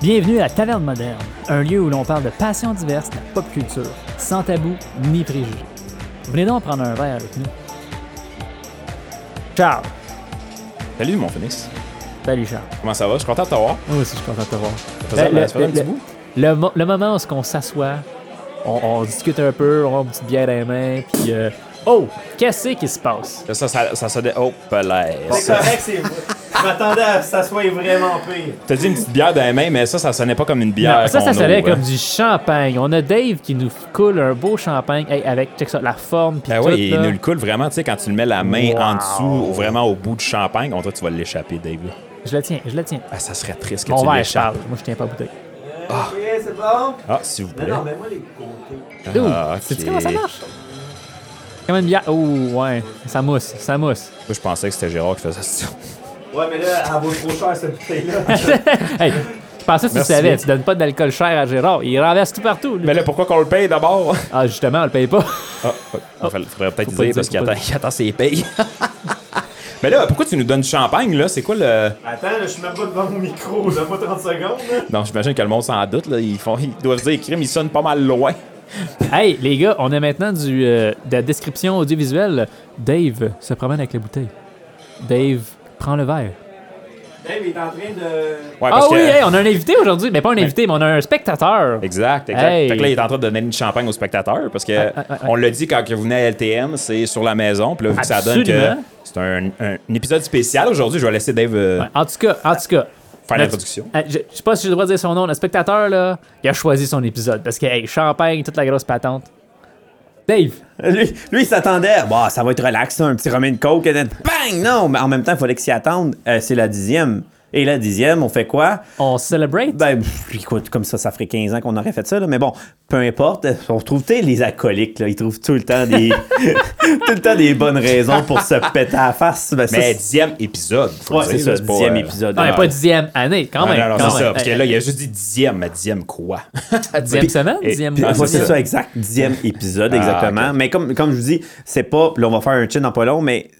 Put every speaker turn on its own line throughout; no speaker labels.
Bienvenue à Taverne Moderne, un lieu où l'on parle de passions diverses de la pop culture, sans tabou ni préjugés. Venez donc prendre un verre avec nous. Charles.
Salut mon Phoenix.
Salut Charles.
Comment ça va? Je suis content de t'avoir.
Moi aussi, je suis content de te voir.
Ça faisait,
Ben,
ça faisait un
le-
petit bout.
Le, mo- le moment où est-ce qu'on s'assoit, on, on discute un peu, on a une petite bière à la main, puis euh, oh, qu'est-ce qui se passe?
Ça, ça, ça, ça sonnait- Oh,
C'est
polaise.
correct, c'est vrai. Je m'attendais à ce que ça soit vraiment pire.
T'as dit une petite bière dans les mains, mais ça, ça sonnait pas comme une bière.
Non, ça, ça
qu'on
serait
ouvre,
comme
hein.
du champagne. On a Dave qui nous coule un beau champagne hey, avec check ça, la forme puis
Ben
tout.
ouais, il
là.
nous le coule vraiment, tu sais, quand tu le mets la main
Wow.
en dessous, vraiment au bout du champagne, on dirait que tu vas l'échapper, Dave. là.
Je le tiens, je le tiens.
Ah, ça serait triste que
Mon
tu
verre,
l'échappes.
Charles. Moi, je tiens pas à bouteille.
Ok, c'est bon?
Ah, s'il vous
Non,
plaît.
non, mais moi, les compter.
Dude,
Ah, ok.
sais-tu comment ça marche? Comme une bière. Oh, ouais. Ça mousse, ça mousse.
Moi, je pensais que c'était Gérard qui faisait ça.
Ouais, mais là, elle vaut trop cher, cette bouteille-là.
Hey, je pensais que tu
Merci.
savais. Tu donnes pas d'alcool cher à Gérard. Il renverse tout partout. lui.
Mais là, pourquoi qu'on le paye d'abord?
Ah, justement, on le paye pas.
Ah, ah, faudrait- faudrait
Faut
peut-être dire,
pas dire,
parce
faut
qu'il
pas
attend, il attend ses payes. Mais là, pourquoi tu nous donnes du champagne, là? C'est quoi le...
Attends, là, je suis même pas devant mon micro. Donne-moi 30 secondes. là.
Non, j'imagine que le monde s'en doute, là. Ils, font, ils doivent se dire, crime, ils sonnent pas mal loin.
Hey, les gars, on a maintenant du, euh, de la description audiovisuelle. Dave se promène avec la bouteille. Dave prend le verre.
Dave il est en train de...
Ouais,
Ah
Ah, parce
oui,
que-
hey, on a un invité aujourd'hui. Mais pas un invité, mais on a un spectateur.
Exact, exact.
Hey.
Fait que là, il est en train de donner une champagne aux spectateurs parce que
ah, ah.
on l'a dit quand que vous venez à LTM, c'est sur la maison. Puis là, vu que ça donne que
Absolument.
c'est un, un- un épisode spécial aujourd'hui, je vais laisser Dave euh,
Ouais, En tout cas, en tout cas.
faire
notre-
l'introduction.
Euh, Je, je sais pas si j'ai le droit de dire son nom. Le spectateur, là, il a choisi son épisode parce que, hey, champagne, toute la grosse patente. Dave,
Lui, lui il s'attendait. Bon, ça va être relax, ça, un petit Romain de Coke. Et then, bang! Non! Mais en même temps, il fallait qu'il s'y attende. Euh, c'est la dixième. Et la dixième, on fait quoi?
on celebrate.
Ben, pff, écoute, comme ça, ça ferait 15 ans qu'on aurait fait ça, là. mais bon, peu importe. On retrouve, tu sais, les alcooliques, là, ils trouvent tout le temps des, tout le temps des bonnes raisons pour se péter à la face. Ben, ça,
Mais
c'est-
dixième épisode. faut le
ouais, c'est
dire,
ça,
là, pas,
dixième
euh,
épisode.
on n'est
Ah,
pas dixième année, quand
Non,
même.
non,
quand
non, ben, c'est
même.
ça. Parce que
Hey,
là, il a juste dit dixième, mais dixième quoi?
dixième semaine, dixième
Puis,
mois.
Ah,
ouais,
c'est
c'est
ça.
ça, exact. Dixième épisode,
Ah,
exactement.
ok.
Mais comme, comme je vous dis, c'est pas. Puis là, on va faire un chin dans pas long, mais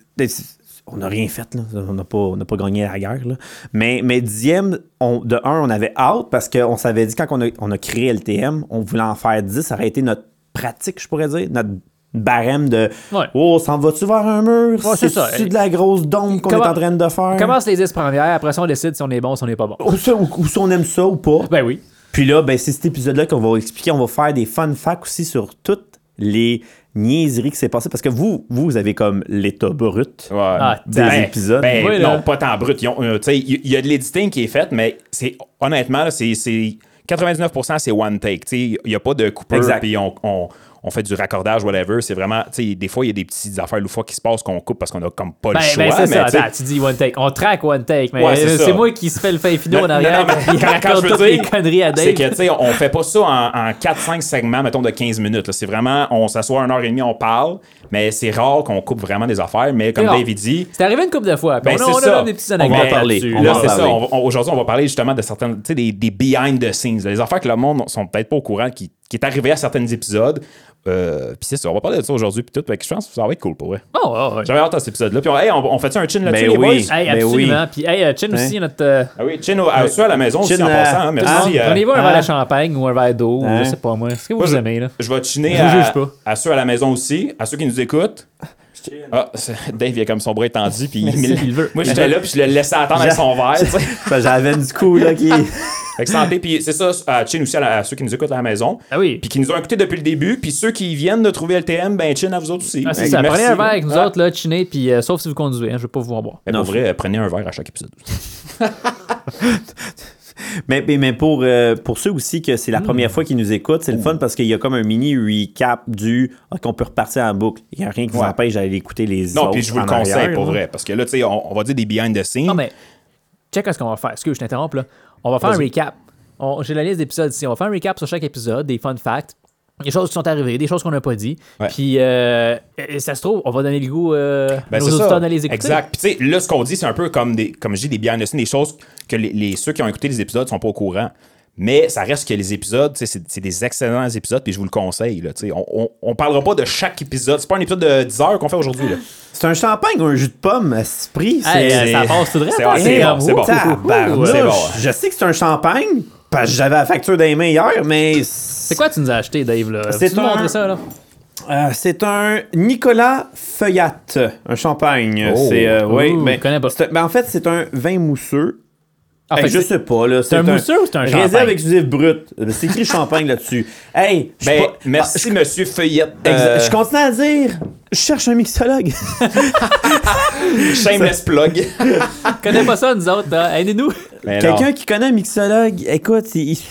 on n'a rien fait. Là. On n'a pas, on n'a pas gagné la guerre. Là. Mais, mais dixième, on- de un, on avait hâte parce qu'on s'avait dit quand on a, on a créé LTM, on voulait en faire dix. Ça aurait été notre pratique, je pourrais dire. Notre barème de
Ouais.
Oh, s'en va-tu vers un mur?
Ouais, c'est
c'est
ça.
ça. de la grosse dôme qu'on est
Comment-
en train de faire?
On commence les 10 premières, après ça, on décide si on est bon ou si on n'est pas bon.
Oh,
Ou, ça, ou- ou si on aime ça ou pas.
Ben oui.
Puis là, ben, c'est cet épisode-là qu'on va expliquer. On va faire des fun facts aussi sur toutes les niaiseries qui s'est passées. Parce que vous, vous vous avez comme l'état brut.
Ouais.
Ah,
des
Ben,
épisodes.
ben,
Oui, là.
non, pas tant brut. Ils ont, euh, tu sais, Il y, a de l'editing qui est fait, mais c'est honnêtement, là, c'est, c'est 99% c'est one take. Tu sais, Il n'y a pas de coupeur,
Exact.
puis on, on- on fait du raccordage, whatever. C'est vraiment, tu sais, des fois, il y a des petites affaires loufoques qui se passent qu'on coupe parce qu'on a comme pas
Ben,
le choix.
ben, c'est
mais
ça.
tu sais,
Attends, tu dis one take. On track one take, mais
Ouais, c'est
euh,
ça.
c'est moi qui se fais le fin finot
Non,
en arrière.
non, non, mais
puis
quand- quand
raconte
je veux
toutes les
dire,
conneries à Dave.
C'est que, tu sais, on on fait pas ça en, 4-5 segments, mettons, de 15 minutes. là. C'est vraiment, on s'assoit une heure et demie, on parle, mais c'est rare qu'on coupe vraiment des affaires. Mais comme
C'est rare.
David dit,
C'est arrivé une couple de fois. puis
Ben,
on
c'est
a, on a
ça.
même des petites
va en
anecdotes.
parler.
là-dessus.
On
Là,
va en
c'est ça.
parler.
on va- on- Aujourd'hui, on va parler justement de certaines, tu sais, des, des behind the scenes, là, les affaires que le monde sont peut-être pas au courant, qui, qui est arrivé à certains épisodes. Euh, puis c'est ça, on va parler de ça aujourd'hui, puis tout. Fait que je pense que ça va être cool pour vrai.
Oh, oh, ouais.
J'avais hâte à cet épisode-là. Puis on, hey, on, on fait-tu un chin là-dessus,
Ben
les
oui.
boys?
Hey,
Ben
absolument. Puis, hey, euh, Chin aussi, notre. euh,
Ah oui, chin au- à, ceux à la maison aussi,
Chin,
en
euh,
passant. hein, merci.
tout le monde.
euh,
Prenez-vous un
hein?
verre de champagne ou un verre d'eau,
Hein?
je sais pas moi. Est-ce que vous
moi, je-
aimez, là?
Je vais chiner
Je
à,
juge pas.
à ceux à la maison aussi, à ceux qui nous écoutent. Ah, c'est- Dave, il a comme son bras étendu, puis il,
Merci, il veut.
Moi, j'étais là, puis je le laissais attendre avec son verre, tu sais.
Parce que J'avais du coup, là, qui.
Fait que santé, puis c'est ça, à Chin aussi, à, la- à ceux qui nous écoutent à la maison.
Ah oui.
Puis qui nous ont écoutés depuis le début, puis ceux qui viennent de trouver LTM, ben Chin à vous autres aussi.
Ah, c'est
Hey,
ça.
merci.
Prenez un verre avec nous
Ah.
autres, là, chinez, puis euh, sauf si vous conduisez, hein, je vais pas vous en boire.
Mais
Non,
pour vrai, euh, prenez un verre à chaque épisode.
Mais, mais, mais pour, euh, pour ceux aussi que
Mm.
c'est la première fois qu'ils nous écoutent, c'est le fun parce qu'il y a comme un mini recap du ah, qu'on peut repartir en boucle. Il n'y a rien qui vous
Ouais.
empêche d'aller écouter les autres.
Non, puis je vous le
en
conseille,
arrière,
pour
là.
vrai, parce que là, tu sais, on, on va dire des behind the scenes.
Non, mais check ce qu'on va faire. Excuse, je t'interromps, là. On va faire un recap. On- J'ai la liste d'épisodes ici. On va faire un recap sur chaque épisode, des fun facts, des choses qui sont arrivées, des choses qu'on n'a pas dit.
Ouais.
Puis, euh, et- et ça se trouve, on va donner le goût euh, à
Ben,
nos
c'est ça.
auditeurs d'aller les écouter.
Exact. Puis tu sais, là, ce qu'on dit, c'est un peu comme des, comme je dis, des behind the scenes, des choses que les, les- ceux qui ont écouté les épisodes sont pas au courant. Mais ça reste que les épisodes, tu sais, c'est c'est des excellents épisodes, puis je vous le conseille. Là, tu sais. on, on, on parlera pas de chaque épisode. C'est pas un épisode de 10 heures qu'on fait aujourd'hui. là.
C'est un champagne ou un jus de pomme à ce prix.
Hey,
c'est- Eh,
euh, ça passe tout de suite.
c'est- c'est bon, c'est bon.
Tabarnouche.
C'est bon.
Je sais que c'est un champagne, Parce que j'avais la facture dans les mains hier, mais.
C'est quoi que tu nous as acheté, Dave? Là?
C'est
tu nous
un-
montrer ça, là?
Euh, c'est un Nicolas Feuillatte, un champagne.
Oh.
C'est euh, oui,
Ouh,
mais
je connais pas.
c'est un- ben, en fait, c'est un vin mousseux.
Ah,
Hey,
fait que
je
c'est-
sais pas là.
un mousseux ou c'est un champagne?
Réserve exclusive brute. Euh, C'est écrit champagne là-dessus. Hey, je suis
Ben,
pas-
merci, monsieur Feuillette.
Exa-
Euh,
Je continue à dire, je cherche un mixologue.
shameless plug.
Tu connais pas ça, nous autres? hein? Aidez-nous!
Mais non.
Ben, Quelqu'un qui connaît un mixologue, écoute, il, il-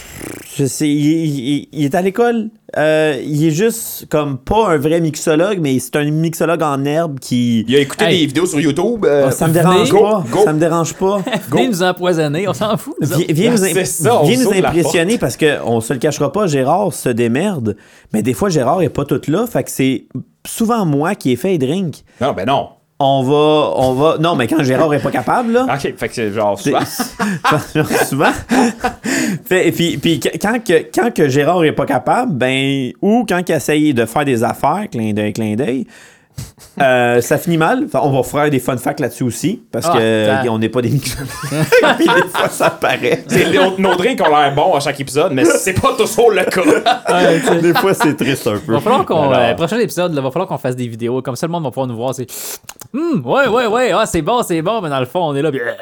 je sais, il, il- il est à l'école. Euh, il est juste comme pas un vrai mixologue, mais c'est un mixologue en herbe qui.
Il a écouté
Hey.
des vidéos sur YouTube. euh,
Ah, ça me dérange
Go,
pas.
go.
Ça me dérange pas.
Venez nous empoisonner, on s'en fout. nous
Viens,
autres.
viens nous, imp-
c'est ça, on
viens nous
s'ouvre la
impressionner parce que on se le cachera pas, Gérard se démerde, mais des fois Gérard est pas tout là, fait que c'est souvent moi qui ai fait les drinks.
Non, ben non.
On va on va non, mais quand Gérard est pas capable là,
Ah. Ok, fait que c'est genre.
c'est-
souvent-
Bah.
souvent. Fait- et puis, puis que- quand, que, quand que Gérard est pas capable, ben ou quand il essaye de faire des affaires, clin d'œil, clin d'œil, euh, ça finit mal. Fait, on va faire des fun facts là-dessus aussi parce
Ah,
que
attends.
on n'est pas des Puis des fois ça paraît.
c'est- nos- Nos drinks ont l'air bons à chaque épisode, mais c'est pas toujours le cas.
Ouais, tu sais.
Des fois, c'est triste un peu.
Va falloir qu'on.
Alors-
euh, prochain épisode, il va falloir qu'on fasse des vidéos. Comme ça, le monde va pouvoir nous voir. C'est. Hum, ouais, ouais, ouais. Ah, c'est bon, c'est bon. Mais dans le fond, on est là. puis, euh,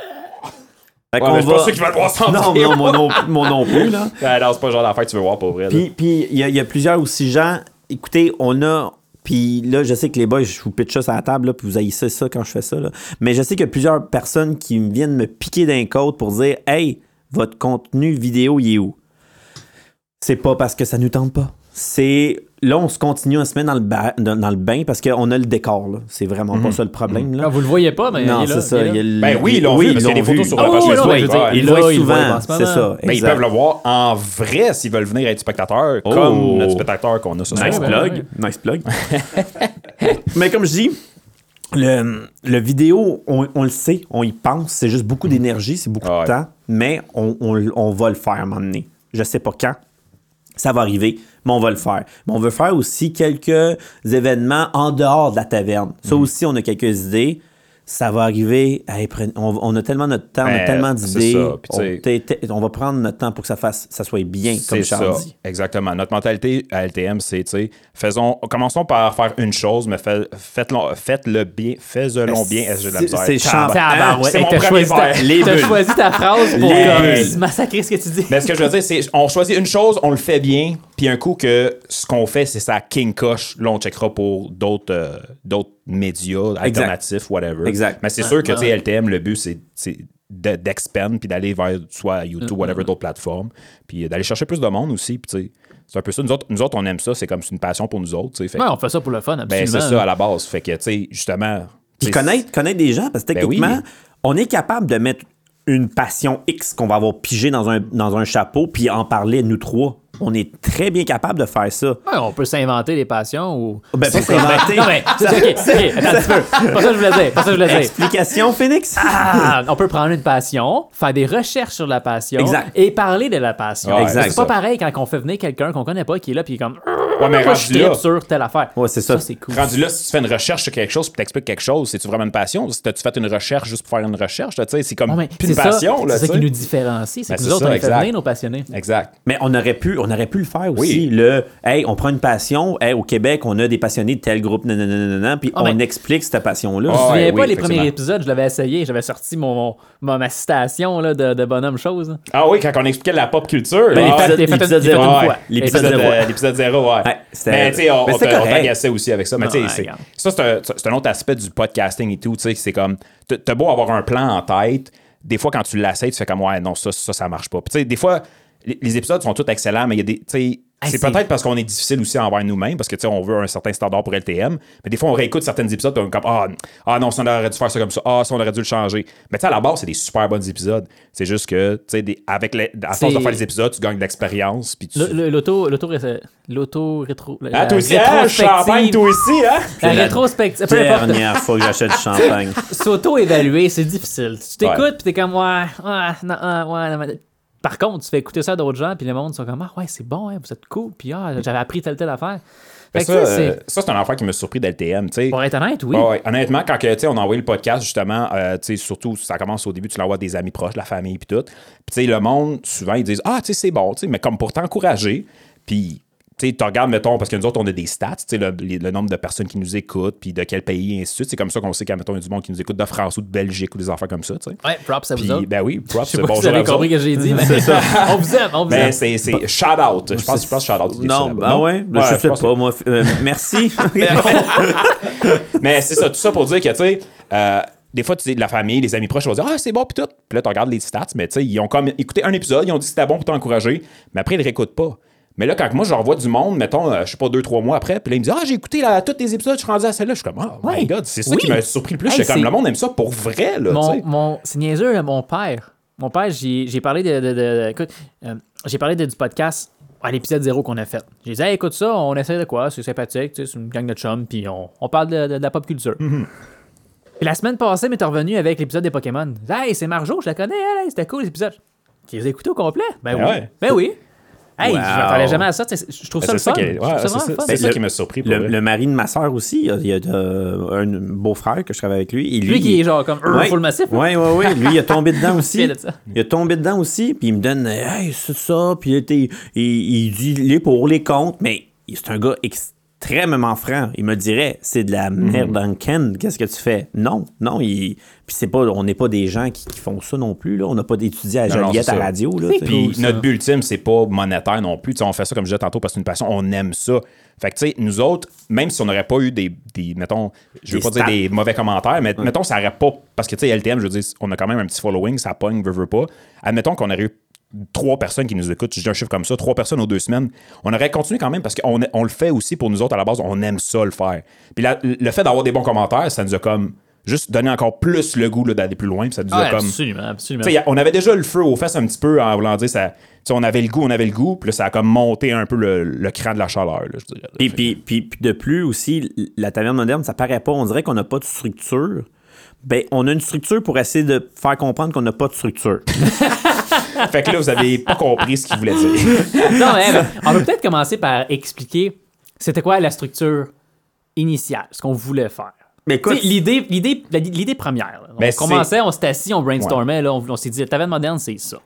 Ouais,
Fait qu'on
mais c'est pas
va-
sûr qu'il va devoir s'en
Non,
tirer.
non, mon nom, mon nom plus, là.
Ben non, c'est pas le genre d'affaire que tu veux voir pour vrai. là.
Puis, puis il y, a- il y a plusieurs aussi gens. Écoutez, on a. Puis là, je sais que les boys, je vous pitch ça sur la table, là, puis vous haïssez ça quand je fais ça. là. Mais je sais qu'il y a plusieurs personnes qui me viennent me piquer d'un code pour dire Hey, votre contenu vidéo, il est où C'est pas parce que ça nous tente pas. C'est. Là, on se continue, on se met dans le, ba- dans, dans le bain parce qu'on a le décor. là. C'est vraiment pas ça le problème. Là.
ah, vous le voyez pas, mais.
Non,
il est là,
c'est ça.
il est là.
il y a le-
Ben oui, ils l'ont vu, parce qu'il y a des photos
l'ont vu.
sur
la Ah page oui, Facebook, oui, je veux dire, ouais.
Ils
ils
le
le voient,
voient
ils le voient
souvent,
en ce
c'est
moment. Ben,
ça.
Mais Ben, ils
exact.
peuvent le voir en vrai s'ils veulent venir être spectateurs,
Oh. Ben,
comme notre spectateur qu'on a ce soir.
Nice
ouais,
plug.
ouais.
Nice plug. Mais comme je dis, le, le vidéo, on, on le sait, on y pense. C'est juste beaucoup d'énergie, c'est beaucoup
Mm. Ah Ouais.
de temps. Mais on, on- on va le faire à un moment donné. Je sais pas quand. Ça va arriver, mais on va le faire. Mais on veut faire aussi quelques événements en dehors de la taverne. Ça
Mm.
aussi, on a quelques idées. Ça va arriver. Hey, prenez- on, on a tellement notre temps, on a
Ben,
tellement
c'est
d'idées.
ça, puis tu
On,
sais-
t'es- t'es- on va prendre notre temps pour que ça fasse, ça soit bien, comme
C'est ça,
Charles dit.
exactement. Notre mentalité à LTM, c'est, tu sais, faisons, commençons par faire une chose, mais fais- faites-le faites-le bien, faisons-le bien. j'ai de la
C'est-
misère.
c'est
Tabarnak.
chambard.
Ah, bah, ouais.
C'est
Hey,
mon
t'as
premier
choisi, ta...
verre.
Les
t'as
bulles.
choisi ta phrase pour
Les
comme,
bulles.
se massacrer ce que tu dis.
Mais ce que je veux dire, c'est on choisit une chose, on le fait bien, puis un coup que ce qu'on fait, c'est ça king coche, là on checkera pour d'autres euh, d'autres médias
Exact.
alternatifs, whatever.
Exact.
Mais c'est sûr que tu sais, LTM, le but c'est c'est de- d'expand puis d'aller vers soit
Mm-hmm.
YouTube, whatever, d'autres plateformes, puis euh, d'aller chercher plus de monde aussi. Puis tu sais, c'est un peu ça. Nous autres, nous autres, on aime ça, c'est comme c'est une passion pour nous autres. tu sais. Fait que,
Ouais, on fait ça pour le fun,
ben,
absolument.
c'est ça à la base. Fait que tu sais, justement. tu
Puis
sais,
connaître, connaître des gens, parce que
Ben oui.
techniquement, on est capable de mettre une passion X qu'on va avoir pigée dans un, dans un chapeau, puis en parler, nous trois. On est très bien capable de faire ça.
Ouais, on peut s'inventer des passions ou.
Ben, pas s'inventer.
Non, mais. c'est- Ok, ok, attends un petit peu. Pas ça que je voulais dire. Pas ça que je voulais dire.
Explication, Phoenix?
Ah, on peut prendre une passion, faire des recherches sur la passion
Exact.
et parler de la passion.
Ouais,
Exact.
C'est pas
ça.
pareil quand on fait venir quelqu'un qu'on connaît pas qui est là puis qui est comme Ah,
Ouais, mais
Moi,
rendu
je trippe
là-
sur telle affaire.
Ouais, c'est ça.
c'est cool.
Rendu là, si tu fais une recherche sur quelque chose puis t'expliques quelque chose, c'est-tu vraiment une passion? Si t'as-tu fait une recherche juste pour faire une recherche, là, tu sais, c'est comme
Ouais, Ah, mais
plus
c'est
une
ça-
passion. là,
C'est ça
tu
qui
sais.
nous différencie. C'est
Ben,
que nous
c'est
autres,
ça,
on est fait
exact.
venir nos passionnés.
Exact.
Mais on aurait pu, on aurait pu le faire
Oui.
aussi. Le, hey, on prend une passion. Hey, au Québec, on a des passionnés de tel groupe, nanana, nanana, puis
Ah,
on
ben-
explique cette passion-là.
Je me
Ah, ouais,
souviens pas
oui,
les premiers
effectivement.
épisodes, je l'avais essayé, j'avais sorti mon, mon- ma- ma citation là, de, de bonhomme chose.
Ah oui, quand on expliquait la pop culture.
Ben,
ah,
T'as-
l'épisode-
t'es fait une-
l'épisode
t'es fait une
zéro.
fois.
Ouais, l'épisode
Épisode-
zéro.
euh, L'épisode 0, ouais.
Ouais, c'était-
mais tu sais, on,
mais
on,
c'était
te- on
correct.
t'agaçait aussi avec ça. Mais tu
Ouais,
sais, c'est-
regarde.
ça, c'est un, c'est un autre aspect du podcasting et tout. Tu sais, c'est comme, t'as t'as beau avoir un plan en tête. Des fois, quand tu l'essayes, tu fais comme, ouais, non, ça, ça, ça marche pas. Puis tu sais, des fois, les, les épisodes sont tous excellents, mais il y a des. tu sais, c'est
c'est-
peut-être parce qu'on est difficile aussi envers nous-mêmes, parce que tu sais, on veut un certain standard pour LTM. Mais des fois, on réécoute certains épisodes, puis on est comme ah, ah non, ça, on aurait dû faire ça comme ça, ah, ça, on aurait dû le changer. Mais tu sais, à la base, c'est des super bons épisodes. C'est juste que, tu sais, des- avec les, à force
C'est-
de faire les épisodes, tu gagnes de l'expérience, puis tu.
Le- le- L'auto, l'auto, l'auto rétro.
Ah,
la
toi aussi, hein, champagne, toi aussi, hein?
La rétrospective. Peu importe.
Dernière fois que j'achète du champagne.
S'auto-évaluer, c'est difficile. Tu t'écoutes,
Ouais.
puis t'es comme, ouais, ouais, non, ouais, ouais, non, mais- Par contre, tu fais écouter ça à d'autres gens, puis le monde sont comme, ah, ouais, c'est bon, hein, vous êtes cool, puis ah, j'avais appris ah, telle, telle affaire.
Mais
Fait que,
ça,
tu sais,
euh,
c'est-
ça, c'est un affaire qui m'a surpris d'LTM. tu sais.
Pour être honnête, oui.
Ah ouais, honnêtement, quand que, tu sais, on a envoyé le podcast, justement, euh, tu sais, surtout, ça commence au début, tu l'envoies à des amis proches, la famille, puis tout. Puis, tu sais, le monde, souvent, ils disent Ah, tu sais, c'est bon, tu sais, mais comme pour t'encourager, puis. Tu sais, tu regardes, mettons, parce que nous autres, on a des stats, tu sais, le, les- le nombre de personnes qui nous écoutent, puis de quel pays, et ainsi de suite. C'est comme ça qu'on sait qu'il y a, mettons, du monde qui nous écoute de France ou de Belgique ou des affaires comme ça, tu sais.
Ouais, props à vous
Puis,
autres.
ben oui, props,
Je sais pas si vous
bonjour à
avez
vous
compris
autres.
que j'ai dit, mais on vous aime, on vous aime.
Mais c'est c'est shout out. Je pense, je pense shout out. il est sur
Non,
la bonne.
ah ouais, je
je
sais
pense
pas, moi. euh, merci.
Mais c'est ça, tout ça pour dire que, tu sais, euh, des fois, tu sais, de la famille, les amis proches vont dire Ah, c'est bon, puis tout. Puis là, tu regardes les stats, mais tu sais, ils ont comme écouté un épisode, ils ont dit c'était bon pour t'encourager, mais après, ils ne réécoutent pas. Mais là, quand moi, je revois du monde, mettons, euh, je sais pas, deux, trois mois après, puis là, ils me disent Ah, j'ai écouté la- tous les épisodes, je suis rendu à celle-là. Je suis comme Ah, my
Ouais.
God, c'est ça
Oui.
qui m'a surpris le plus.
Hey,
J'étais
c'est-
comme Le monde aime ça pour vrai, là, tu
mon,
sais.
mon, c'est niaiseux, là, mon père. Mon père, j'ai j'ai parlé de. de- de- de- écoute, euh, j'ai parlé de- du podcast à l'épisode zéro qu'on a fait. J'ai dit, Hey, écoute ça, on essaie de quoi, c'est sympathique, tu sais, c'est une gang de chums, puis on, on parle de, de- de la pop culture.
Mhm.
Puis la semaine passée, m'est revenu avec l'épisode des Pokémon. Hey, c'est Marjo, je la connais, elle, elle, c'était cool l'épisode. Tu les as écoutés au complet? Ben
Ben
oui.
ouais.
Ben oui. Hey,
Wow.
je m'attendais jamais à ça. tu sais, Je trouve
Ben,
ça le
c'est ça
fun.
qui est-
Je
ouais,
trouve ça
c'est
vraiment
ça-
le fun.
c'est ça
le-
qui m'a surpris. pour
le,
vrai.
le mari de ma sœur aussi, il y a, il y a, euh, un beau-frère que je travaille avec lui. et lui,
Lui qui
il-
est genre comme euh,
Ouais.
full massif. là.
Ouais, ouais, ouais. Lui, il a tombé dedans aussi.
Fier de ça.
Il a tombé dedans aussi, puis il me donne, euh, hey, c'est ça, puis il, était- il, il dit les pour, les contre, mais il- c'est un gars extrêmement franc. Il me dirait, c'est de la
Mhm.
merde en Ken, qu'est-ce que tu fais? Non, non, il... puis c'est pas, on n'est pas des gens qui, qui font ça non plus, là. On n'a pas d'étudiants à
Non, non,
Joliette
c'est
à
ça.
radio, là. tu sais.
Puis
ça.
notre but ultime, c'est pas monétaire non plus. Tu sais, on fait ça, comme je disais tantôt, parce que c'est une passion. On aime ça. Fait que, tu sais, nous autres, même si on n'aurait pas eu des, des, mettons, je veux
Des
pas
stats.
dire des mauvais commentaires, mais mettons, ça n'aurait pas. Parce que, tu sais, LTM, je veux dire, on a quand même un petit following, ça pogne, veut, veut pas. Admettons qu'on aurait eu trois personnes qui nous écoutent, je dis un chiffre comme ça, trois personnes aux deux semaines, on aurait continué quand même parce qu'on on le fait aussi pour nous autres à la base, on aime ça le faire. Puis la- le fait d'avoir des bons commentaires, ça nous a comme juste donné encore plus le goût là, d'aller plus loin, puis ça nous
Ouais,
a comme
Ah, absolument, absolument.
tu sais, on avait déjà le feu aux fesses un petit peu en voulant dire ça. tu sais, on avait le goût, on avait le goût, puis là, ça a comme monté un peu le, le cran de la chaleur, là, je dirais.
Puis, puis, puis, puis de plus aussi, l- la taverne moderne, ça paraît pas. On dirait qu'on n'a pas de structure. Ben, on a une structure pour essayer de faire comprendre qu'on n'a pas de structure.
Fait que là, vous avez pas compris ce qu'il voulait dire.
Non, mais, mais, on peut peut-être commencer par expliquer c'était quoi la structure initiale, ce qu'on voulait faire.
Mais écoute-
Tu sais, l'idée, l'idée, la- l'idée première. là. On
Ben,
commençait, on s'était assis, on brainstormait, là, on, on s'est dit, taverne moderne, c'est ça.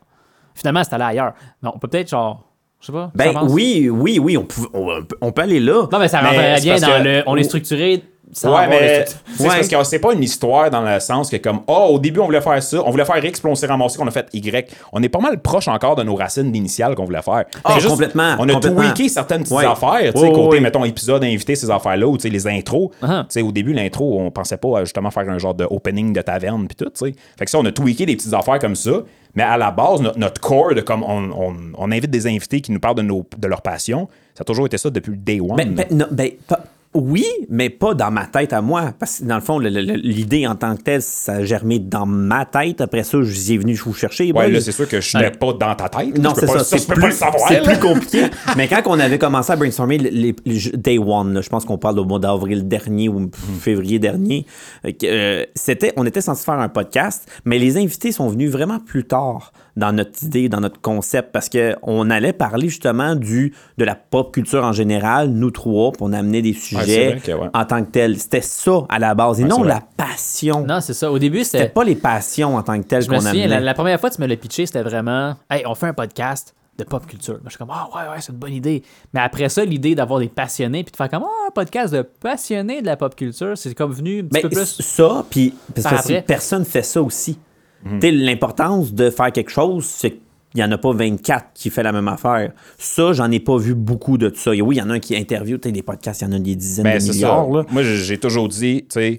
Finalement, c'est allé ailleurs. Non, on peut peut-être genre, je sais pas.
Ben
ça avance?
oui, oui, oui, on, pouvait- on, euh, on peut aller là.
Non, mais ça
Mais
rentrerait
c'est
bien
parce
dans
que-
le. On est structuré. Sans
Ouais,
avoir
mais
le structure.
c'est parce que c'est pas une histoire dans le sens que comme oh au début on voulait faire ça, on voulait faire X, puis on s'est ramassé qu'on a fait Y. On est pas mal proche encore de nos racines initiales qu'on voulait faire.
Ah,
C'est juste,
complètement,
On a
complètement.
tweaké certaines petites
Ouais.
affaires, tu sais,
Ouais, ouais,
côté
ouais.
mettons épisode invité ces affaires là ou tu sais les intros.
Ah.
Tu sais, au début l'intro, on pensait pas à, justement faire un genre de opening de taverne puis tout, tu sais. Fait que ça on a tweaké des petites affaires comme ça, mais à la base no- notre core de comme on, on- on invite des invités qui nous parlent de nos de leur passion, ça a toujours été ça depuis le day one.
Ben, ben, non, ben, pas- oui, mais pas dans ma tête à moi. Parce que dans le fond, le- le- le- l'idée en tant que telle, ça a germé dans ma tête. Après ça, je suis venu vous chercher.
Ouais,
Bon,
là,
je-
c'est sûr que je n'ai pas dans ta tête.
Non,
Je peux
c'est
pas-
ça.
je
C'est
peux pas
plus,
le savoir. là.
c'est plus compliqué. Mais quand on avait commencé à brainstormer le- les, les- Day One, là, je pense qu'on parle au mois d'avril dernier ou
Mm.
février dernier, euh, que, euh, c'était, on était censé faire un podcast, mais les invités sont venus vraiment plus tard dans notre idée, dans notre concept, parce qu'on allait parler justement du, de la pop culture en général, nous trois, puis on amenait des sujets
vrai que, ouais.
en tant que tels. C'était ça à la base, et non
c'est vrai.
la passion.
Non, c'est ça. Au début,
C'était
c'était.
pas les passions en tant que telles
Je me
qu'on
souviens,
amenait.
la, la première fois que tu me l'as pitché, c'était vraiment Hey, on fait un podcast de pop culture. Moi, je suis comme Ah, ouais, ouais, c'est une bonne idée. Mais après ça, l'idée d'avoir des passionnés puis de faire comme Ah, un podcast de passionnés de la pop culture, c'est comme venu un petit
Ben,
peu
c-
plus.
ça, puis parce
Par
que c'est-
après.
personne fait ça aussi.
Mhm.
Tu sais, L'importance de faire quelque chose, c'est qu'il n'y en a pas 24 qui fait la même affaire. Ça, j'en ai pas vu beaucoup de ça. Et Oui, il y en a un qui interview, tu sais, des podcasts, il y en a des dizaines
Mais
de
Ben, c'est ça.
milliards. là.
Moi, j'ai j'ai toujours dit, tu sais,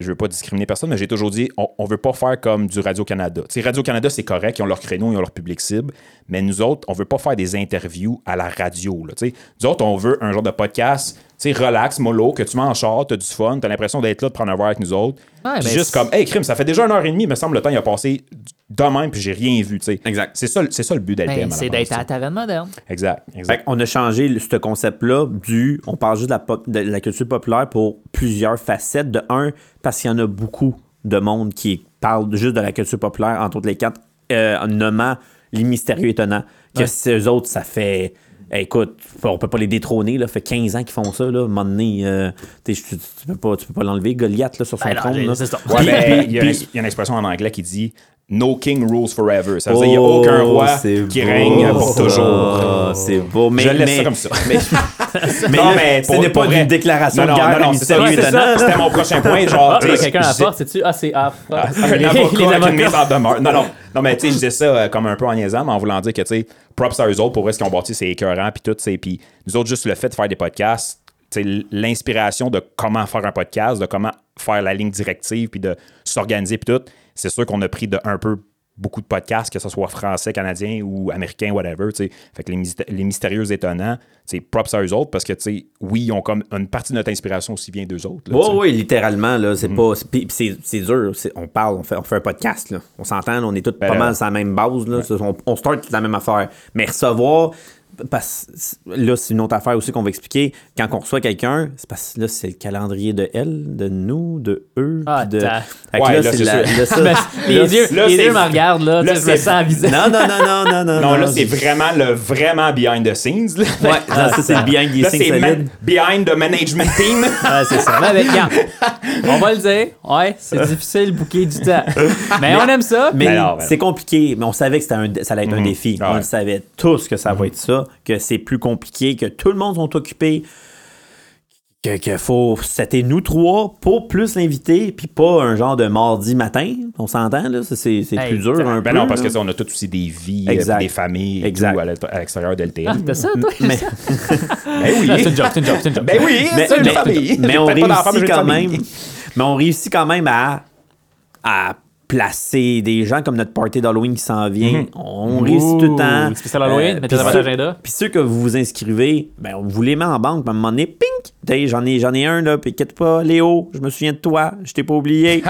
je veux pas discriminer personne, mais j'ai toujours dit, on, on veut pas faire comme du Radio-Canada. Tu sais, Radio-Canada, c'est correct, ils ont leur créneau, ils ont leur public cible, mais nous autres, on veut pas faire des interviews à la radio, là, tu sais. Nous autres, on veut un genre de podcast, tu sais, relax, mollo, que tu mets en char, t'as du fun, t'as l'impression d'être là, de prendre un verre avec nous autres.
Ouais,
Puis
ben
mais
juste
c'est-
comme, hey, crime, ça fait déjà une heure et demie, il me semble, le temps, il a passé de même, puis j'ai rien vu, tu sais.
Exact.
C'est ça, le- c'est ça le but
Ben,
d'Altem. à la
c'est
base,
d'être à
tu
la taverne moderne.
sais. Exact, exact.
Fait qu'on a changé le- ce concept-là du. On parle juste de la, pop- de la culture populaire pour plusieurs facettes. De un, parce qu'il y en a beaucoup de monde qui parle juste de la culture populaire, entre autres les quatre, euh, en nommant les mystérieux étonnants. Que
Ouais.
ces eux autres, ça fait eh, écoute, on peut pas les détrôner. Là. fait 15 ans qu'ils font ça. Là. À un moment donné, euh, t'es- tu, tu peux pas, tu peux pas l'enlever. Goliath là, sur son
Ben non,
trône.
j'ai-
là.
c'est ça.
Puis-
Ouais, mais
puis-
il y, a une-
puis-
il y a une expression en anglais qui dit No king rules forever. Ça veut dire qu'il n'y a
Oh,
aucun roi
c'est
qui
beau,
règne pour
ça.
toujours.
C'est beau. Mais,
Je laisse
mais-
ça comme ça.
mais
Non,
là,
mais
ce
pour-
n'est
pour
pas
vrai.
une déclaration
Non,
de
non,
guerre
non, non,
à
c'est ça,
mystérieux
ouais, c'est
étonnant,
ça.
là.
C'était mon prochain point. Genre,
Ah,
tu sais,
quelqu'un
je-
à
je-
porte, c'est-tu? Ah, c'est ah, fuck.
un
Les- les
avocat avec une
avocats.
mise en demeure. Non, non. Non, mais tu sais, je disais ça euh, comme un peu en niaisant, mais en voulant dire que, tu sais, props à eux autres pour vrai ce qu'ils ont bâti, c'est écœurant, puis tout, tu sais. Puis nous autres, juste le fait de faire des podcasts, tu sais, l'inspiration de comment faire un podcast, de comment faire la ligne directive, puis de s'organiser, puis tout, c'est sûr qu'on a pris de un peu beaucoup de podcasts, que ce soit français, canadien ou américain, whatever, tu sais. Fait que les, myst- les mystérieux étonnants, tu sais, props à eux autres, parce que, tu sais, oui, ils ont comme une partie de notre inspiration aussi bien d'eux autres. là, tu sais. Mm.
Oui, oui, littéralement, là, c'est pas. c'est- puis c'est, c'est dur. c'est- on parle, on fait, on fait un podcast, là. On s'entend, là, on est tous pas
Ben là.
mal sur la même base, là. c'est- On, on start la même affaire. Mais recevoir. Parce, là, c'est une autre affaire aussi qu'on va expliquer. Quand on reçoit quelqu'un, c'est parce que là, c'est le calendrier de elle, de nous, de eux.
Ah,
puis de...
t'as-
Fait que
Ouais, là,
là, c'est
c'est
la-
sûr.
là, ça-
Ben,
là,
Les yeux,
là,
les
c'est-
yeux me regardent, là.
là,
tu sais, je me
c'est-
sens avisé.
Non, non, non, non, non, non.
Non, là, c'est vraiment le vraiment behind the scenes. là.
Ouais, là, ça, c'est le behind the
Là,
scenes
c'est ma-
solide.
behind the management team.
Ouais, c'est ça. Mais, mais, regarde, on va le dire. Ouais, c'est difficile, bouquer du temps. Mais on aime ça.
Mais
Ben non, ben
c'est compliqué, mais on savait que c'était un, ça allait être un défi.
Ah
on
ouais. Mhm.
le savait tous que ça va être ça, que c'est plus compliqué, que tout le monde sont occupés, que, que faut c'était nous trois pour plus l'invité, puis pas un genre de mardi matin. On s'entend là, ça, c'est c'est
Hey,
plus dur un
ben
peu.
non, parce
là.
que ça, on a tous aussi des vies, euh,
Exact.
des familles, et
Exact.
tout à l'int- à l'extérieur de l'TL.
T'as ça, toi?
mais,
ben oui.
Ah, C'est une joke, c'est une joke, c'est une joke.
Ben oui,
mais,
c'est une
mais-
famille.
mais on
Faites pas d'enfants, mais
réussit
j'ai une
quand
famille.
même. Mais on réussit quand même à, à placer des gens comme notre party d'Halloween qui s'en vient. On réussit tout le temps.
Mhm.
Euh,
Spécial Halloween, mettez
puis
dans votre
ceux-
agenda.
Puis ceux que vous vous inscrivez, ben, on vous les met en banque. Puis à un moment donné, pink! T'as- J'en ai, j'en ai un, là. Puis inquiète pas, Léo, je me souviens de toi. Je t'ai pas oublié.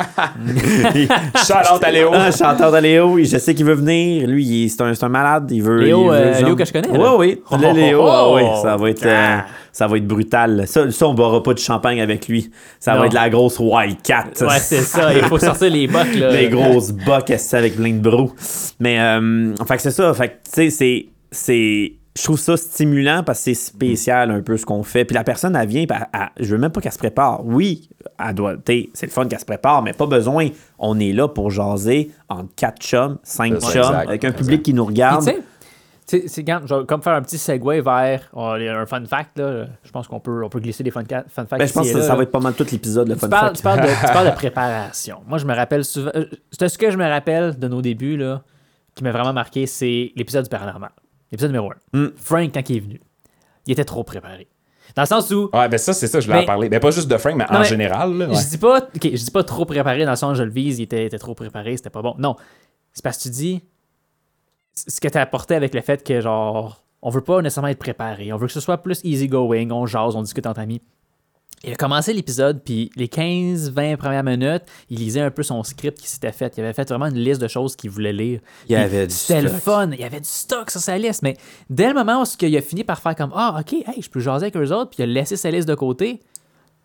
Shout out à Léo.
Ah, chanteur de Léo, je sais qu'il veut venir. Lui, il- c'est un, c'est un malade. Il veut.
Léo,
il veut
euh,
genre-
Léo que je connais,
Ouais,
là.
oui,
Oh,
le
oh,
Léo,
oh,
ah
oh.
oui, ça va être, euh, ça va être brutal. Ça, ça, on boira pas de champagne avec lui. Ça
Non.
va être la grosse White Cat.
Ouais, c'est ça. Il faut sortir les bottes, là. euh,
Les grosses bocs assis avec plein de brou. Mais, euh, fait que c'est ça. Fait que, tu sais, c'est- c'est. Je trouve ça stimulant parce que c'est spécial un peu ce qu'on fait. Puis la personne, elle vient, puis elle- elle- je veux même pas qu'elle se prépare. Oui, elle doit. tu sais, C'est le fun qu'elle se prépare, mais pas besoin. On est là pour jaser entre quatre chums, cinq
C'est ça,
chums,
exact,
avec un
exact.
public qui nous regarde.
Puis, tu sais, tu sais, c'est quand- genre, comme faire un petit segue vers oh, il y a un fun fact, là. Je pense qu'on peut, on peut glisser des fun, ca- fun facts.
Ben, je pense
ici
que
et là,
ça, ça va
là.
être pas mal tout l'épisode, le fun
Tu parles,
fact.
tu parles de, tu parles de préparation. Moi, je me rappelle souvent. euh, C'est ce que je me rappelle de nos débuts, là, qui m'a vraiment marqué, c'est l'épisode du paranormal. L'épisode numéro 1.
Hmm.
Frank, quand il est venu, il était trop préparé. Dans le sens où.
Ouais, ben ça, c'est ça, je l'ai
Mais-
parlé. Ben pas juste de Frank, mais
Non,
en
mais-
général. là, ouais.
Je dis pas, ok, je dis pas trop préparé dans le sens où je le vise, il était, était trop préparé, c'était pas bon. Non, c'est parce que tu dis c- ce que t'as apporté avec le fait que genre on veut pas nécessairement être préparé, on veut que ce soit plus easy going, on jase, on discute entre amis. Il a commencé l'épisode, puis les 15-20 premières minutes, il lisait un peu son script qui s'était fait. Il avait fait vraiment une liste de choses qu'il voulait lire.
Il y
Puis
avait du
C'était le
stock.
fun, il y avait du stock sur sa liste. Mais dès le moment où ce qu'il a fini par faire comme Ah, ok, hey, je peux jaser avec eux autres, puis il a laissé sa liste de côté,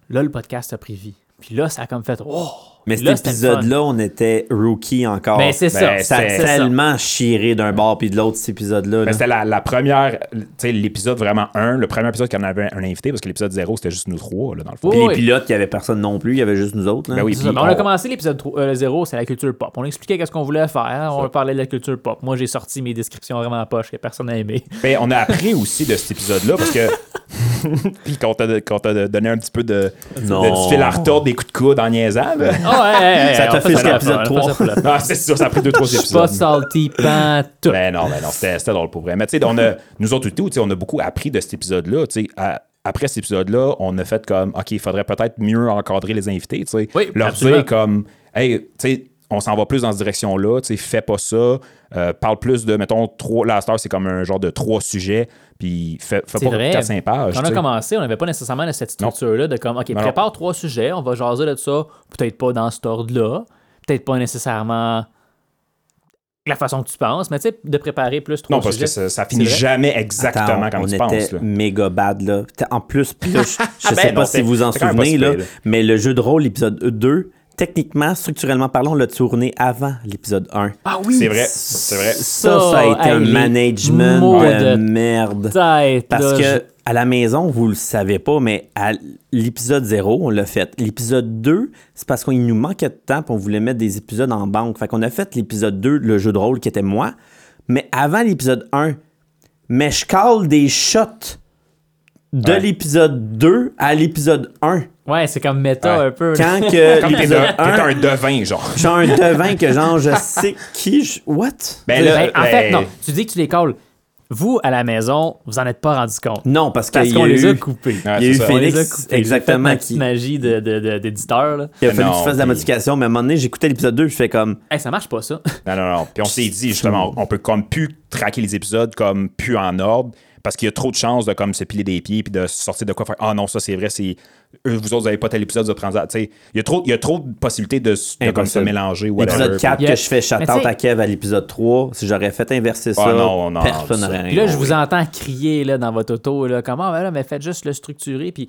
là, le podcast a pris vie. Puis là, ça a comme fait Oh!
Mais
Là,
cet
c'était le fun.
épisode-là, on était rookie encore.
Mais c'est
Ben,
ça.
ça a
c'est ça.
tellement chiré d'un bord puis de l'autre, cet épisode-là. là.
Ben, c'était la, la première, tu sais, l'épisode vraiment 1, le premier épisode qu'on avait un invité, parce que l'épisode 0, c'était juste nous trois, là, dans le fond.
Oh, Oui.
Puis les pilotes, il n'y avait personne non plus, il y avait juste nous autres. là.
Ben oui,
C'est ça.
puis
Mais on a
on-
commencé l'épisode 0, c'est la culture pop. On expliquait qu'est-ce qu'on voulait faire, on parlait de la culture pop. Moi, j'ai sorti mes descriptions vraiment poches que personne n'a aimé.
Ben, on a appris aussi de cet épisode-là parce que. Puis qu'on t'a qu'on t'a donné un petit peu de,
Non.
de du fil à retordre, des coups de coude en niaisant. là.
Oh, ouais, ouais, ouais,
Ça
on
t'a
fait
fait jusqu'à
pour la
l'épisode
fun, on fait ça pour la fun.
Ah, c'est sûr, ça a pris deux, trois
Je suis pas
épisodes.
salty, pantoute.
Ben non, ben non, c'était c'était drôle pour vrai. Mais tu sais, on a- nous autres, tout, on a beaucoup appris de cet épisode-là. tu sais, à- Après cet épisode-là, on a fait comme, OK, il faudrait peut-être mieux encadrer les invités. tu sais.
Oui,
Leur
absolument.
dire comme, hey, tu sais, on s'en va plus dans cette direction-là, tu sais, fais pas ça. Euh, parle plus de, mettons, trois. Là, à cette heure, c'est comme un genre de trois sujets, puis fais, fais
C'est
pas
vrai.
4-5 pages.
Quand on
tu
a
sais.
commencé, on n'avait pas nécessairement cette structure-là de comme, OK,
non.
prépare trois sujets, on va jaser de ça, peut-être pas dans cet ordre-là, peut-être pas nécessairement la façon que tu penses, mais tu sais, de préparer plus trois
Non, parce
sujets.
que ça, ça finit
C'est vrai.
jamais exactement
Attends,
comme
on
tu
était
penses. là.
méga bad là. Putain, En plus, puis là, je,
Ben
je sais
non,
pas
c'est-
si vous en
c'est quand même pas
souvenez
si
là,
pire, là.
mais le jeu de rôle épisode 2, techniquement, structurellement parlant, on l'a tourné avant l'épisode 1.
Ah oui!
C'est vrai, c'est vrai.
Ça, ça a été
hey,
un
les
management
mots
de
de
merde.
tête,
Parce
là,
que
je-
à la maison, vous le savez pas, mais à l'épisode 0, on l'a fait. L'épisode 2, c'est parce qu'il nous manquait de temps pour on voulait mettre des épisodes en banque. Fait qu'on a fait l'épisode 2, le jeu de rôle qui était moi. Mais avant l'épisode 1, mais je cale des shots de
Ouais.
l'épisode 2 à l'épisode 1.
Ouais, c'est comme méta
Ouais.
un peu. là.
Quand que
Comme t'es
l'épisode
un, t'es
1,
un devin, genre.
j'ai un devin que genre je sais qui je... What?
Ben
Ben,
là,
en
ben,
fait, non, tu dis que tu les calls. Vous, à la maison, vous en êtes pas rendu compte.
Non, parce,
Parce
qu'il y
qu'on
a
les a
eu-
coupés.
Ouais,
Il y a
c'est
eu
ça.
On les a
Félix,
coupés. J'ai fait
exactement,
ma
qui,
petite magie de- de- de- d'éditeur. là.
Il a fallu
Non,
que tu fasses de la
puis-
modification, mais à un moment donné, j'écoutais l'épisode 2, je fais comme.
Hey, ça marche pas, ça.
Non, non, non. Puis on s'est dit, justement, on peut comme plus traquer les épisodes comme plus en ordre parce qu'il y a trop de chances de comme se piler des pieds puis de sortir de quoi faire. Ah non, ça c'est vrai, c'est. eux, Vous autres, vous avez pas tel épisode de Transat. Tu sais, il y a trop, il y a trop de possibilités de, s- de comme se
Impossible.
mélanger ou
L'épisode 4
Yeah.
que je fais
Mais
chatante
tu sais-
à Kev à l'épisode 3, si j'aurais fait inverser ça,
Ah, non, non,
personne
ça.
n'aurait rien.
Puis là, je
compris.
vous entends crier là, dans votre auto, là, comment, ben là, mais faites juste le structurer, puis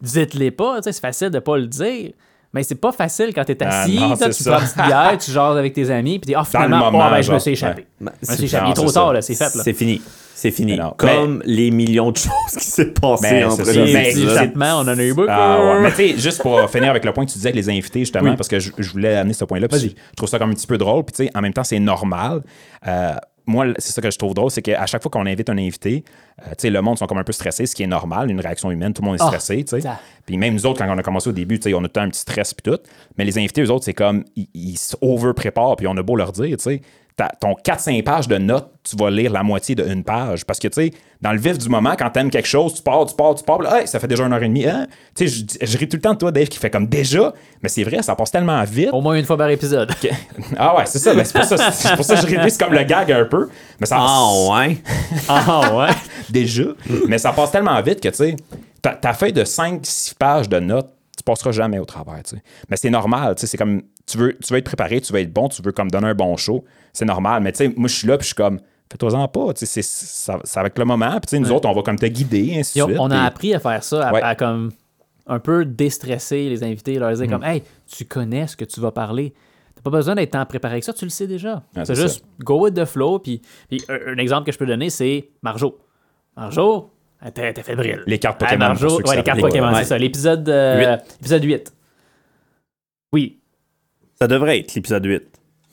dites-les pas, tu sais, c'est facile de pas le dire. Mais c'est pas facile quand t'es
Ah,
assis,
non,
là,
c'est
tu
ça.
prends une petite bière, tu jases avec tes amis, puis t'es, ah, finalement,
le moment,
oh, ben, je me
genre,
suis échappé.
ouais.
Je me
c'est-
suis échappé. Il est
non,
trop
c'est ça.
tard, là, c'est fait. Là.
C'est fini. C'est fini.
Mais non.
Comme les millions de choses qui s'est passé
Ben,
entre
c'est
les
ça. Mais
Et
épisodes.
c'est-
Présentement, on en a eu beaucoup.
Ah ouais. Mais tu sais, juste pour finir avec le point que tu disais avec les invités, justement, parce que je, je voulais amener ce point-là, parce que je trouve ça comme un petit peu drôle. Puis tu sais, en même temps, c'est normal. Euh, moi, c'est ça que je trouve drôle, c'est qu'à chaque fois qu'on invite un invité, euh, tu sais, le monde sont comme un peu stressés, ce qui est normal, une réaction humaine, tout le monde est
Ah,
stressé, tu sais.
ça.
Puis même nous autres, quand on a commencé au début, tu sais, on a tout un petit stress puis tout. Mais les invités, eux autres, c'est comme, ils- ils over-préparent, puis on a beau leur dire, tu sais, ta- ton 4-5 pages de notes, tu vas lire la moitié d'une page. Parce que, tu sais, dans le vif du moment, quand t'aimes quelque chose, tu pars, tu pars, tu pars, puis là, Hey, ça fait déjà une heure et demie, hein? Tu sais, je, dis- je ris tout le temps de toi, Dave, qui fait comme déjà, mais c'est vrai, ça passe tellement vite.
Au moins une fois par épisode.
que- Ah ouais, c'est ça, mais c'est pour ça, c'est pour ça que je ris, c'est comme le gag un peu. Mais ça,
Ah ouais.
ah ouais.
déjà. Mais ça passe tellement vite que, tu sais, ta, ta feuille de 5-6 pages de notes, tu passeras jamais au travers, tu sais. Mais c'est normal, tu sais, c'est comme, tu veux, tu veux être préparé, tu veux être bon, tu veux comme donner un bon show, c'est normal. Mais tu sais, moi, je suis là, puis je suis comme, fais-toi-en pas, tu sais, c'est- ça, ça va être le moment, puis tu sais, nous autres, on va comme te guider, ainsi
Puis
de
on,
suite.
on a
puis-
appris à faire ça, à,
Ouais.
à comme un peu déstresser les invités, leur
Hmm.
dire comme Hey, tu connais ce que tu vas parler. T'as pas besoin d'être en préparé que ça, tu le sais déjà.
Ah,
c'est
c'est
juste go with the flow. Puis, puis un, un exemple que je peux donner, c'est Marjo. Marjo, elle était elle était fébrile.
Les cartes
Elle,
Pokémon,
Marjo,
pour ceux qui
ouais, les
savent
cartes
pas.
Pokémon,
Ouais.
c'est ça. L'épisode euh, épisode 8. Oui.
Ça devrait être l'épisode 8.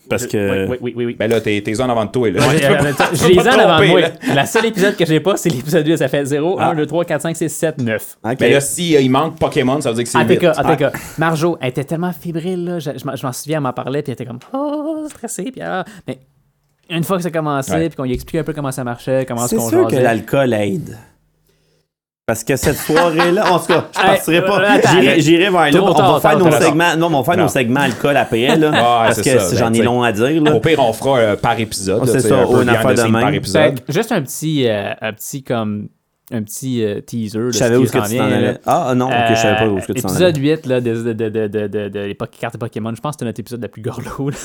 Parce que.
Oui, oui, oui. oui.
Ben là, t'es t'es en avant de toi, là.
Ouais,
Tu peux
euh,
pas- tu
je
peux
les ai
pas
en
te
avant de
tromper,
moi.
là.
La seule épisode que j'ai pas, c'est l'épisode 8. Ça fait 0, 1, 2, 3, 4, 5, 6, 7, 9.
Ok.
Ben là, si, euh, il manque Pokémon, ça veut dire que c'est
En tout
vite.
cas, en tout
Ah,
cas, Marjo, elle était tellement fébrile, là, je, je m'en- je m'en souviens, elle m'en parlait, puis elle était comme, oh, stressée, puis ah. Mais une fois que ça a commencé,
Ouais.
puis qu'on lui expliquait un peu comment ça marchait, comment est-ce
C'est
qu'on
sûr que
jasait.
l'alcool aide. Parce que cette soirée-là, en tout cas, je partirai
Hey, euh,
pas.
attends,
J'irai-
attends.
J'irai vers là.
Trop
On
tard,
va faire
trop
nos
tard.
segments. Non, mais on va faire
Non.
nos segments alcool après, là.
Ouais,
Parce
c'est
que
ça,
si
ben,
j'en ai
t'sais.
long à dire, là.
Au pire, on fera euh, par épisode.
Oh,
là,
c'est
tu sais,
ça,
un peu
une
behind the
affaire de
scenes
même.
par
Fait
épisode.
que juste un petit, euh, un petit comme, un petit euh, teaser de
Je
ce
savais
qui
où est-ce que
s'en
tu t'en
vient,
allais.
là.
Ah non, ok, je savais pas où est-ce que
Euh,
tu t'en allais.
Épisode 8 là, de, de, de, de, de, de, de- les po- cartes Pokémon, je pense que c'était notre épisode le plus gorlo. là.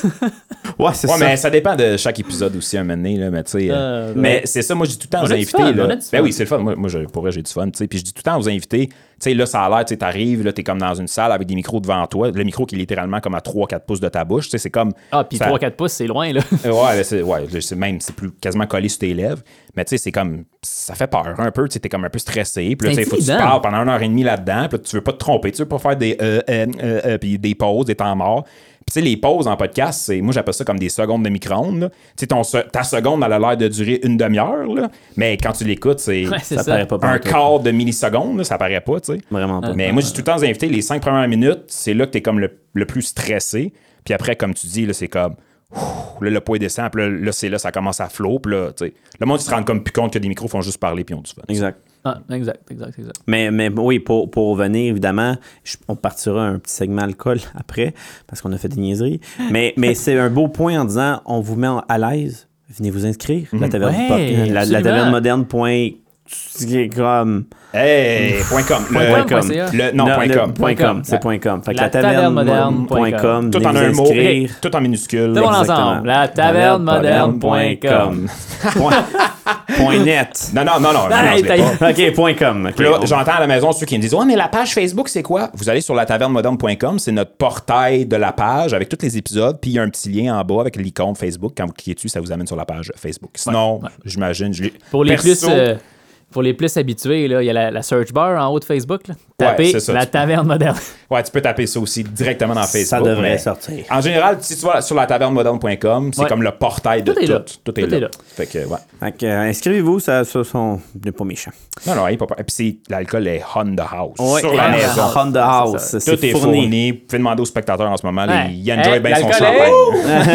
Ouais, c'est
Ouais,
ça.
mais ça dépend de chaque épisode aussi, un moment donné, là, mais tu sais.
Euh,
euh,
ouais.
mais c'est ça, moi, je dis tout le temps
On
aux
a du
invités.
fun,
là.
on a du
ben
fun.
oui, c'est le fun. Moi, moi, je- pour vrai, j'ai du fun, tu sais. Puis je dis tout le temps aux invités, tu sais, là, ça a l'air, tu sais, t'arrives, là, t'es comme dans une salle avec des micros devant toi. Le micro qui est littéralement comme à 3-4 pouces de ta bouche, tu sais, c'est comme.
Ah, puis
ça-
3-4 pouces, c'est loin, là.
Euh, Ouais, là, c'est ouais, je sais même, c'est plus quasiment collé sur tes lèvres. Mais tu sais, c'est comme. Ça fait peur un peu, tu sais, t'es comme un peu stressé. Puis là, tu sais, faut que tu
Intimidant.
parles pendant une heure et demie là-dedans. Puis là, tu veux pas te tromper, tu veux pas faire des. Euh, euh, euh, euh, puis des pauses, des temps morts. Puis tu sais, les pauses en podcast, c'est, moi, j'appelle ça comme des secondes de micro-ondes. là. Tu sais, ton se- ta seconde, elle a l'air de durer une demi-heure, là. Mais quand tu l'écoutes, c'est.
Ouais, c'est
Ça paraît pas
un
pantoute.
quart de milliseconde, là, ça paraît pas, tu sais.
Vraiment pas.
Mais moi, j'ai tout le temps invité les cinq premières minutes, c'est là que t'es comme le, le plus stressé. Puis après, comme tu dis, là, c'est comme. ouf, Là, le poids descend, puis là, là, c'est là, ça commence à flot, puis là, tu sais. Le monde, ils se rend comme plus compte que des micros font juste parler, puis on du fun.
Exact.
Ah, exact, exact, exact.
Mais, mais oui, pour, pour revenir, évidemment, je- on partira un petit segment alcool après, parce qu'on a fait des niaiseries. Mais, mais c'est un beau point en disant on vous met en- à l'aise, venez vous inscrire. La taverne,
Ouais,
pop- la, la
absolument.
taverne moderne. Point, c'est comme,
Hey! point com. Le-
Point com,
com.
c'est ça.
Le- non,
Non,
point
le-
com.
Point
com.
com, c'est point com. Fait que
La
la taverne
tavernemoderne.com.
moderne. Point com,
Tout en
venez
un
vous
mot,
inscrire.
tout en minuscule.
C'est bon,
Exact.
ensemble. La tavernemoderne.com.
Point- Point net.
Non, non, non, non. non, non, je l'ai
t'as-
pas.
OK, point com. OK,
Puis là,
on-
j'entends à la maison ceux qui me disent Ouais, mais la page Facebook, c'est quoi Vous allez sur la tavernemoderne.com, c'est notre portail de la page avec tous les épisodes, puis il y a un petit lien en bas avec l'icône Facebook. Quand vous cliquez dessus, ça vous amène sur la page Facebook. Sinon, j'imagine, je l'ai.
Pour les, plus,
Perso,
euh, pour les plus habitués, là, il y a la, la search bar en haut de Facebook. là.
Ouais,
Tapez
c'est ça,
la
tu peux.
taverne moderne.
Ouais, tu peux taper ça aussi directement dans Facebook.
devrait
mais
sortir.
En général, si tu vas sur la tavernemoderne.com, c'est
Ouais.
comme le portail de
Tout
tout.
est là.
Tout est là. Fait que, ouais.
Fait que, euh, inscrivez-vous, ça, ça sont n'est pas méchant.
Non, non, il est pas. Et puis c'est- l'alcool est on the house. sur la
on the
maison.
house.
On the house,
C'est
c'est
Tout est fourni. Vous pouvez demander aux spectateurs en ce moment. là,
Ouais.
Ils enjoy
Hey,
bien son
l'alcool
champagne.
est-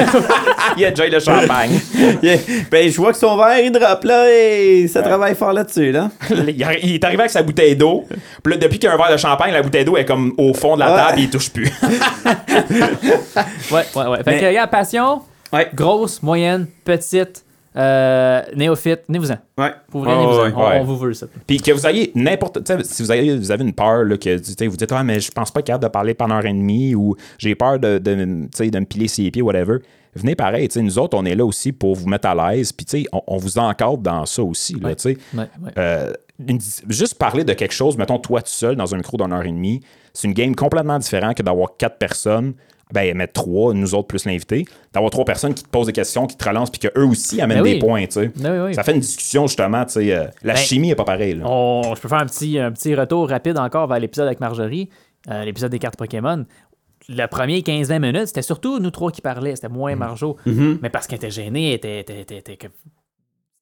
Ah, il enjoy le champagne.
Yeah. Ben, je vois que son verre, il drop là et ça travaille fort là-dessus, là.
il arri- il est arrivé avec sa bouteille d'eau. Puis là, depuis qu'il y a un verre de champagne, la bouteille d'eau est comme au fond de la
Ouais.
table et il touche plus.
Ouais, ouais, ouais. Fait
Mais-
que, regarde, passion,
Ouais.
grosse, moyenne, petite, euh, néophyte, venez-vous-en.
Ouais.
Pour vrai,
Ouais,
venez-vous-en.
ouais,
on,
ouais.
on vous veut ça.
Puis que vous ayez n'importe. tu sais, Si vous avez, vous avez une peur, là, que tu sais, vous dites, ah, mais je pense pas être capable de parler pendant une heure et demie ou j'ai peur de, de, tu sais, de me piler ses pieds, whatever. Venez pareil. tu sais, Nous autres, on est là aussi pour vous mettre à l'aise. Puis tu sais, on, on vous encadre dans ça aussi. Là, tu sais.
Ouais, ouais.
Euh, une- juste parler de quelque chose, mettons toi tout seul dans un micro d'une heure et demie, c'est une game complètement différente que d'avoir quatre personnes, ben mettre trois, nous autres plus l'invité, d'avoir trois personnes qui te posent des questions, qui te relancent, puis qu'eux aussi amènent
Ben oui.
des points, tu sais.
Ben oui, oui.
Ça fait une discussion justement, tu sais. euh, la
Ben,
chimie est pas pareille. là.
On- je peux faire un petit, un petit retour rapide encore vers l'épisode avec Marjorie, euh, l'épisode des cartes Pokémon. Le premier 15-20 minutes, c'était surtout nous trois qui parlaient, c'était
Mm.
moins Marjo.
Mm-hmm.
Mais parce qu'elle était gênée, elle était, était- était- était que-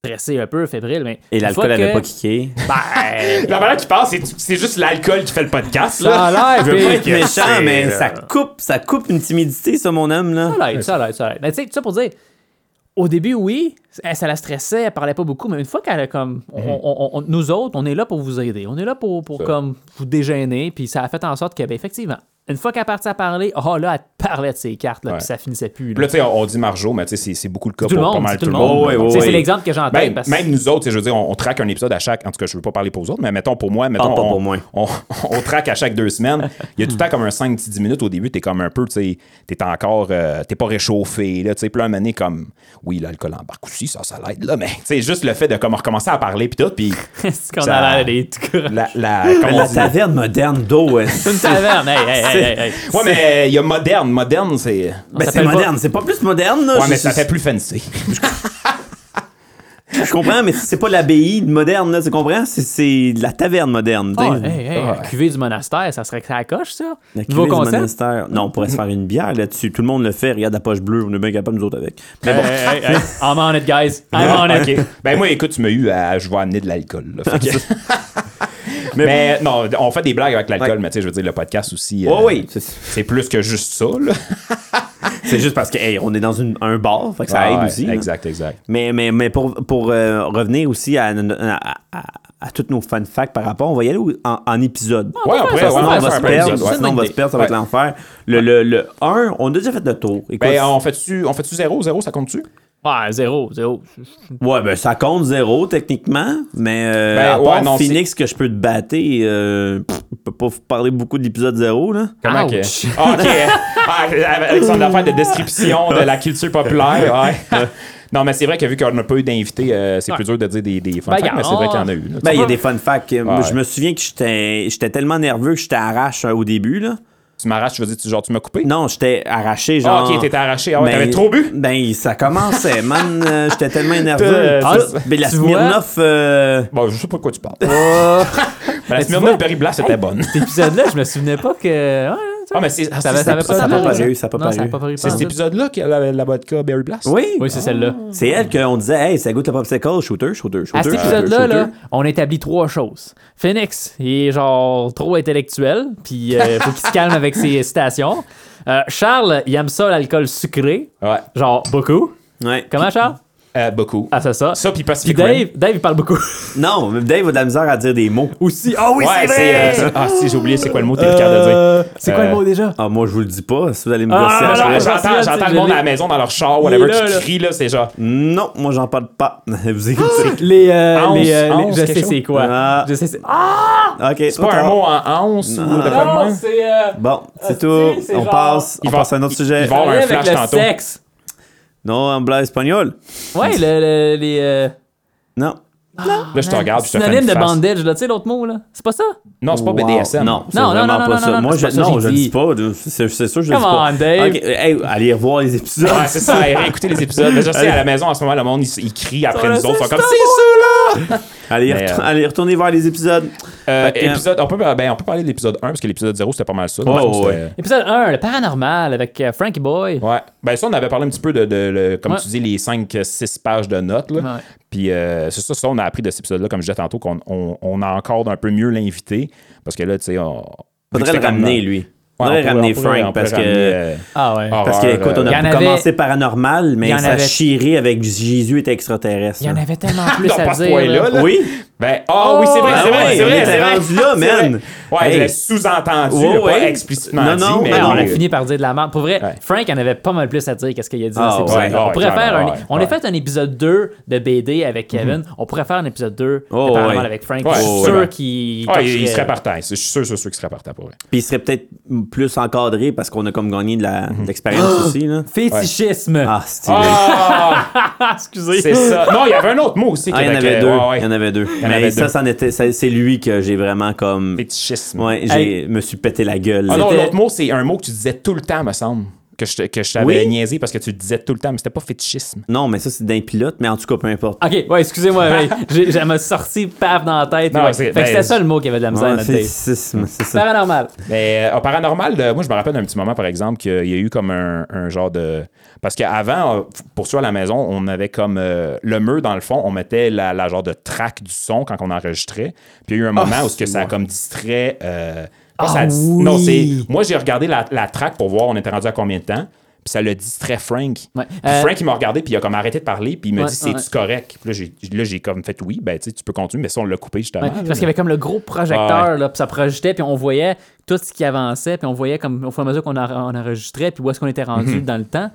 stressée un peu, fébrile. Mais
Et
une
l'alcool
fois
avait
que-
pas kické.
Ben,
La manière qui passe, c'est, c'est juste l'alcool qui fait le podcast.
ça
Là.
Ah,
a l'air,
Je veux
puis-
pas que
Méchant,
c'est,
mais
euh,
ça coupe, ça coupe une timidité, ça, mon homme, là.
Ça l'aide, ça l'aide, ça l'aide. Mais tu sais, tout ça pour dire, au début, oui, elle, ça la stressait, elle parlait pas beaucoup, mais une fois qu'elle a comme. on-
Mm-hmm.
on- on- nous autres, on est là pour vous aider. On est là pour, pour comme vous déjeuner, puis ça a fait en sorte que, ben, effectivement, une fois qu'elle partit à parler, oh là, elle parlait de ses cartes, là,
Ouais.
puis ça finissait plus. là.
Puis là, tu sais, on, on dit Marjo, mais tu sais, c'est, c'est beaucoup le cas
Tout le
pour pas
monde,
mal
c'est tout le monde.
Oh,
Oh,
Ouais, ouais,
Tu sais,
ouais.
C'est l'exemple que j'entends.
Même,
parce...
Ben, même nous autres, tu sais, je veux dire, on, on traque un épisode à chaque. En tout cas, je veux pas parler pour vous autres, mais mettons pour moi, mettons,
Parle Ah, pas
on,
pour moi.
On, on traque à chaque deux semaines. Il y a tout le temps comme un 5-10 minutes au début, t'es comme un peu, tu sais, t'es encore, euh, t'es pas réchauffé, là, tu sais, puis là, un moment donné, comme, oui, l'alcool embarque aussi, ça, ça l'aide, là, mais, tu sais, juste le fait de comme recommencer à parler, puis tout, puis
C'est qu'on
ça-
a l'air des tout courants.
la, la, comment on
La
dit?
taverne moderne d'eau, ouais.
Une taverne, hey, hey, hey, hey, hey.
Ouais, mais il y a moderne, moderne, c'est.
Ça
Ben, c'est
s'appelle pas-
moderne, c'est pas plus moderne, là.
Ouais,
Je-
mais ça
je-
fait plus fancy.
Je comprends, mais c'est pas l'abbaye moderne, là, tu comprends? C'est- C'est la taverne moderne.
Ah,
t'sais.
hey, hey,
Ah.
La cuvée du monastère, ça serait que ça accroche, ça.
La
Nouveau
cuvée du
concept.
monastère. Non, on pourrait se faire une bière là-dessus. Tout le monde le fait. Regarde la poche bleue, on est bien capable, nous autres, avec. Mais bon,
Hey, hey, hey. I'm on it, guys. I'm
Ah
on it.
Ok. Ben moi, écoute, tu m'as eu à je vais amener de l'alcool. là. Fait que- mais, non, on fait des blagues avec l'alcool,
Ouais.
mais tu sais, je veux dire, le podcast aussi.
Ouais,
euh,
oui. C'est-
C'est plus que juste ça, là.
c'est juste parce que, hey, on est dans une- un bar, fait que ça aide
Ouais,
aussi. là.
Exact, exact.
Mais, mais, mais pour, pour euh, revenir aussi à, à, à- à toutes nos fun facts par rapport, on va y aller au- en, en épisode.
Ouais, on pourrait-
ça,
ouais,
Sinon,
va
on
faire
va se
un épisode,
perdre,
ouais.
sinon, on va se perdre, ça va
Ouais.
être l'enfer. Le, le, le 1, on a déjà fait le tour. Écoute,
Ben, on fait-tu on fait zéro, zéro, ça compte-tu?
Ouais, zéro, zéro.
Ouais, ben ça compte zéro techniquement, mais euh,
Ben,
à
ouais,
part
non,
Phoenix que je peux te battre, euh, pff, je peux pas vous parler beaucoup de l'épisode zéro là.
Comment que-
Ouch.
Ah, OK. Ah, avec son affaire de description de la culture populaire, ouais. Non, mais c'est vrai que vu qu'on n'a pas eu d'invité, euh, c'est plus dur de dire des, des fun
Ben,
facts, mais c'est vrai qu'il y en a eu. là.
Ben il y a
peut-
des fun facts.
Ouais.
Je me souviens que j'étais j'étais tellement nerveux que j'étais arrache euh, au début là.
Tu m'arraches, tu veux dire, tu- genre, tu m'as coupé?
Non, j'étais arraché genre.
Ah, ok, t'étais arraché. Ah ouais, t'avais trop bu?
Ben ça commençait, man. euh, j'étais tellement nerveux.
Euh,
Ah,
ça-
ben la
tu vois?
Smirnoff. euh,
Bon, je sais pas de quoi tu parles. mais la Smirnoff Berry Blast était bonne.
Cet épisode-là, je me souvenais pas que. Ouais,
Ah, mais c'est. ah,
ça
c'est-
avait- ça avait
ça a
pas paru,
pas paru,
là.
ça a pas
Non, Ça a
paru.
pas paru. pas
C'est
en
cet
tout.
épisode-là qui a la, la vodka Berry Blast?
Oui.
Ah. Oui, c'est celle-là.
C'est elle qu'on disait, hey, ça goûte le popsicle, shooter, shooter, shooter.
À cet
shooter,
épisode-là,
shooter.
là, on établit trois choses. Phoenix, il est genre trop intellectuel, puis euh, faut qu'il se calme avec ses citations. Euh, Charles, il aime ça l'alcool sucré,
Ouais.
genre beaucoup.
Ouais.
Comment Charles
Euh, beaucoup.
Ah c'est ça.
Ça, puis
Puis
Pacific Rim.
Dave, Dave, il parle beaucoup
Non, mais Dave a de la misère à dire des mots.
aussi. Ah oui,
Ouais,
vrai!
c'est. euh, ah, si, j'ai oublié c'est quoi le mot, t'es capable de dire.
C'est quoi le mot déjà
Ah, moi, je vous le dis pas. Si vous allez me
Ah,
gosser
non,
après.
non, je me
J'entends- J'entends
souviens,
j'entends
tu
le monde
sais,
à la
je l'ai-
maison, dans leur char, whatever,
là,
qui
là.
crie, là, c'est genre.
Non, moi, j'en parle pas. Vous écoutez.
Les, euh,
Anse,
les, euh, les-
anse,
je
quelque
sais
chose.
c'est quoi.
Ah.
Je sais c'est.
Ok,
Ah! C'est pas un mot en once ou de quoi de même?
c'est. euh,
Bon, c'est
Ah,
tout.
c'est- c'est
On
genre-
passe.
Il
On
va-
passe à un autre
il-
sujet.
il va- avoir un
avec
flash
le
tantôt.
sexe.
Non, en blanc espagnol.
Ouais, le, le- les. euh,
Non.
Là, je te regarde, puis je te fais
Synonyme
une
de
face.
bandage, là, tu sais l'autre mot, là. C'est pas ça?
Non, c'est pas
Wow.
BDSM.
Non, c'est
non,
vraiment
non,
pas
non,
ça.
non,
Moi,
c'est
je,
pas ça
non,
que
je
j'ai
le dis
dit.
pas. je- C'est c'est sûr, je le dis
Come
pas.
on, Dave.
Ok, hey, allez revoir les épisodes.
Ouais, c'est ça, écoutez les épisodes. Mais je sais, à la maison, en ce moment, le monde, il, il crie après
va,
nous autres. Ils sont
c'est
comme,
ça,
c'est ça, là!
allez,
Mais,
retou-
euh,
allez, retournez voir les épisodes.
Euh,
Fait que-
épisode, on, peut, ben, on peut parler de l'épisode 1, parce que l'épisode 0, c'était pas mal ça.
Oh,
C'était- euh,
ouais.
Épisode 1, le paranormal avec euh, Frankie Boy.
Ouais. Ben ça, on avait parlé un petit peu de, de- le- comme
Ouais.
tu dis, les 5-6 pages de notes. Là.
Ouais.
Puis euh, c'est ça, ça, on a appris de cet épisode-là, comme je disais tantôt, qu'on on, on encorde un peu mieux l'invité. Parce que là, tu sais, on. vu que
Faudrait
c'était
le
comme-
ramener,
Ouais,
lui.
on
Faudrait
pourrait-
ramener
on pourrait- on
Frank
pourrait
parce
ramener,
que.
euh,
Ah ouais.
horreur,
Parce que, écoute, on
euh,
Il y en
a
avait-
commencé paranormal, mais
Il y en
ça
avait-
chirait avec Jésus était extraterrestre.
Il y en
là.
avait tellement plus
Non,
à
pas ce
dire.
point-là,
là.
là.
Oui. Ah
Ben, oh, oui, c'est vrai,
Oh,
c'est vrai,
ouais,
c'est
on
vrai,
était
c'est vrai.
rendu là,
c'est vrai.
man.
Ouais,
Hey.
j'ai sous-entendu,
Ouais,
là, pas
ouais.
explicitement
Non, non,
dit, mais.
Ben, on a
Ouais.
fini par dire de la merde. Pour vrai,
Ouais.
Frank en avait pas mal plus à dire qu'est-ce qu'il a dit dans
Ah,
cet
ouais,
épisode. on
ouais,
pourrait faire un...
clairement, ouais,
On a
ouais. Mhm.
fait un épisode 2 de BD avec Kevin. On pourrait faire un épisode 2
Oh,
de paranormal
ouais.
avec Frank.
Ouais,
je suis
ouais.
sûr
Ouais.
qu'il
Ouais,
toucherait-
il serait partant. Je suis sûr, sûr, sûr qu'il serait partant pour vrai.
Puis il serait peut-être plus encadré parce qu'on a comme gagné de la- de l'expérience aussi. Là.
Fétichisme.
Ah, stylé.
Mm-hmm. Ah,
excusez.
c'est ça. Non, il y avait un autre mot aussi.
Ah, il y en
qu'avec,
avait
euh,
deux.
ouais, ouais.
Il y en avait deux.
en
mais
avait
ça,
deux.
c'en était- ça- c'est lui que j'ai vraiment comme.
Fétichisme.
Ouais, j'ai me suis pété la gueule.
Ah
là.
non,
C'était-
l'autre mot, c'est un mot que tu disais tout le temps, me semble. Que je, te- que je t'avais
Oui?
niaisé parce que tu le disais tout le temps, mais c'était pas fétichisme.
non, mais ça, c'est d'un pilote, mais en tout cas, peu importe.
Ok, ouais, excusez-moi, mais j'ai- elle m'a sorti paf dans la tête.
Non,
ouais.
c'est-
Fait
ben,
que c'était ça le mot qui avait de la misère à
Ouais,
notre
c'est
date.
c'est- c'est ça.
Paranormal.
Mais euh, au paranormal, de- moi, je me rappelle d'un petit moment, par exemple, qu'il y a eu comme un, un genre de. Parce qu'avant, euh, pour ceux à la maison, on avait comme euh, le mur dans le fond, on mettait la, la genre de track du son quand on enregistrait. Puis il y a eu un moment où ce que ça a comme distrait. euh, pas
Ah
ça a dis-
oui!
Non, c'est. Moi, j'ai regardé la, la track pour voir on était rendu à combien de temps. Puis ça le distrait Frank.
Ouais.
Puis
Euh,
Frank, il m'a regardé, puis il a comme arrêté de parler, puis il m'a
Ouais,
dit C'est-tu
ouais.
correct Puis là, j'ai- là, j'ai comme fait Oui, ben tu sais, tu peux continuer, mais ça, on l'a coupé justement.
Ouais,
là.
parce qu'il y avait comme le gros projecteur,
Ah
là, puis ça projetait, puis on voyait tout ce qui avançait, puis on voyait comme au fur et à mesure qu'on en- on enregistrait, puis où est-ce qu'on était rendu
Mhm.
dans le temps.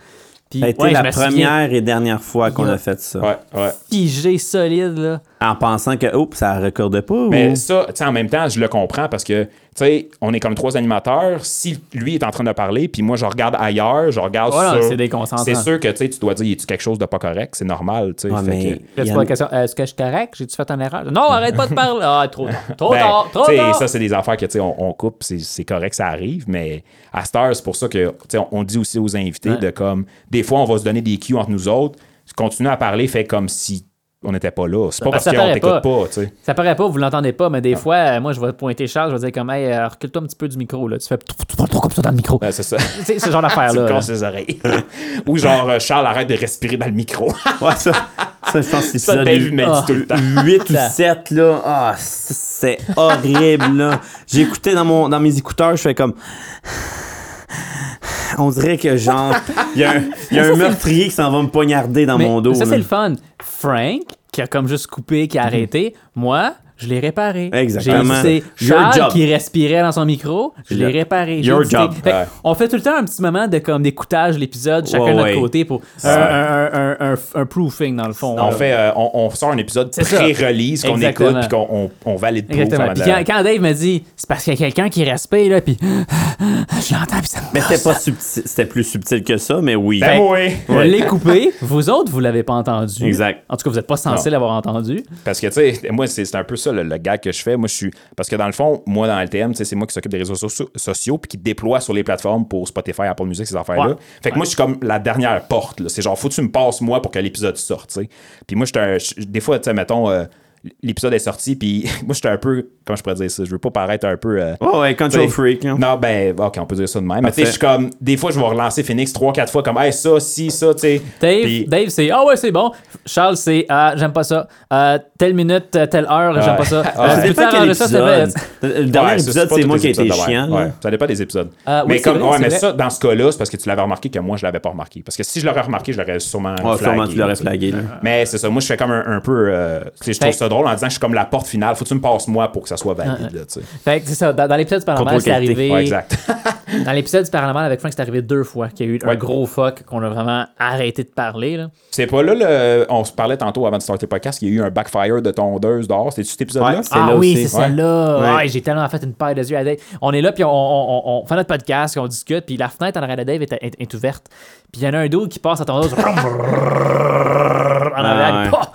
Puis
Ben,
Ça a été
ouais, je
la
me souviens,
première et dernière fois qu'on a fait ça.
Ouais, ouais.
figé, solide, là.
En pensant que, oups, ça recordait pas. ou-
Mais ça, tu sais, en même temps, je le comprends parce que, tu sais, on est comme trois animateurs. Si lui est en train de parler, puis moi, je regarde ailleurs, je regarde
Ouais, non,
sur-
c'est déconcentrant.
C'est sûr que, tu sais, tu dois dire, tu quelque chose de pas correct? C'est normal, tu sais.
Ouais,
fait
mais
que-
Là,
il
tu poses
y en-
la question Est-ce que je suis correct J'ai-tu fait une erreur Non, arrête pas de parler. Ah, trop tard, trop
Ben,
tard, trop
tu sais,
tard.
ça, c'est des affaires que, tu sais, on, on coupe, c'est- c'est correct, ça arrive, mais à cette heure, c'est pour ça que, tu sais, on, on dit aussi aux invités de comme, des fois, on va se donner des cues entre nous autres, continuer à parler, fait comme si on n'était pas là. C'est
Ben,
pas
Parce
parce
que ça paraît
qu'on
pas.
t'écoute pas, tu sais.
Ça paraît pas, vous l'entendez pas, mais des
Ah.
fois, euh, moi, je vais pointer Charles, je vais dire comme, hey, euh, recule-toi un petit peu du micro, là. Tu fais, tu parles trop comme ça dans le micro.
Ben, c'est ça.
Tu sais, ce genre d'affaire-là.
Tu me
Ah, là.
casses les oreilles. Ou genre, euh, Charles, arrête de respirer dans le micro.
Ouais, ça, ça, je pense que
Ça, Dave
c'est
m'a dit
Ah.
tout le temps.
8 ou
Ça.
7, là. Ah, c- c'est horrible, là. J'écoutais dans, mon, dans mes écouteurs, je fais comme. On dirait que, genre, il y a un, il y a un meurtrier qui s'en va me poignarder dans
Mais
mon dos.
Ça,
là. Mhm.
c'est le fun. Frank, qui a comme juste coupé, qui a arrêté. Moi, je l'ai réparé.
Exactement.
J'ai dit, c'est
Your
Charles
job.
qui respirait dans son micro. Je l'ai
Your-
réparé. J'ai
your
dit, c'est-
job.
Fait que
Ouais.
On fait tout le temps un petit moment de comme d'écoutage de l'épisode, chacun
Ouais,
de notre
ouais.
côté, pour un, un- un- un- un- un proofing dans le fond.
On
là.
fait, euh, on, on sort un épisode
C'est ça.
pré-release qu'on écoute
Exactement.
puis qu'on on, on valide pour
Exactement. Puis quand, quand Dave me dit, c'est parce qu'il y a quelqu'un qui respire, là, puis je l'entends, puis ça me
Mais c'était pas subtil. C'était plus subtil que ça, mais oui.
Ben
Fait-
oui.
Je l'ai coupé. Vous autres, vous l'avez pas entendu.
Exact.
En tout cas, vous n'êtes pas censé
Non.
l'avoir entendu.
Parce que, tu sais, moi, c'est c'est un peu ça le, le gag que je fais. Moi, je suis. Parce que dans le fond, moi, dans LTM, tu sais, c'est moi qui s'occupe des réseaux socio- sociaux puis qui déploie sur les plateformes pour Spotify, Apple Music, ces affaires-là.
Ouais.
Fait que moi, je suis comme la dernière porte. là. C'est genre, faut que tu me passes, moi, pour que l'épisode sorte, tu sais. Puis moi, je suis un- je- Des fois, tu sais, mettons. euh, L'épisode est sorti, puis moi, j'étais un peu. Comment je pourrais dire ça? Je veux pas paraître un peu. euh,
Ouais, ouais, control
T'sais,
freak, là.
Non, ben, ok, on peut dire ça de même. Mais tu sais,
Parfait.
je suis comme, des fois, je vais relancer Phoenix 3-4 fois comme, hey, ça, si, ça, tu sais.
Dave,
Puis-
Dave c'est Ah ouais, c'est bon. Charles, c'est Ah, j'aime pas ça. Euh, telle minute, euh, telle heure, j'aime pas ça.
Ah,
Euh,
ouais.
tu peux
dépend
faire
quel
enregistrer ça,
épisode.
c'est vrai.
Le
Ouais,
dernier
ça,
épisode,
pas
c'est
tous
moi
les
qui ai été
épisodes de
chiant.
même.
là.
Ouais, ça dépend des épisodes.
Euh, oui,
mais
c'est
comme,
vrai,
ouais,
c'est
mais
vrai.
ça, dans ce cas-là, c'est parce que tu l'avais remarqué que moi, je l'avais pas remarqué. Parce que si je l'aurais remarqué, je l'aurais sûrement.
Ouais, Ah, sûrement,
flagué,
tu l'aurais
sais.
flagué, là.
Mais c'est ça, moi, je fais comme un, un peu. euh, tu sais, je trouve
Fait-
ça drôle en disant, je suis comme la porte finale, faut que tu me passes moi pour que ça soit
Ah,
valide, là, tu sais.
Fait que c'est ça. Dans, dans l'épisode du Paranormal,
Contrôle
c'est
qualité.
arrivé.
Ouais, exact.
Dans l'épisode du Paranormal avec Frank, c'est arrivé deux fois qu'il y a eu un
Ouais.
gros fuck qu'on a vraiment arrêté de parler. Là.
c'est pas là, le, on se parlait tantôt avant de starter le podcast, qu'il y a eu un backfire de tondeuse dehors. C'était-tu cet épisode-là?
Ouais, c'est-
Ah
là
oui,
aussi.
c'est
Ouais.
celle-là.
Ouais.
Ouais, J'ai tellement fait une paire de yeux à Dave. On est là, puis on, on- on- on fait notre podcast, on discute, puis la fenêtre en arrière de Dave est, est- est ouverte. Puis il y en a un dos qui passe à ton dos. en arrière,
ouais.
puis, pah!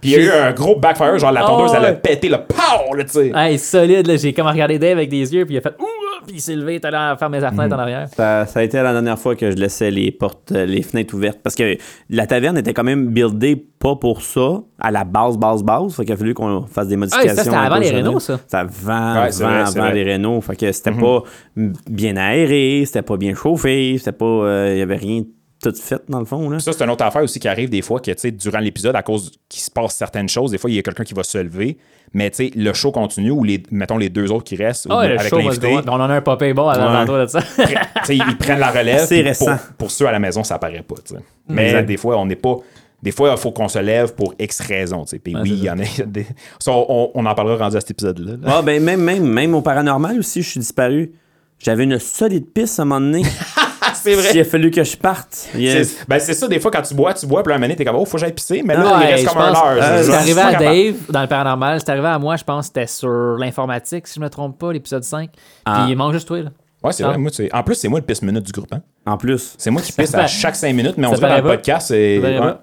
Puis Puis il y a
J'ai-
eu un gros backfire, genre la
Ah,
tondeuse, elle a
ouais. Ah.
pété le pow, là, tu sais.
Hey, solide, là. J'ai comme regardé Dave avec des yeux, puis il a fait Ouh! Puis il s'est levé, il est allé fermer sa fenêtre en arrière.
Ça, ça a été la dernière fois que je laissais les portes, euh, les fenêtres ouvertes. Parce que la taverne était quand même buildée pas pour ça, à la base, base, base. Fait qu'il a fallu qu'on fasse des modifications.
c'était
un
avant
peu
les
générales.
rénaux, ça.
C'était avant,
Ouais, c'est
avant,
vrai, c'est
avant
vrai. Mhm.
les rénaux. Fait que c'était pas m- bien aéré, c'était pas bien chauffé, c'était pas. euh, Il y avait rien tout fait, dans le fond. Là.
Puis Ça, c'est une autre affaire aussi qui arrive des fois, que, tu sais, durant l'épisode, à cause qu'il se passe certaines choses, des fois, il y a quelqu'un qui va se lever, mais, tu sais, le show continue ou, les, mettons, les deux autres qui restent
Ah,
ou-
ouais, le
avec
show, va se
l'invité,
voir. on en a un popé bon avant
Ouais.
tantôt de ça.
tu sais, ils prennent la relève.
C'est
puis pour-
récent.
Pour, ceux à la maison, ça paraît pas, tu
Mm.
sais. Mais
Exact.
des fois, on n'est pas... Des fois, il faut qu'on se lève pour X raison, tu sais. Puis oui, il y en a des... Ça, on, on en parlera rendu à cet épisode-là. là.
Ah, ben, même, même, même au paranormal aussi, je suis disparu. J'avais une solide piste à un moment donné.
Ah,
c'est
Il a fallu que je parte. Il y a-
C'est- Ben, c'est ça, des fois, quand tu bois, tu bois, puis là, un moment donné, t'es comme, oh, faut que j'aille pisser, mais là, il
Ouais,
reste
je
comme un
pense-
heure.
euh,
Je- je
c'est
suis
arrivé
pas
à
capable.
Dave dans le paranormal. C'est arrivé à moi, je pense, c'était sur l'informatique, si je me trompe pas, l'épisode 5. Puis il manque juste toi, là.
Ouais, c'est vrai. Moi, tu sais, en plus, c'est moi le pisse minute du groupe. hein.
En plus,
C'est moi qui pisse à
paraît-
chaque 5 minutes, mais on
ça
dirait dans le
paraît pas.
podcast, c'est.
Ça paraît
ouais.
pas.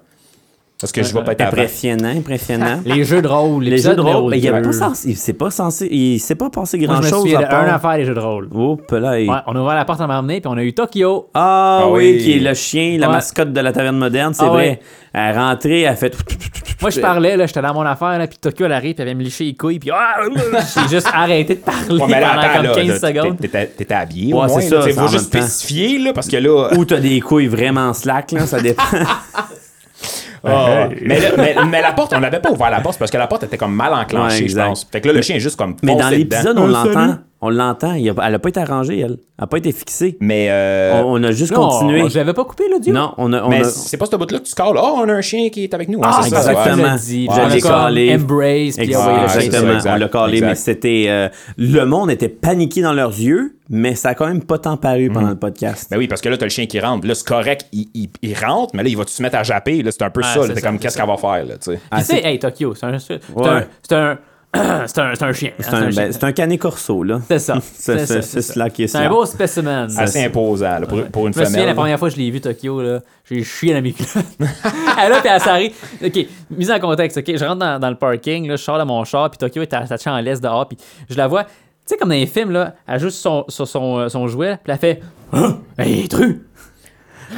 Parce que je vois pas être après.
impressionnant, impressionnant.
Les jeux de rôle,
Les jeux de rôle, ben, il y avait
a
pas sens- il s'est pas censé, il s'est pas passé grand
Moi, je me
chose
souviens
à
de un
part.
affaire, les jeux de rôle.
Oh, là, il-
Ouais, on a ouvert la porte à m'emmener, puis on a eu Tokyo.
Ah,
Ah
oui,
oui.
qui est le chien, la
Ouais.
mascotte de la taverne moderne, c'est
Ah
vrai.
ouais.
Elle est rentrée, elle a fait.
Moi, je parlais, là, j'étais dans mon affaire, là, puis Tokyo, elle arrive, puis elle vient me licher les couilles, puis ah, j'ai juste arrêté de parler
Ouais, mais là,
pendant
attends,
comme
là,
15
là,
secondes.
t'étais- t'étais- T'étais habillé.
Ouais,
au moins,
c'est
là,
ça,
tu sais,
c'est en
faut juste
même temps.
spécifier, là, parce que là.
Ou t'as des couilles vraiment slack, là, ça dépend.
Ah, mais, là, mais, mais la porte, on l'avait pas ouvert la porte parce que la porte était comme mal
Ouais,
enclenchée, je
exact.
pense. Fait que là, le chien est juste comme.
Mais dans
foncé
l'épisode,
dedans.
on
Euh, salut.
l'entend. On l'entend. Il a- Elle a pas été arrangée, elle. Elle a pas été fixée.
Mais. euh,
On, on a juste
Non,
continué.
Je l'avais pas coupé, l'audio.
Non, on a. on
Mais
a-
c'est pas ce bout-là que tu calles. Oh, on a un chien qui est avec nous. hein,
Ah,
c'est ça,
exactement.
ouais.
On l'a dit,
Je
on
l'ai
a comme
collé.
Embrace, puis
Exact-
ah ouais, le chien,
c'est
exactement,
ça, exact,
on l'a collé,
exact.
mais c'était. euh, le monde était paniqué dans leurs yeux, mais ça a quand même pas tant paru pendant le podcast.
Ben oui, parce que là, t'as le chien qui rentre. Là, c'est correct, il, il- il rentre, mais là, il va-tu se mettre à japper? Là, c'est un peu
Ah,
ça. là.
c'est
T'es
ça,
comme,
c'est
qu'est-ce qu'elle va faire, là, tu sais?
Puis tu sais, hey, Tokyo, c'est un. C'est
Ah, Ouais.
un. C'est un. C'est un, c'est un chien. hein,
C'est un,
chien.
ben, c'est un canet corso, là.
C'est ça.
C'est- c'est- c'est cela qui est
C'est
cela.
un beau spécimen.
Assez imposant, là, pour, pour une
Je me souviens,
femelle.
la première fois que je l'ai vu, Tokyo, là, j'ai chié dans mes culottes. elle là, puis elle s'arrête. OK, mise en contexte, OK, je rentre dans, dans le parking, là, je sors de mon char, puis Tokyo est attachée en laisse dehors, puis je la vois, tu sais, comme dans les films, là, elle joue sur son, sur son, euh, son jouet, puis elle fait « Ah! Hey, tru! »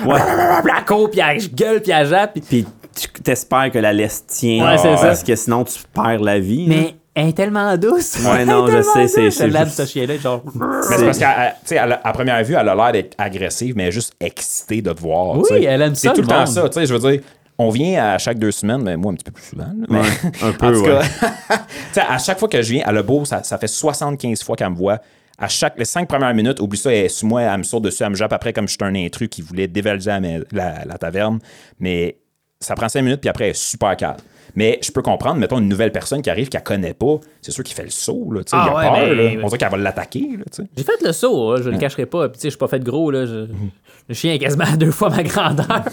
Ouais.
Puis elle court, puis elle gueule, puis elle jappe, puis...
Puis tu- t'espères que la laisse tient.
Ouais, c'est
Parce que sinon, tu perds la vie. là.
Mais elle est tellement douce!
Ouais, non, je sais, c'est- c'est
C'est l'âme de
juste-
ce chien-là, genre...
Mais c'est parce qu'à tu sais, à la- à première vue, elle a l'air d'être agressive, mais juste excitée de te voir.
Oui,
tu sais.
elle aime
C'est
ça,
tout le
le
temps
monde.
ça, tu sais. Je veux dire, on vient à chaque deux semaines, mais moi, un petit peu plus souvent. là, mais-
un peu,
en tout cas,
ouais.
tu sais, à chaque fois que je viens, elle a beau, ça, ça fait 75 fois qu'elle me voit. À chaque, les cinq premières minutes, oublie ça, elle est sous moi, elle me saute dessus, elle me jappe après comme je suis un intrus qui voulait dévaliser la, mais- la- la taverne. Mais ça prend cinq minutes, puis après, elle est super calme. Mais je peux comprendre, mettons, une nouvelle personne qui arrive, qu'elle connaît pas, c'est sûr qu'il fait le saut, là, tu sais,
Ah
il a
ouais,
peur,
mais-
là. on dirait qu'elle va l'attaquer, là, tu sais.
J'ai fait le saut, hein, je le cacherai pas. Puis tu sais, je suis pas fait gros, là. je- Le chien est quasiment deux fois ma grandeur.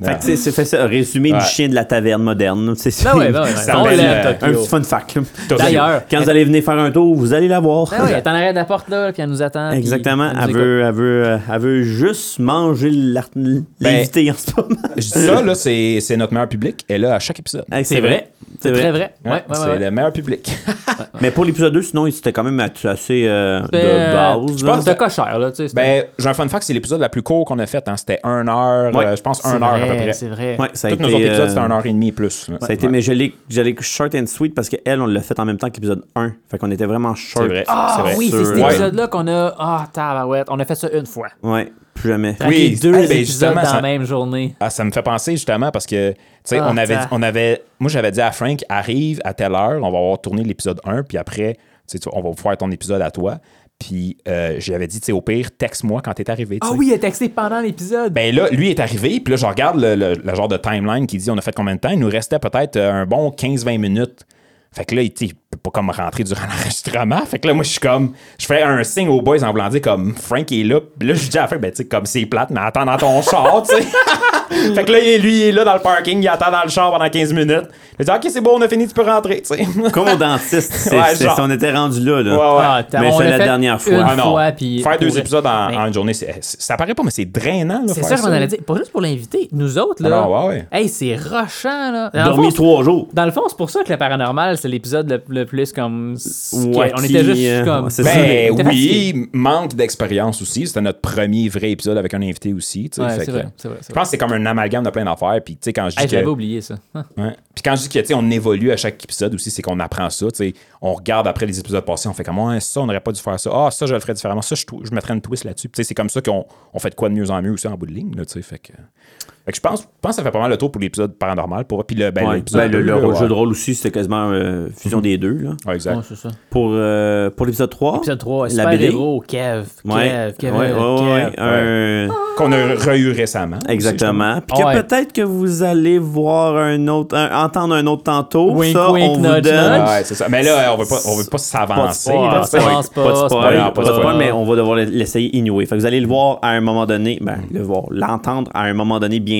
Fait que, tu sais, c'est fait ça. Résumé
Ouais.
du chien de la taverne moderne. C'est
Ben ouais, ben ouais.
Ça
On
s'appelle,
l'aime,
euh,
Un
Tokyo.
petit fun fact. là.
D'ailleurs.
Quand vous allez venir faire un tour, vous allez la voir.
Ben ouais, elle est en arrière de la porte, là, puis elle nous attend. puis
Exactement.
nous
Elle
écoute.
veut, elle, veut, euh, elle veut juste manger l'art- l'invité en ce moment.
Ben, Je dis ça, là, c'est c'est notre meilleur public. Et là, à chaque épisode.
Hey,
Euh. C'est vrai.
C'est
C'est
vrai.
très vrai. Ouais, ouais,
c'est
ouais, ouais.
le meilleur public.
Mais pour l'épisode 2, sinon, c'était quand même assez euh, de
Euh,
base.
Je
là.
pense que cochère, là, tu sais. c'est-
ben, j'ai un fun fact, c'est l'épisode la plus court qu'on a fait. Hein. C'était 1 heure,
Ouais.
euh, je pense
c'est
1 heure à peu
vrai,
près.
C'est vrai.
Ouais, ça a
Tous nos
été,
autres épisodes,
euh,
c'était 1 heure et demie et plus. là.
Ça a été, mais je l'ai, je l'ai short and sweet parce qu'elle, on l'a fait en même temps qu'épisode 1. Fait qu'on était vraiment short.
C'est vrai.
Ah
c'est vrai.
oui, c'est cet
Sûr. Ouais.
épisode-là qu'on a. Ah, tabarouette. On a fait ça une fois.
Ouais, plus jamais.
Oui.
Avec les deux
Ah, ben,
épisodes
justement,
dans
ça-
la même journée.
Ah, ça me fait penser justement parce que, tu sais,
Ah,
on, avait,
ça.
on avait. Moi, j'avais dit à Frank, arrive à telle heure, on va avoir tourné l'épisode 1, puis après, tu sais, tu- on va faire ton épisode à toi. Puis, euh, j'avais dit, tu sais, au pire, texte-moi quand t'es arrivé. tu
Ah
sais.
oui, elle a texté pendant l'épisode.
Ben là, lui est arrivé, puis là, je regarde le, le- le genre de timeline qui dit on a fait combien de temps. Il nous restait peut-être euh, un bon 15-20 minutes. Fait que là, il, tu sais, il peut pas comme rentrer durant l'enregistrement. Fait que là, moi, je suis comme, je fais un signe aux boys en voulant dire comme Frank est là. Puis là, je dis à la fin, ben, tu sais, comme c'est plate, mais attends dans ton char, tu sais. fait que là, il- lui, il est là dans le parking, il attend dans le char pendant 15 minutes. Il dit, OK, c'est bon, on a fini, tu peux rentrer, tu sais.
Comme au dentiste, c'est,
Ouais,
c'est-
genre.
on était rendu là. là.
Ouais, ouais.
Ah, t'as-
Mais
on
c'est
l'a
la
fait
dernière fois.
Une
Ah non.
fois, puis
Faire deux
pour-
épisodes en,
Mais-
en une journée, c'est- c'est- ça paraît pas, mais c'est drainant. là,
C'est
faire
ça qu'on allait dire. Pas juste pour l'invité. Nous autres, là.
Ah non, ouais, ouais.
Hey, c'est rochant, là. Dans le
Dormi
fond,
trois jours.
Dans le fond, c'est pour ça que le paranormal, c'est l'épisode le, le plus comme.
Ouais,
on était
qui, euh,
juste comme.
c'est ça.
Ben
on était
oui,
fatigués.
manque d'expérience aussi. C'était notre premier vrai épisode avec un invité aussi. tu sais.
Ouais,
Fait
c'est
que-
vrai, c'est vrai, c'est
Je pense que c'est comme un amalgame de plein d'affaires. Puis tu sais, quand je dis
Hey,
que,
J'avais oublié ça. Hein.
Ouais. Puis quand je dis que, tu sais, on évolue à chaque épisode aussi, c'est qu'on apprend ça. tu sais. On regarde après les épisodes passés, on fait comme Ouais, ça, on n'aurait pas dû faire ça. Ah, ça, je le ferais différemment. Ça, je, trou- je mettrais une twist là-dessus. Puis, tu sais, C'est comme ça qu'on on fait de quoi de mieux en mieux aussi en bout de ligne. là, tu sais. fait que, fait que je pense, je pense que ça fait pas mal le tour pour l'épisode paranormal. Pour, puis le, ben,
Ouais.
l'épisode
Ben, le,
deux,
le
là, ouais. Mhm.
jeu de rôle aussi, c'était quasiment euh, fusion des deux. Là.
Ouais, exact.
Ouais, c'est ça.
Pour, euh, pour l'épisode 3.
Épisode 3,
la BD.
super-héros, Kev. Kev,
Ouais,
Kev,
ouais, ouais, ouais,
Kev.
un-
Qu'on a re-eu récemment.
Exactement. Puis que
Ouais.
peut-être que vous allez voir un autre, un- entendre un autre tantôt.
Wink,
ça,
wink,
on vous
nudge, nudge.
donne.
Ah,
Ouais, c'est ça. Mais là, on veut pas, on veut pas s'avancer. Ah,
spoil,
là,
pas de
tu sais.
spoil,
Ouais.
pas de
spoil,
spoil,
pas de spoil, mais on va devoir l'essayer anyway. Fait que vous allez le voir à un moment donné, ben, le voir, l'entendre à un moment donné bientôt.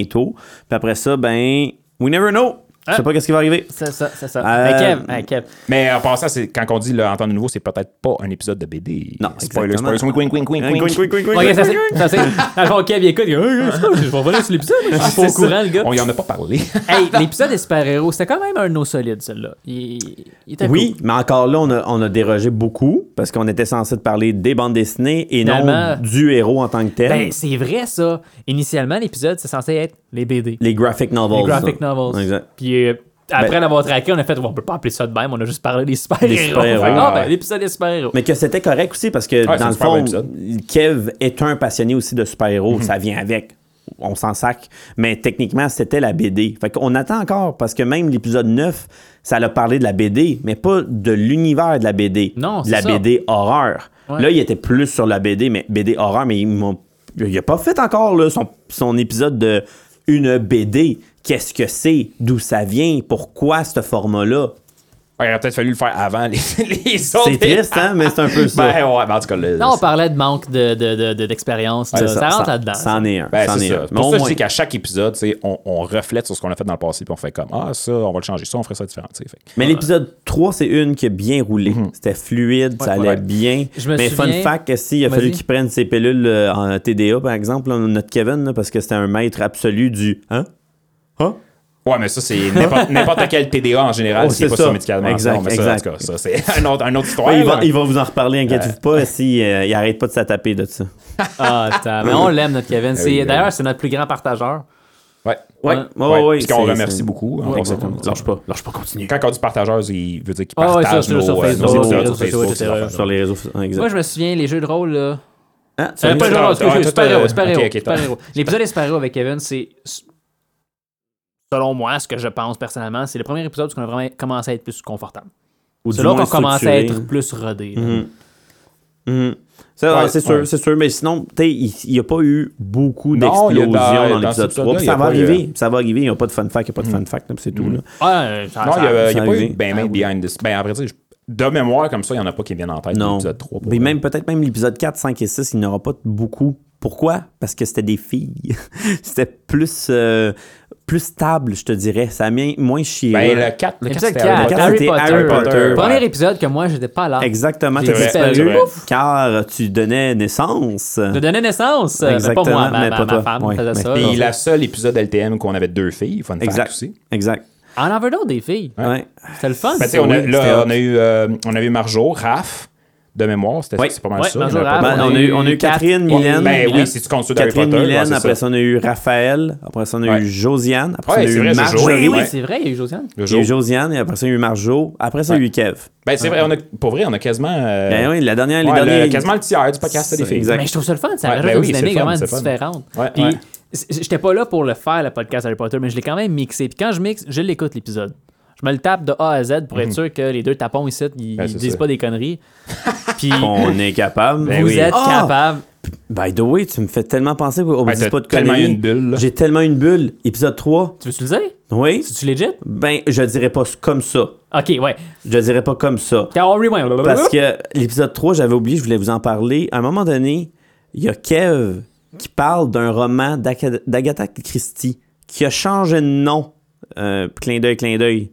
Puis après ça, ben, we never know. Je sais
Hein?
pas qu'est-ce qui va arriver.
C'est ça, c'est ça.
Euh,
Mais Kev, hey, Kev.
Mais en passant, c'est- quand on dit le entendre nouveau, c'est peut-être pas un épisode de BD.
Non,
spoiler,
exactement. Hein,
spoiler. Wink, wink, wink, wink, wink.
Ok, ça c'est. ça, c'est- Dans le fond, Kev, il écoute. il dit, Hey, hey, c'est quoi, je vais revenir sur l'épisode. mais Je suis pas au
C'est ça.
courant, le gars.
On y en a pas parlé.
Hey, l'épisode des super-héros, c'était quand même un no solide, celui-là. Il, il était
Oui, mais encore là, on a, on a dérogé beaucoup parce qu'on était censé de parler des bandes dessinées et non
Finalement-
du héros en tant que tel.
cool. Ben, c'est vrai, ça. Initialement, l'épisode, c'est censé être les BD.
les graphic novels.
Les graphic
ça.
novels.
Exact.
Puis euh, après
Ben-
l'avoir traqué, on a fait, on peut pas appeler ça de même, on a juste parlé des super-héros.
Des super-héros.
Fait que, ah,
Ouais.
ben, l'épisode des super-héros.
Mais que c'était correct aussi parce que
c'est
dans
un
le
super bon
fond,
épisode. Mhm.
Kev est un passionné aussi de super-héros. Ça vient avec. On s'en sac. Mais techniquement, c'était la BD. Fait qu'on attend encore parce que même l'épisode 9, ça a parlé de la BD, mais pas de l'univers de la BD.
Non,
De
c'est
la
ça.
BD horreur.
Ouais.
Là, il était plus sur la BD, mais BD horreur, mais il m'a- il a pas fait encore là, son, son épisode de une BD. Qu'est-ce que c'est? D'où ça vient? Pourquoi ce format-là?
Ouais, il aurait peut-être fallu le faire avant les, les autres.
C'est triste, hein, mais c'est un peu ça.
Ben ouais, ben en tout cas, le-
Là, on parlait de manque de- de- de- de- d'expérience. De,
C'est
ça, rentre là-dedans.
Ça en est un.
Ben,
ça en
c'est
est
ça.
un.
C'est
Mais au
Pour ça, que je
moins-
dis qu'à chaque épisode, tu sais, on, on reflète sur ce qu'on a fait dans le passé, puis on fait comme Ah, ça, on va le changer, ça, on ferait ça différent. tu sais. Fait que- Mhm.
Mais l'épisode 3, c'est une qui a bien roulé. C'était fluide, ça allait
ouais.
bien.
Je me
mais fun
souviens-
fact, que s'il a
Vas-y.
fallu qu'il prenne ses pilules euh, en TDA, par exemple, là, notre Kevin, là, parce que c'était un maître absolu du Hein? Hein?
Ouais, mais ça, c'est n'importe n'importe quel TDA en général,
Oh,
c'est
c'est
pas
ça.
sur médicalement.
Exact,
non, mais ça,
exact.
en tout cas, ça, c'est un autre- une autre histoire.
Ouais, il, va,
là.
il va vous en reparler, inquiétez-vous pas, s'il euh, il arrête pas de s'attaper de ça.
Ah, attends, mais on l'aime, notre
Ben
Kevin. C'est-
oui, oui.
D'ailleurs, c'est notre plus grand partageur.
Ouais.
Ouais,
Ouais.
ouais, ouais,
Puis qu'on
c'est-
remercie
c'est-
beaucoup. hein, en passant.
Exactement. Lâche pas, lâche pas, continue.
Quand on dit partageurs, il veut dire qu'ils
Ah ouais, ça,
partagent
c'est
nos,
sur
euh, nos
Facebook,
épisodes
sur les
sur
réseaux sociaux,
Facebook, ces
etc.
affaires-là.
Sur les réseaux sociaux, exact.
Moi, je me souviens, les jeux de rôle, là.
Ah,
Euh, pas
tout
jeux de
à-
rôle,
ouais,
excusez,
tout à-
super-héros, super-héros,
ok, ok, tout à-
super-héros. L'épisode des super-héros avec Kevin, c'est. Selon moi, ce que je pense personnellement, c'est le premier épisode où on a vraiment commencé à être plus confortable.
Ou du
C'est là
moins
qu'on commence à
structuré.
être plus rodé. là.
Mhm. Ça,
Ouais,
ah, c'est sûr,
ouais.
c'est sûr. Mais sinon, tu sais, il n'y a pas eu beaucoup
Non, il y a
d'explosions
dans-
dans
dans
l'épisode
cet épisode-là,
3. puis
il y
ça
a
va
pas eu, euh, Mm.
arriver. Ça va arriver. Il n'y a pas de fun fact. Il n'y a pas de fun fact. là, puis C'est tout. Là.
Ah, euh, ça-
Non, il
ça-
n'y a, il y a
ça
pas
arrive.
eu ben, ben Behind this. Ben, à vrai dire, je- de mémoire, comme ça, il n'y en a pas qui viennent en tête.
Non.
L'épisode 3. pour
Mais
vrai.
même peut-être même l'épisode 4, 5 et 6, il n'y aura pas de beaucoup. Pourquoi? Parce que c'était des filles. c'était plus, euh, plus stable, je te dirais. Ça a mis moins chier.
Ben, le 4, le 4,
Épisode
c'était
4,
Harry Potter.
Harry
Harry
Potter.
Potter.
Harry Potter,
Premier
ouais.
épisode que moi, j'étais pas là.
Exactement,
C'est
t'as
vrai, c'est
disparu
vrai.
car tu donnais naissance.
De donner naissance. euh, mais pas
Exactement,
moi, ma,
mais
ma-
pas
ma
toi.
femme
Ouais,
faisait
mais-
ça.
Puis
là.
la seule épisode LTM qu'on avait deux filles, fun fact
Exact.
aussi.
Exact.
En en veut d'autres, des filles.
Ouais.
C'était le fun.
Ben, tu sais,
ça.
on a,
Oui, c'était
là,
hot.
on a eu, euh, on a eu Marjo, Raph, de mémoire, c'était c'est pas mal
Ouais,
ça.
Marjo,
il y en avait
Raph,
pas
Ben,
mal.
on, a eu, on a eu
Quatre-
Catherine,
Ouais,
Mylène.
Ben
Mylène.
oui, si tu comptes ceux d'Harry
Catherine
Potter. ouais,
Mylène,
c'est
après
ça.
ça. on a eu Raphaël, après ça on a
Ouais.
eu Josiane, après
Ouais,
ça on
c'est
a eu
vrai, c'est
Marjorie,
Joe.
Oui, oui,
Ouais.
c'est vrai, il y a eu Josiane.
Le
il y a
jour.
eu Josiane, et après ça il y a eu Marjo, après ça il y a eu Kev.
Ben, c'est vrai, on a, pour vrai, on a quasiment. euh,
Ben oui, la dernière, les
ouais, le-
derniers-
quasiment le tiers du podcast, c'était des
C'est-
filles.
exact.
Mais je trouve ça le fun, ça
Ouais,
rajoute
ben
une
oui, c'est
dynamique
le fun,
vraiment
c'est le fun.
différente.
Ouais,
Puis,
ouais.
c- j'étais pas là pour le faire, le podcast Harry Potter, mais je l'ai quand même mixé. Puis quand je mixe, je l'écoute l'épisode. Je me le tape de A à Z pour être sûr que les deux tapons ici, ils,
Ben,
ils
Mhm. c'est
disent
ça.
pas des conneries. Puis,
On est capable.
Ben vous êtes
Ah!
capables.
By the way, tu me fais tellement penser au
Ben,
dit
t'as
pas de
tellement
conneries.
eu une bulle, là.
J'ai tellement eu une bulle. Épisode 3.
Tu veux-tu le dire?
Oui.
Tu legit?
Ben, je dirais pas comme ça.
Ok, ouais.
Je dirais pas comme ça.
Quand on rewind.
Parce que l'épisode 3, j'avais oublié, je voulais vous en parler. À un moment donné, il y a Kev qui parle d'un roman d'Aca- d'Agatha Christie qui a changé de nom, euh, clin d'œil, clin d'œil,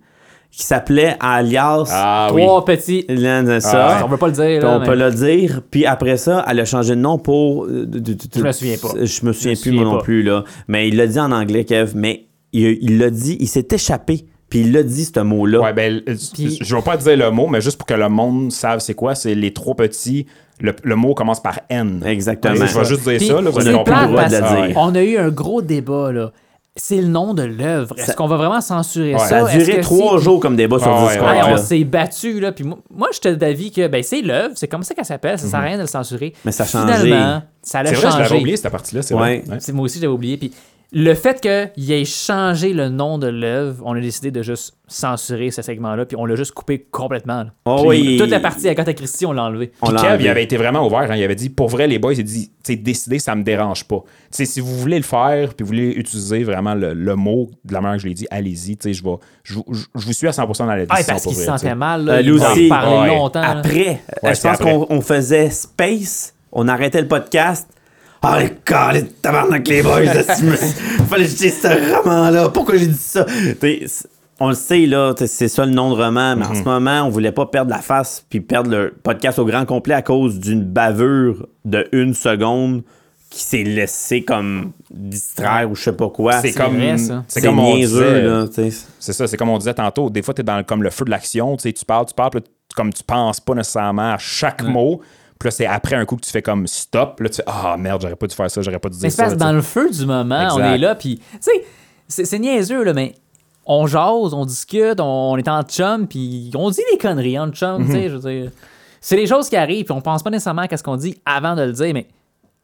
qui s'appelait Alias.
Ah oui.
Trois petits.
Là, là, ça.
Ah
On veut pas le dire.
Puis
là,
on
mais-
peut le dire. Puis après ça, elle a changé de nom pour. euh, du- du- du-
Je me souviens pas.
Je me souviens
me
plus, moi
souviens
non
pas.
plus, là. Mais il l'a dit en anglais, Kev. Mais il il l'a dit, il s'est échappé. Puis il l'a dit, ce mot-là.
Ouais, ben, euh,
Puis-
je vais pas dire le mot, mais juste pour que le monde save c'est quoi, c'est les trois petits. Le, le mot commence par N.
Exactement.
Je vais juste dire
Puis,
ça, là, vous
c'est
allez
pas le
comprendre.
plate
droit de
parce
la dire.
qu'on a eu un gros débat, là. C'est le nom de l'œuvre. Est-ce
Ça-
qu'on va vraiment censurer
Ouais.
ça?
Ça a
Est-ce
duré
que
trois
si-
jours comme débat sur
Ah ouais,
Discord.
Hey,
ouais,
là.
on s'est battu là. Puis moi, moi, j'étais d'avis que ben, c'est l'œuvre, c'est comme ça qu'elle s'appelle, ça sert à rien de le censurer.
Mhm. Mais ça a changé.
Finalement, ça l'a
C'est vrai, je l'avais
changé.
oublié, cette partie-là. C'est vrai.
Ouais.
Ouais.
C'est- Moi aussi, j'avais oublié. Puis le fait qu'il ait changé le nom de l'œuvre, on a décidé de juste censurer ce segment-là, puis on l'a juste coupé complètement. là.
Oh
Puis
oui.
Toute la partie Agatha Christie, on l'a enlevée.
On
Puis
l'a
Kev,
enlevé.
il avait été vraiment ouvert. hein. Il avait dit, pour vrai, les boys, il a dit, tu décidez, ça me dérange pas. Tu sais, si vous voulez le faire, puis vous voulez utiliser vraiment le, le mot de la manière que je l'ai dit, allez-y. Tu sais, je vais- je vous- je- je vous suis à 100% dans la décision.
Ah, parce
pour
qu'il se
vrai, tu sais.
sentait mal.
Euh,
Là,
lui
il
aussi.
en parlait
Ouais.
longtemps. là.
Après,
Ouais,
je
c'est
pense
après.
qu'on on faisait Space, on arrêtait le podcast. Ah, les câlins de tabarnak, les boys, là, si je me suis- fallait que je dise ce roman-là. Pourquoi j'ai dit ça? T'sais, c'est- on le sait, là, t'sais, c'est ça le nom de roman, mais en ce
Mhm.
moment, on voulait pas perdre la face puis perdre le podcast au grand complet à cause d'une bavure de une seconde qui s'est laissée comme distraire ou je sais pas quoi.
C'est comme,
vrai, ça.
c'est comme on disait,
niaiseux, là, t'sais.
C'est ça, c'est comme on disait tantôt. Des fois, tu es dans le- comme le feu de l'action. Tu sais, tu parles, tu parles, puis là, tu- comme tu penses pas nécessairement à chaque mot. Puis là, c'est après un coup que tu fais comme stop. Là, tu fais Ah merde, j'aurais pas dû faire ça, j'aurais pas dû
Mais
dire
c'est parce
ça.
que
tu sais.
dans le feu du moment, on
Exact.
est là, puis, tu sais, c'est, c'est niaiseux, là, mais on jase, on discute, on, on est en chum, puis on dit des conneries en chum, tu
Mm-hmm.
sais, je veux dire. C'est des choses qui arrivent, puis on pense pas nécessairement à ce qu'on dit avant de le dire, mais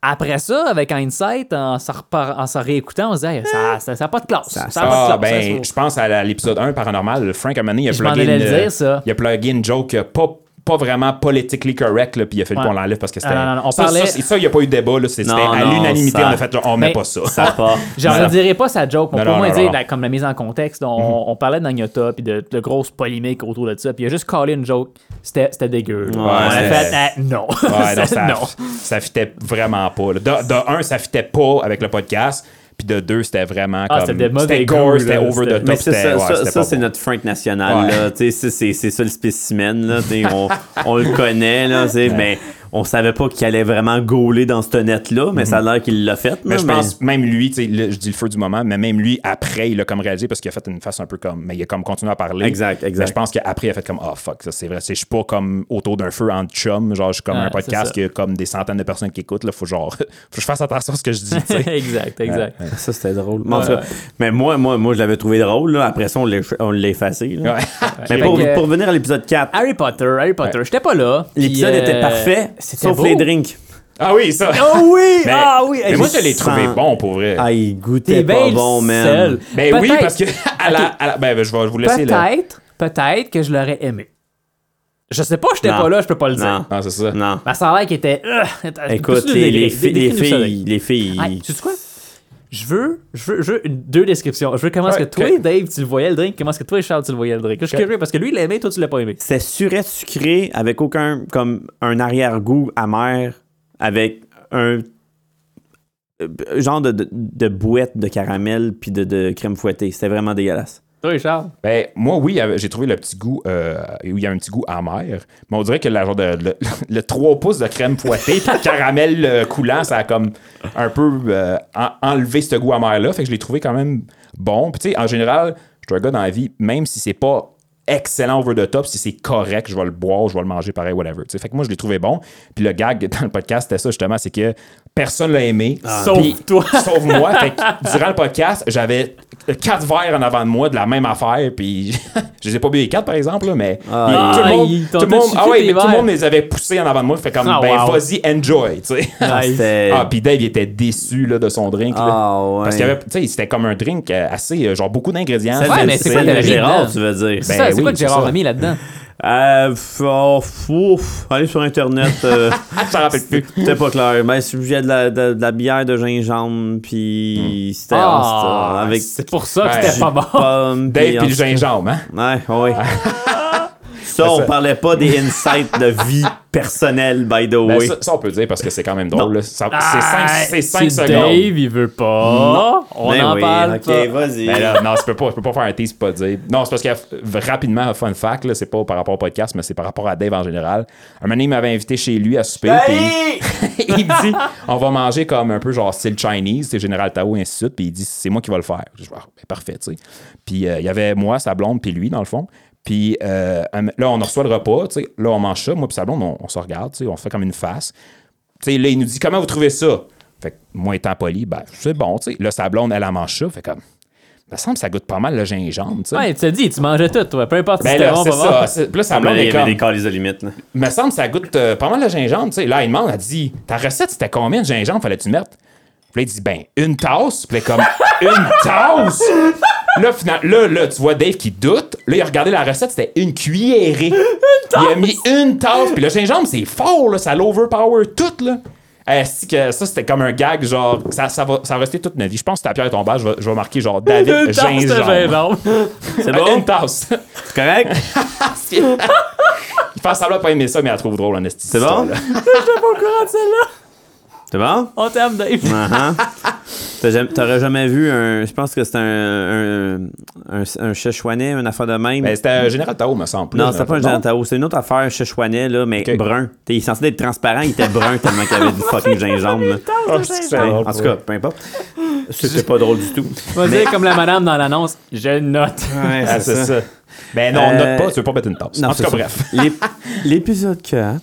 après ça, avec Hindsight, en se, repar- en se réécoutant, on se dit, Hey, ça,
Eh.
ça, ça a pas de classe. Ça, a pas
Ah,
de classe. ça,
ben,
c'est-
je pense à la- l'épisode 1 paranormal. le Frank Amani, il a
Je m'en
plugué
allais le
une,
dire, ça.
il a plugué une joke euh, pas, pas vraiment politically correct, là, puis il a fait
Ouais.
qu'on l'enlève parce que c'était.
Ah, non, non, non, on
ça,
parlait-
ça, c'est- ça, il n'y a pas eu de débat. là, c'est-
Non,
C'était à
non,
l'unanimité,
ça-
on a fait genre, on
Mais-
met pas ça.
Ça part.
Je ne dirai pas sa joke, mais on
Non,
peut au
non,
moins
non,
dire
non. Mhm.
la- comme la mise en contexte. On, on parlait d'Agnota puis de, de grosses polémiques autour de ça. Puis il a juste callé une joke. C'était c'était dégueu. on a
c'était-
fait ah, non.
Ouais, non, ça,
non.
ça fitait vraiment pas. là. De, de un, ça fitait pas avec le podcast. Puis de deux, c'était vraiment
Ah,
comme.
c'était mauvais
C'était
goût,
gore,
là,
c'était over
c'était-
the top.
Mais c'est
c'était-
ça,
ouais,
ça,
c'était
ça,
pas
c'est
bon.
notre Frank national. là. Tu sais, c'est- C'est c'est ça le spécimen. Là. Tu sais, On, on le connaît, là, tu sais, mais on savait pas qu'il allait vraiment gauler dans ce net-là, mais ça a l'air qu'il l'a fait.
Mais
là,
je pense, même lui, tu sais, là, je dis le feu du moment, mais même lui, après, il a comme réalisé parce qu'il a fait une face un peu comme. Mais il a comme continué à parler.
Exact, exact.
Mais je pense qu'après, il a fait comme, oh fuck, ça c'est vrai. C'est- Je suis pas comme autour d'un feu en chum. Genre, je suis comme
Ouais,
un
Ah, c'est ça.
podcast qui a comme des centaines de personnes qui écoutent. Là, faut genre, faut que je fasse attention à ce que je dis, tu sais.
exact, exact.
Ça, c'était drôle. Mais, en tout cas, mais moi, moi, moi, je l'avais trouvé drôle. là. Après ça, on l'a on l'a effacé. là.
Ouais. ben,
Mais
Fait
pour,
que-
pour revenir à l'épisode 4,
Harry Potter, Harry Potter. J'étais pas là. puis,
l'épisode
euh,
était parfait,
c'était
sauf
beau.
les drinks.
Ah oui, ça.
Oh oui!
Mais-
ah oui!
Mais
hey,
moi,
je-
je l'ai trouvé
sens-
bon pour vrai.
Ah, il
T'es
goûtait pas
bien
bon, man.
seul.
Ben oui,
Peut-être-
parce que. à la- à la- ben, je vais vous laisser là.
Peut-être, peut-être que je l'aurais aimé. Je sais pas, j'étais
Non.
pas là, je peux pas le dire.
Non,
Ah, c'est ça.
non.
Mais ça a l'air qu'il était.
Écoute, les, les filles, les filles, les filles,
tu sais quoi? Je veux, je veux, je veux une- deux descriptions. Je veux comment est-ce que
Ouais,
toi,
ok.
Dave, tu le voyais le drink, comment est-ce que toi, Charles, tu le voyais le drink. Je suis
Ok.
curieux parce que lui, il l'aimait, toi, tu l'as pas aimé.
c'est surette sucré avec aucun comme un arrière-goût amer avec un euh, genre de, de, de bouette de caramel puis de, de crème fouettée. C'était vraiment dégueulasse.
Toi, Charles.
Ben, moi, oui, euh, j'ai trouvé le petit goût. euh, où il y a un petit goût amer. Mais on dirait que la, genre de, le, le 3 pouces de crème fouettée puis de caramel euh, coulant, ça a comme un peu euh, en- enlevé ce goût amer-là. Fait que je l'ai trouvé quand même bon. Puis, tu sais, en général, je suis un gars dans la vie, même si c'est pas excellent over the top, si c'est correct, je vais le boire, je vais le manger pareil, whatever. Tu sais, Fait que moi, je l'ai trouvé bon. Puis le gag dans le podcast, c'était ça justement, c'est que personne l'a aimé.
Sauf
Puis-
toi.
Sauf moi. Fait que durant le podcast, j'avais quatre verres en avant de moi de la même affaire. Puis je les ai pas bu les quatre, par exemple, là, mais
Ah,
tout le monde,
ils t'ont
tout le
tout
monde,
sucé
ah ouais,
tes
mais tout le
verres.
monde les avait poussés en avant de moi. Fait comme,
Ah,
ben
wow.
vas-y, enjoy. tu sais.
Ah,
C'était-
ah, puis Dave, il était déçu là, de son drink. là.
Ah, ouais.
Parce qu'il y avait, tu sais, c'était comme un drink euh, assez, euh, genre beaucoup d'ingrédients.
Ouais,
Celle-
mais c'est hein.
celle
quoi
de
le riz
Gérard,
dedans?
tu veux dire?
C'est
Ben
ça, c'est
oui,
quoi que
c'est
Gérard
ça.
a mis là-dedans?
Euh, f- oh, f- ouf, allez sur Internet. euh,
Ah, je t'en rappelle plus.
c'était pas clair. Ben, c'est sujet de la, de, de la bière de gingembre puis c'était...
Hmm. Ah,
c'était avec
C'est pour ça que
Ouais.
c'était pas bon.
pommes,
Dave puis le
ensuite-
gingembre, hein?
Ouais, ouais. C'est ça, on
ça.
parlait pas des insights de vie personnelle, by the
Ben,
way.
ça, ça, on peut le dire parce que c'est quand même drôle. là. Ça-
Ah,
c'est 5
c'est
secondes.
Dave, il veut pas. On
Ben
en
oui,
parle
Ok,
pas.
vas-y.
Ben là, non, je peux pas, je peux pas faire un tease, pas dire. Non, c'est parce que euh, rapidement, fun fact, là, c'est pas par rapport au podcast, mais c'est par rapport à Dave en général. Un moment, donné, il m'avait invité chez lui à souper.
Ben Ah,
puis il dit, on va manger comme un peu genre style Chinese, c'est Général Tao et ainsi de suite. Puis il dit, c'est moi qui vais le faire. Je dis, Ah, ben, parfait, tu sais. Puis euh, il y avait moi, sa blonde, puis lui, dans le fond. Puis euh, un- là, on reçoit le repas, tu sais. Là, on mange ça, moi, puis sa blonde, on, on se regarde, tu sais, on fait comme une face. Tu sais, là, il nous dit, comment vous trouvez ça? Fait que moi, étant poli, ben, c'est bon, tu sais. Là, sa blonde, elle, elle mange ça. Fait comme, ça semble que ça goûte pas mal le gingembre, tu sais.
Ouais, tu t'as dit, tu mangeais tout, toi. Peu importe si
ben
c'était
là,
bon,
c'est
pas bon.
ça. C'est- Puis là, sa blonde
ben il
est
y avait
comme,
des calices de limite. là.
me semble que ça goûte euh, pas mal le gingembre, tu sais. Là, il demande, elle dit, ta recette, c'était combien de gingembre fallait-tu mettre? Puis là, il dit, ben, une tasse. Puis là, comme, une tasse? Là, final, là, là, tu vois Dave qui doute. Là, il a regardé la recette, c'était une cuillerée. Il a mis une tasse. Puis le gingembre, c'est fort, là. Ça l'overpower tout, là. Est-ce que ça, c'était comme un gag, genre, ça, ça va, ça va rester toute ma vie. Je pense que ta pierre est ton bas, je vais, je vais marquer, genre, David
Une tasse de
gingembre.
gingembre.
C'est
Euh,
bon?
Une tasse.
C'est correct?
Il fait semblant de pas aimer ça, mais elle trouve drôle en esti.
C'est bon?
J'étais pas au courant de celle-là.
C'est bon?
On t'aime, Dave.
Uh-huh. T'as jamais- T'aurais jamais vu un. Je pense que c'est un. Un, un, un Sichuanais, une affaire de même.
Ben, c'était euh, Général Tao, me semble.
non,
là,
c'était pas un
non?
Gentao. C'est une autre affaire, Sichuanais, là, mais
Ok.
brun. T'es il est censé être transparent, il était brun tellement qu'il avait du fucking gingembre. là.
Ah, c'est que c'est
Hein,
drôle,
en tout
ouais.
cas, peu importe. C'était pas drôle du tout.
On va dire comme la madame dans l'annonce, je le note.
Ouais,
Ah, c'est ça. Ben non, on
Euh,
note pas, tu veux pas mettre une tasse.
Non,
en tout
c'est
cas,
ça.
bref.
L'ép- L'épisode 4.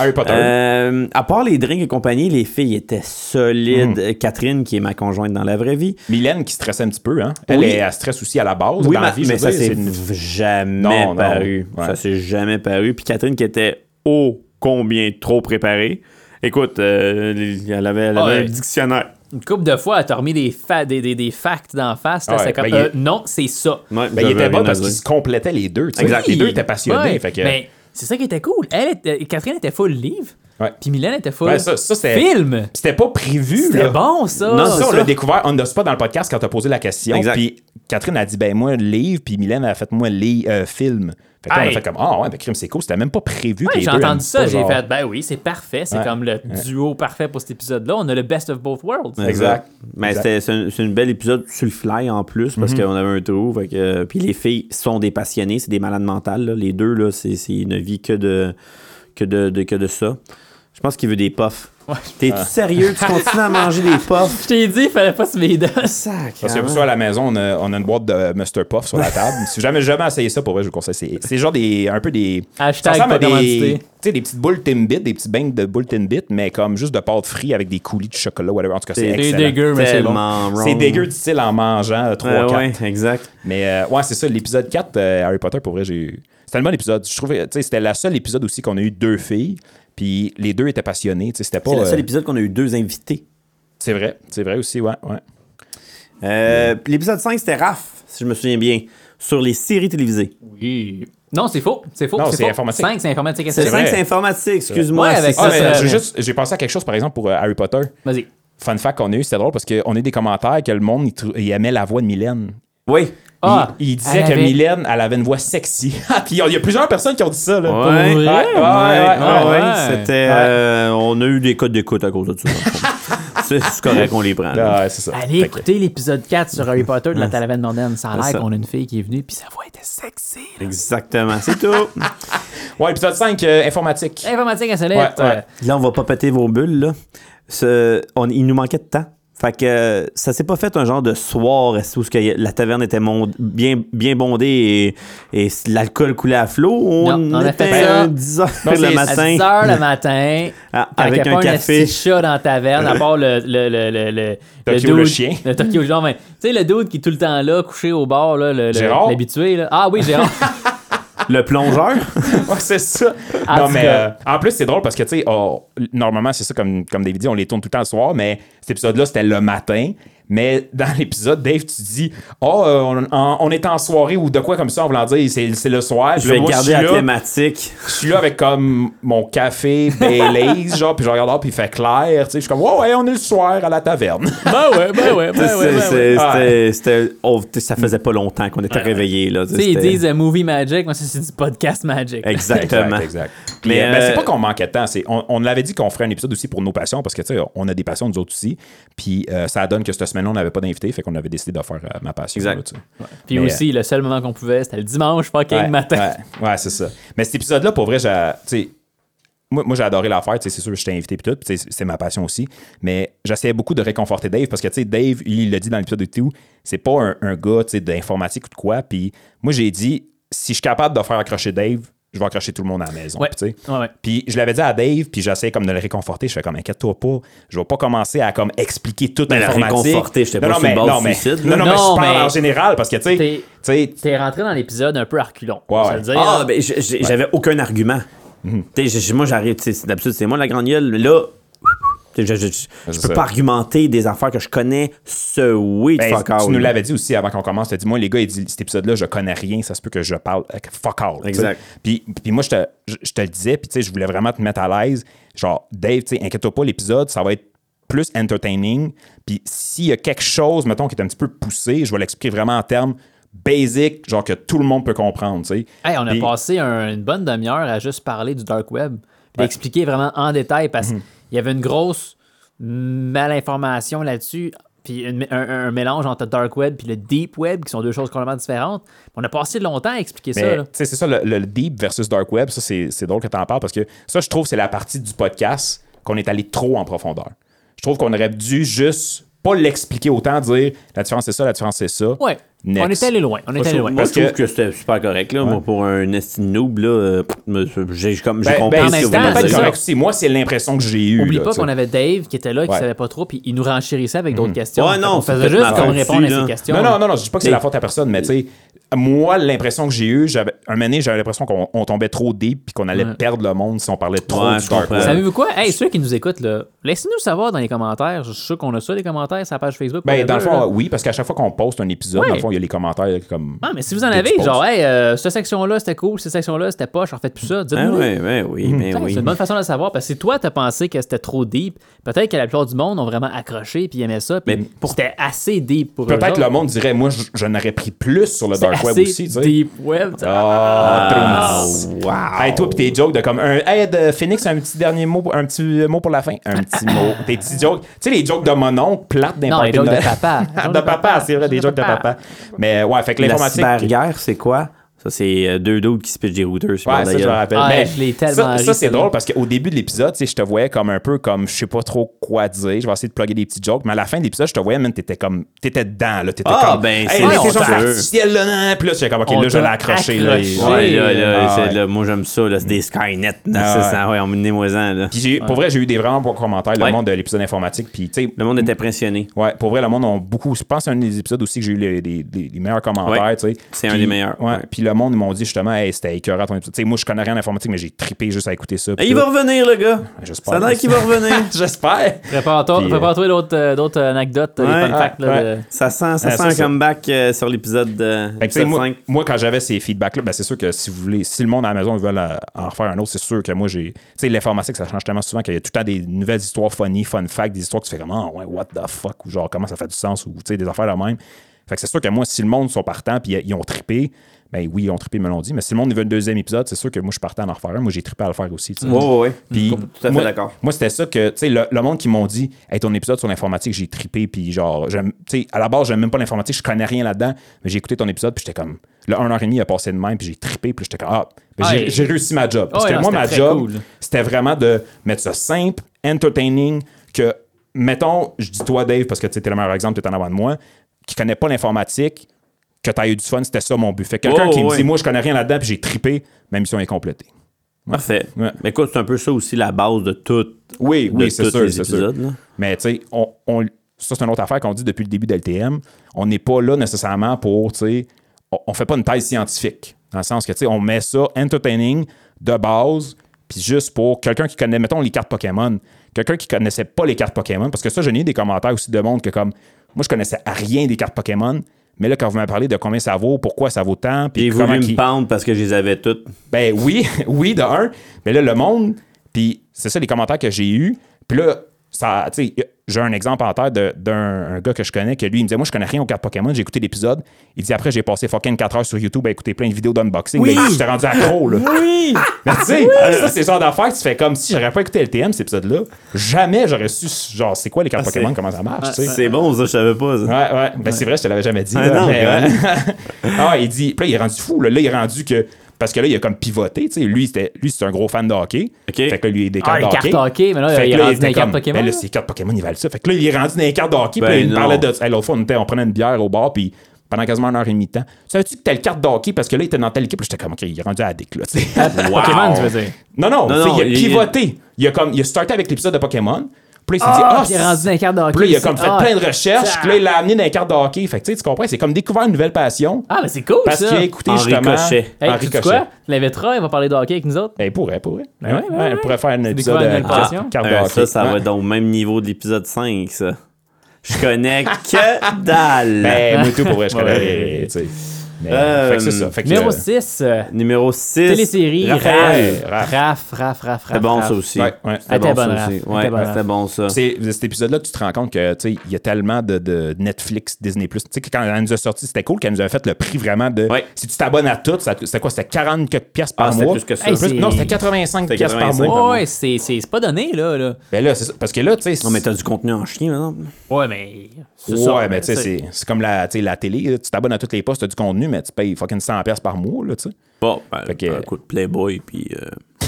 Harry Potter.
Euh, à part les drinks et compagnie, les filles étaient solides. Euh, Catherine, qui est ma conjointe dans la vraie vie.
Mylène qui stressait un petit peu, hein. Elle,
oui.
est- elle stresse aussi à la base.
Oui,
dans
ma-
la vie, je
mais
veux
ça
dire,
s'est
c'est une-
v- jamais
Non, non,
paru.
ouais.
Ça s'est jamais paru. Puis Catherine qui était ô combien trop préparée. Écoute, euh, les- elle avait, elle
Ah,
avait
ouais.
un dictionnaire.
Une couple de fois, elle t'a remis des, fa- des, des, des facts d'en face. là,
Ouais,
c'est comme,
ben, il-
euh, non, c'est ça.
Ouais,
Ben, il
j'avais
était
rien
bon
à
parce
dire.
qu'ils se complétaient les deux, tu sais.
Exact.
Les deux
Oui.
étaient passionnés.
Ouais.
Fait que.
Mais c'est ça qui était cool. Elle était- Catherine était full livre,
Ouais.
puis Mylène était full
Ouais, ça, ça, c'était-
film.
C'était pas prévu,
C'était
là.
bon, ça.
Non, ça, on
ça.
l'a découvert on the spot dans le podcast quand t'as posé la question.
Exact.
Puis Catherine a dit, ben moi, livre, puis Mylène a fait, moi, les euh, film. Fait que là, on a
Hey.
fait comme, ah ouais, ben crime, c'est cool, c'était même pas prévu. que
Ouais,
les
j'ai
deux aiment
entendu ça,
pas,
j'ai
genre.
fait, ben oui, c'est parfait. C'est
Ouais.
comme le duo parfait pour cet épisode-là. On a le best of both worlds.
Exact.
Mais
Exact. Mhm.
c'était- c'est un, c'est un bel épisode sur le fly en plus parce qu'on avait un trou. Fait que, euh, puis les filles sont des passionnées, c'est des malades mentales. là. Les deux, là, c'est c'est une vie que de, que de, de- que de ça. Je pense qu'il veut des puffs. T'es-tu
Ah.
sérieux? Tu continues à manger des puffs?
Je t'ai dit, il fallait pas se médire.
Sac.
Parce que vous, soit à la maison, on a, on a une boîte de Mr. Puff sur la table. si jamais jamais essayé ça, pour vrai, je vous conseille. C'est, c'est genre des, un peu des.
Hashtag
ça ressemble à
pas
des,
commandité.
tu sais, des petites boules Timbit, des petites bangs de boules Timbit, mais comme juste de pâte frite avec des coulis de chocolat, whatever. En tout cas, c'est,
C'est
C'est
excellent.
dégueu, mais c'est bon.
Tellement wrong.
C'est dégueu, tu sais, en mangeant 3
Ben Ouais,
4.
ouais, exact.
Mais euh, ouais, c'est ça, l'épisode 4, euh, Harry Potter, pour vrai, j'ai. C'était un bon épisode. Je trouvais, tu sais, c'était la seule épisode aussi qu'on a eu deux filles, puis les deux étaient passionnées. Tu sais, c'était pas.
C'est le seul
euh,
épisode qu'on a eu deux invités.
c'est vrai, c'est vrai aussi, ouais. ouais.
Euh, puis L'épisode 5, c'était Raph, si je me souviens bien, sur les séries télévisées.
Oui. Non, c'est faux. C'est faux.
Non, c'est
faux.
informatique.
Cinq, c'est informatique.
C'est
C'est vrai.
5,
vrai.
c'est informatique, excuse-moi.
Ouais, avec
C'est-
Ah,
Ça,
mais
ça-
j'ai juste- j'ai pensé à quelque chose, par exemple, pour euh, Harry Potter.
Vas-y.
Fun fact qu'on a eu, c'était drôle parce qu'on a eu des commentaires que le monde il, trou- il aimait la voix de Mylène.
Oui.
Ah,
il, il disait
elle
que
avait-
Mylène, elle avait une voix sexy. Ah, Puis il y a- il y a plusieurs personnes qui ont dit ça. Là.
Ouais, ouais,
ouais,
ouais, ouais,
ouais,
ouais.
C'était. euh, on a eu des codes d'écoute à cause de tout ça. c'est c'est correct qu'on les prend. là.
Ah, ouais, c'est ça.
Allez
Fait que-
écouter l'épisode 4 sur Harry Potter de la Talavenne mondaine. Ça a
C'est
l'air
ça.
qu'on a une fille qui est venue, puis sa voix était sexy. là.
Exactement, c'est tout.
Ouais, épisode 5, euh, informatique.
Informatique
Ouais,
insolite.
ouais.
euh,
Là, on va pas péter vos bulles, là. Ce- on, il nous manquait de temps. Fait que euh, ça s'est pas fait un genre de soir où ce que y- la taverne était mon- bien, bien bondée et, et l'alcool coulait à flot. On,
Non, on a
était
fait
à
ça.
10 heures
Non,
le
c'est-
À
matin.
10 heures le matin,
Ah,
quand
avec
il y a
un
pas
café.
un petit chat dans la taverne, à part le. le, le, le, le
Euh. Tokyo
dude-
le chien.
Le Tokyo, genre, mais, tu sais, le dude qui est tout le temps là, couché au bord, là, le-
Gérard?
le- l'habitué. là. Ah oui, Gérard.
Le plongeur.
Ouais, c'est ça.
En
non,
tout
mais
cas.
euh, en plus, c'est drôle parce que, tu sais, oh, normalement, c'est ça, comme, comme David dit, on les tourne tout le temps le soir, mais cet épisode-là, c'était le matin. Mais dans l'épisode, Dave, tu dis Oh, euh, on, en- on est en soirée ou de quoi comme ça, on voulant dire c'est c'est le soir. Puis
Je
là,
vais
moi,
garder
je suis
la
là,
thématique.
je suis là avec comme mon café Baileys, genre, puis je regarde dehors, puis il fait clair, tu sais. Je suis comme, ouais, ouais, on est le soir à la taverne.
Ben ouais, ben ouais,
C'est-
ben ouais. ben ouais.
c'est-
ouais.
c'était- c'était- oh, tu sais, ça faisait pas longtemps qu'on était réveillés. Là,
Tu sais, ils
C'était-
disent euh, movie magic, moi ça c'est du podcast magic.
Exactement.
Exact, exact.
Mais,
Mais ben,
euh,
c'est pas qu'on manquait de temps. c'est- On, on l'avait dit qu'on ferait un épisode aussi pour nos passions parce que, tu sais, on a des passions, nous autres aussi. Puis euh, ça donne que cette semaine-là, on n'avait pas d'invité, fait qu'on avait décidé de faire euh, ma passion.
Exact.
là, tu sais.
Puis
Mais,
aussi, le seul moment qu'on pouvait, c'était le dimanche fucking
Ouais,
matin.
Ouais, ouais, c'est ça. Mais cet épisode-là, pour vrai, j'ai- tu sais, moi, moi j'ai adoré l'affaire, tu sais, c'est sûr, je t'ai invité puis tout, puis tu sais, c'est ma passion aussi. Mais j'essayais beaucoup de réconforter Dave parce que tu sais, Dave, il l'a dit dans l'épisode de tout, c'est pas un, un gars tu sais, d'informatique ou de quoi. Puis moi, j'ai dit, si je suis capable de faire accrocher Dave, je vais accrocher tout le monde à la maison.
Ouais.
puis tu sais.
Ouais, ouais.
Puis je l'avais dit à Dave, puis j'essayais comme de le réconforter. Je fais comme inquiète-toi pas, je vais pas commencer à comme expliquer toute
le
l'informatique.
réconforter, j'étais
Non,
pas
non,
sur le
mais-
bord du
non, mais-
suicide, là.
Non, non, mais
Non,
je parle
mais-
en général parce que tu sais,
T'es-
tu sais,
T'es rentré dans l'épisode un peu à reculons.
Ouais,
on va
ouais.
se le dire.
Ah, ben, j'ai- j'ai- j'avais aucun argument. Tu sais, j'ai- moi, j'arrive, tu sais, c'est- d'habitude, c'est moi la grande gueule, mais là, tu sais, je, je- je- je
C'est
peux
ça.
pas argumenter des affaires que je connais ce oui
Ben,
fuck
tu
out,
nous
là.
l'avais dit aussi avant qu'on commence. Tu as dit, moi, les gars, il dit, cet épisode-là, je connais rien, ça se peut que je parle euh, fuck all. tu sais.
Exact.
Puis, puis moi, je te, je, je te le disais, puis tu sais, je voulais vraiment te mettre à l'aise. Genre, Dave, tu sais, inquiète-toi pas, l'épisode, ça va être plus entertaining. Puis s'il y a quelque chose, mettons, qui est un petit peu poussé, je vais l'expliquer vraiment en termes basic, genre que tout le monde peut comprendre, tu sais.
Hey, on a
Puis-
passé un- une bonne demi-heure à juste parler du dark web, puis d'expliquer vraiment en détail parce
Mhm.
qu'il y avait une grosse malinformation là-dessus, puis une- un, un- un mélange entre le dark web puis le deep web qui sont deux choses complètement différentes. On a passé longtemps à expliquer ça.
Mais,
là.
tu sais, c'est ça, le, le deep versus dark web, ça, c'est c'est drôle que tu en parles parce que ça, je trouve, c'est la partie du podcast qu'on est allé trop en profondeur. Je trouve qu'on aurait dû juste pas l'expliquer autant, dire la différence c'est ça, la différence c'est ça.
Ouais,
Next.
on est allé loin. On est
Moi, je
allé
trouve,
loin.
moi,
Parce
je trouve que c'était super correct, là, moi, pour un esti de noob, là, euh, pff, me- j'ai comme, j'ai
Ben,
compris
ben,
ce que
c'est
vous
même temps,
voulez
peut-être
c'est
dire.
ça.
correct aussi. Moi, c'est l'impression que j'ai eue.
Oublie
là,
pas
tu sais.
qu'on avait Dave qui était là, qui
Ouais. Mhm.
savait pas trop, puis il nous renchérissait avec d'autres questions.
Ouais, non,
on
c'est
faisait
complètement
juste comme
faux
répondre à
là.
ces questions.
Non, non, non, non, je dis pas que c'est
Mais-
la faute à personne, mais tu sais, moi, l'impression que j'ai eue, j'avais- un moment donné, j'avais l'impression qu'on on tombait trop deep puis qu'on allait perdre le monde si on parlait trop
Ouais,
du
je
dark
comprends.
web.
Savez-vous quoi? Hey, ceux qui nous écoutent, là, laissez-nous savoir dans les commentaires. Je suis sûr qu'on a ça, les commentaires, sur la page Facebook.
Ben, dans le
whatever,
fond,
là.
oui, parce qu'à chaque fois qu'on poste un épisode,
Ouais.
dans le fond, il y a les commentaires comme.
Ah, mais si vous en
Dès que
avez,
tu postes.
genre, hey, euh, cette section-là, c'était cool, cette section-là, c'était poche, en fait, plus ça,
Ah,
dites-nous.
ouais, ouais, oui, mais
Putain,
oui.
C'est une bonne façon de le savoir parce que si toi t'as pensé que c'était trop deep, peut-être que la plupart du monde ont vraiment accroché puis aimaient ça, puis
Mais pour-
c'était assez deep pour eux
Peut-être
autres.
le monde dirait, moi, je, je n'aurais pris plus sur le dark web
Assez
aussi, tu sais.
Deep web. tu sais.
Ah, Prince.
wow.
Hey, toi, pis tes jokes de comme un. Hey, de Phoenix, un petit dernier mot, un petit mot pour la fin. Un petit mot. Tes petits jokes. Tu sais, les jokes de mon oncle, plates d'un
Non,
party
les jokes de
Noël.
papa. Les jokes
de
de
papa, c'est vrai,
papa.
des jokes de papa. Mais ouais, fait que
La
l'informatique.
cyberguerre, c'est quoi? Ça, c'est euh, deux d'autres qui se pitchent des routeurs sur
Ouais,
leur
ça, je
gueule.
me rappelle.
Ah,
Mais
je l'ai tellement
ça,
ri,
ça, c'est
celle-là.
drôle parce qu'au début de l'épisode, tu sais, je te voyais comme un peu comme je sais pas trop quoi dire. Je vais essayer de plugger des petits jokes, mais à la fin de l'épisode, je te voyais, man, t'étais comme. T'étais dedans, là. T'étais
Ah,
comme.
ben, c'est
hey, l'intelligence
honteux.
artificielle, là, nan, Puis là, j'étais comme, OK,
On
là, je l'ai
t'a
accroché, là.
accroché.
Il-
Ouais, là, là,
Ah,
c'est-
ouais. Mm.
là, moi j'aime ça, là, c'est des Skynet. là,
Ah,
c'est ça, ouais, emmenez-moi-en. là.
Puis j'ai- pour vrai, j'ai eu des vraiment bons commentaires, le
Ouais.
monde de l'épisode informatique. Puis, tu sais,
Le monde est impressionné.
ouais, pour vrai, le monde a beaucoup. Je pense que c'est un des épisodes aussi que j'ai eu les, les- les- les meilleurs commentaires,
Ouais.
tu sais.
C'est un
Puis-
des meilleurs,
Ouais.
ouais.
Puis le monde, ils m'ont dit justement, hey, c'était écœurant ton épisode. Tu sais, moi, je connais rien en informatique, mais j'ai trippé juste à écouter ça.
Et
puis
Ah, il
tout.
va revenir, le gars.
Ben, J'espère.
Ça a l'air qu'il va revenir.
J'espère.
Prépare-toi
Puis, euh,
prépare-toi d'autres euh, d'autres anecdotes, des
Ouais,
fun facts. là,
ouais.
de-
Ça sent, ça
Ah,
sent
ça,
un
ça.
comeback euh, sur l'épisode de
Fait que, tu sais, moi,
5.
moi, quand j'avais ces feedbacks-là, ben, c'est sûr que si vous voulez, si le monde à la maison veut en refaire un autre, c'est sûr que moi, j'ai. Tu sais, l'informatique, ça change tellement souvent qu'il y a tout le temps des nouvelles histoires funny, fun fact, des histoires que tu fais comme, Ah, ouais, what the fuck, ou genre, comment ça fait du sens, ou tu sais, des affaires de même. Fait que c'est sûr que moi, si le monde sont partants puis ils ont trippé, ben oui, ils ont trippé, ils me l'ont dit. Mais si le monde veut le deuxième épisode, c'est sûr que moi, je suis partant à en refaire un. Moi, j'ai trippé à le faire aussi. tu sais.
Ouais, ouais, ouais.
Puis,
Tout à fait
moi-
d'accord.
Moi, c'était ça que, tu sais, le, le monde qui m'ont dit, hey, ton épisode sur l'informatique, j'ai trippé, puis genre, j'aime- tu sais, à la base, j'aime même pas l'informatique, je connais rien là-dedans, mais j'ai écouté ton épisode, puis j'étais comme, le 1h30 a passé de même, puis j'ai trippé, puis j'étais comme, ah, ben, j'ai-
Ouais.
j'ai réussi ma job. Parce
Ouais,
que
non,
moi,
c'était
ma
très
job,
cool.
c'était vraiment de mettre ça simple, entertaining, que, mettons, je dis toi, Dave, parce que tu es le meilleur exemple, tu es en avant de moi, qui connaît pas l'informatique, que tu as eu du fun, c'était ça mon but. Fait que quelqu'un
Oh,
qui me
ouais.
dit, moi, je connais rien là-dedans, puis j'ai trippé, ma mission est complétée.
Parfait.
Ouais.
Mais écoute, c'est un peu ça aussi la base de tout.
Oui,
de
oui, c'est
tous
sûr,
les
c'est sûr.
épisodes, là.
Mais tu sais, on, on- ça, c'est une autre affaire qu'on dit depuis le début d'LTM. On n'est pas là nécessairement pour, tu sais, on, on fait pas une thèse scientifique. Dans le sens que, tu sais, on met ça entertaining de base, puis juste pour quelqu'un qui connaît, mettons, les cartes Pokémon. Quelqu'un qui connaissait pas les cartes Pokémon, parce que ça, j'ai eu des commentaires aussi de monde que comme, Moi, je connaissais à rien des cartes Pokémon. Mais là, quand vous m'avez parlé de combien ça vaut, pourquoi ça vaut tant, puis
J'ai
comment
voulu me
qu'ils-
pendre parce que je les avais toutes.
ben oui, oui, de un. Mais là, le monde, puis c'est ça les commentaires que j'ai eus. Puis là, ça, tu sais, j'ai un exemple en tête de- d'un un gars que je connais, que lui, il me disait, moi, je connais rien aux cartes Pokémon, j'ai écouté l'épisode. Il dit, après, j'ai passé fucking 4 heures sur YouTube à écouter plein de vidéos d'unboxing.
Oui!
Mais j'étais rendu accro, là.
Oui!
Mais tu sais, ça, c'est le genre d'affaires que tu fais comme si j'aurais pas écouté LTM, cet épisode-là. Jamais j'aurais su, genre, c'est quoi les cartes
Ah, c'est-
Pokémon, comment ça marche, tu sais.
C'est bon, ça, je savais pas. ça.
Ouais, ouais. Ben, c'est vrai, je te l'avais jamais dit.
Ah
là,
non,
mais,
quand
ouais. ah, ouais, il dit. Puis là, il est rendu fou. Là, Là, il est rendu que. Parce que là, il a comme pivoté. tu sais. Lui, c'était- lui, c'est un gros fan de hockey.
OK.
Fait que là, lui, il est des
Ah,
cartes
les
de hockey.
cartes hockey, mais là,
Fait
Ah, il
que
est rendu dans les cartes
comme,
Pokémon,
Ben là,
là.
ces cartes Pokémon, ils valent ça. Fait que là, il est rendu dans les cartes de hockey.
Ben
puis là, il me
non.
parlait de. Hey, L'autre fois, on, était, on prenait une bière au bar. Puis pendant quasiment une heure et demie de temps. Savais-tu que telle carte de hockey? Parce que là, il était dans telle équipe. Puis j'étais comme, OK, il est rendu addict, là. tu sais.
Pokémon, tu veux dire.
Non, non,
Non,
tu sais,
non,
il a
il-
pivoté. Il a, comme, il a starté avec l'épisode de Pokémon. Puis là, il s'est dit, ah,
il est rendu dans les cartes de hockey.
puis là, il a
ça.
comme fait
Ah,
plein de recherches.
ça-
Puis là, il l'a amené dans les cartes de hockey. Fait que tu sais, tu comprends, c'est comme découvrir une nouvelle passion.
Ah, mais c'est cool,
Parce
ça.
qu'il a écouté
En
justement.
ricochet.
en
Hey, tu sais quoi? L'invitera, il va parler de hockey avec nous autres.
Ben, il pourrait, il pourrait.
Ben ouais,
Ouais,
ouais,
ouais,
ouais.
Il pourrait faire un
C'est
épisode
découvrir une
de
nouvelle passion.
carte carte de
Euh,
hockey.
ça, ça va
Ouais.
être au même niveau de l'épisode 5, ça. Je connais que dalle.
Ben, moi et tout, pour vrai, je connais.
Ouais.
tu sais. Mais,
Euh,
Fait que c'est ça. Fait que,
Numéro
euh,
6,
Numéro 6.
télésérie.
Raphaël.
Raph, Raph, Raph, Raph.
C'était bon, ça aussi.
Ouais, ouais.
C'était
Elle
bon,
était
ça
bonne,
aussi.
Raph. Elle
Ouais,
était bonne,
c'était bon, ça.
C'est de cet épisode-là que tu te rends compte que tu sais, il y a tellement de, de Netflix, Disney Plus. Tu sais que quand elle nous a sorti, c'était cool qu'elle nous a fait le prix vraiment de.
Ouais.
Si tu t'abonnes à tout, ça- c'était quoi C'était 40 quelques piastres par
Ah, c'était
mois.
plus que ça.
Hey, c'est-
non, c'était 85
C'était
piastres par
85.
mois.
Ouais,
Ouais, c'est c'est- c'est pas donné, là. là.
Ben là, c'est ça. Parce que là, tu sais.
Non, mais t'as du contenu en chien, maintenant.
Ouais, mais. c'est
Ouais,
ça,
mais tu sais, c'est- c'est comme la, tu sais, la télé. là. Tu t'abonnes à toutes les postes, tu as du contenu, mais tu payes fucking 100$ par mois, là, tu sais.
Bon, ben,
Fait que-
un coup de Playboy, puis euh,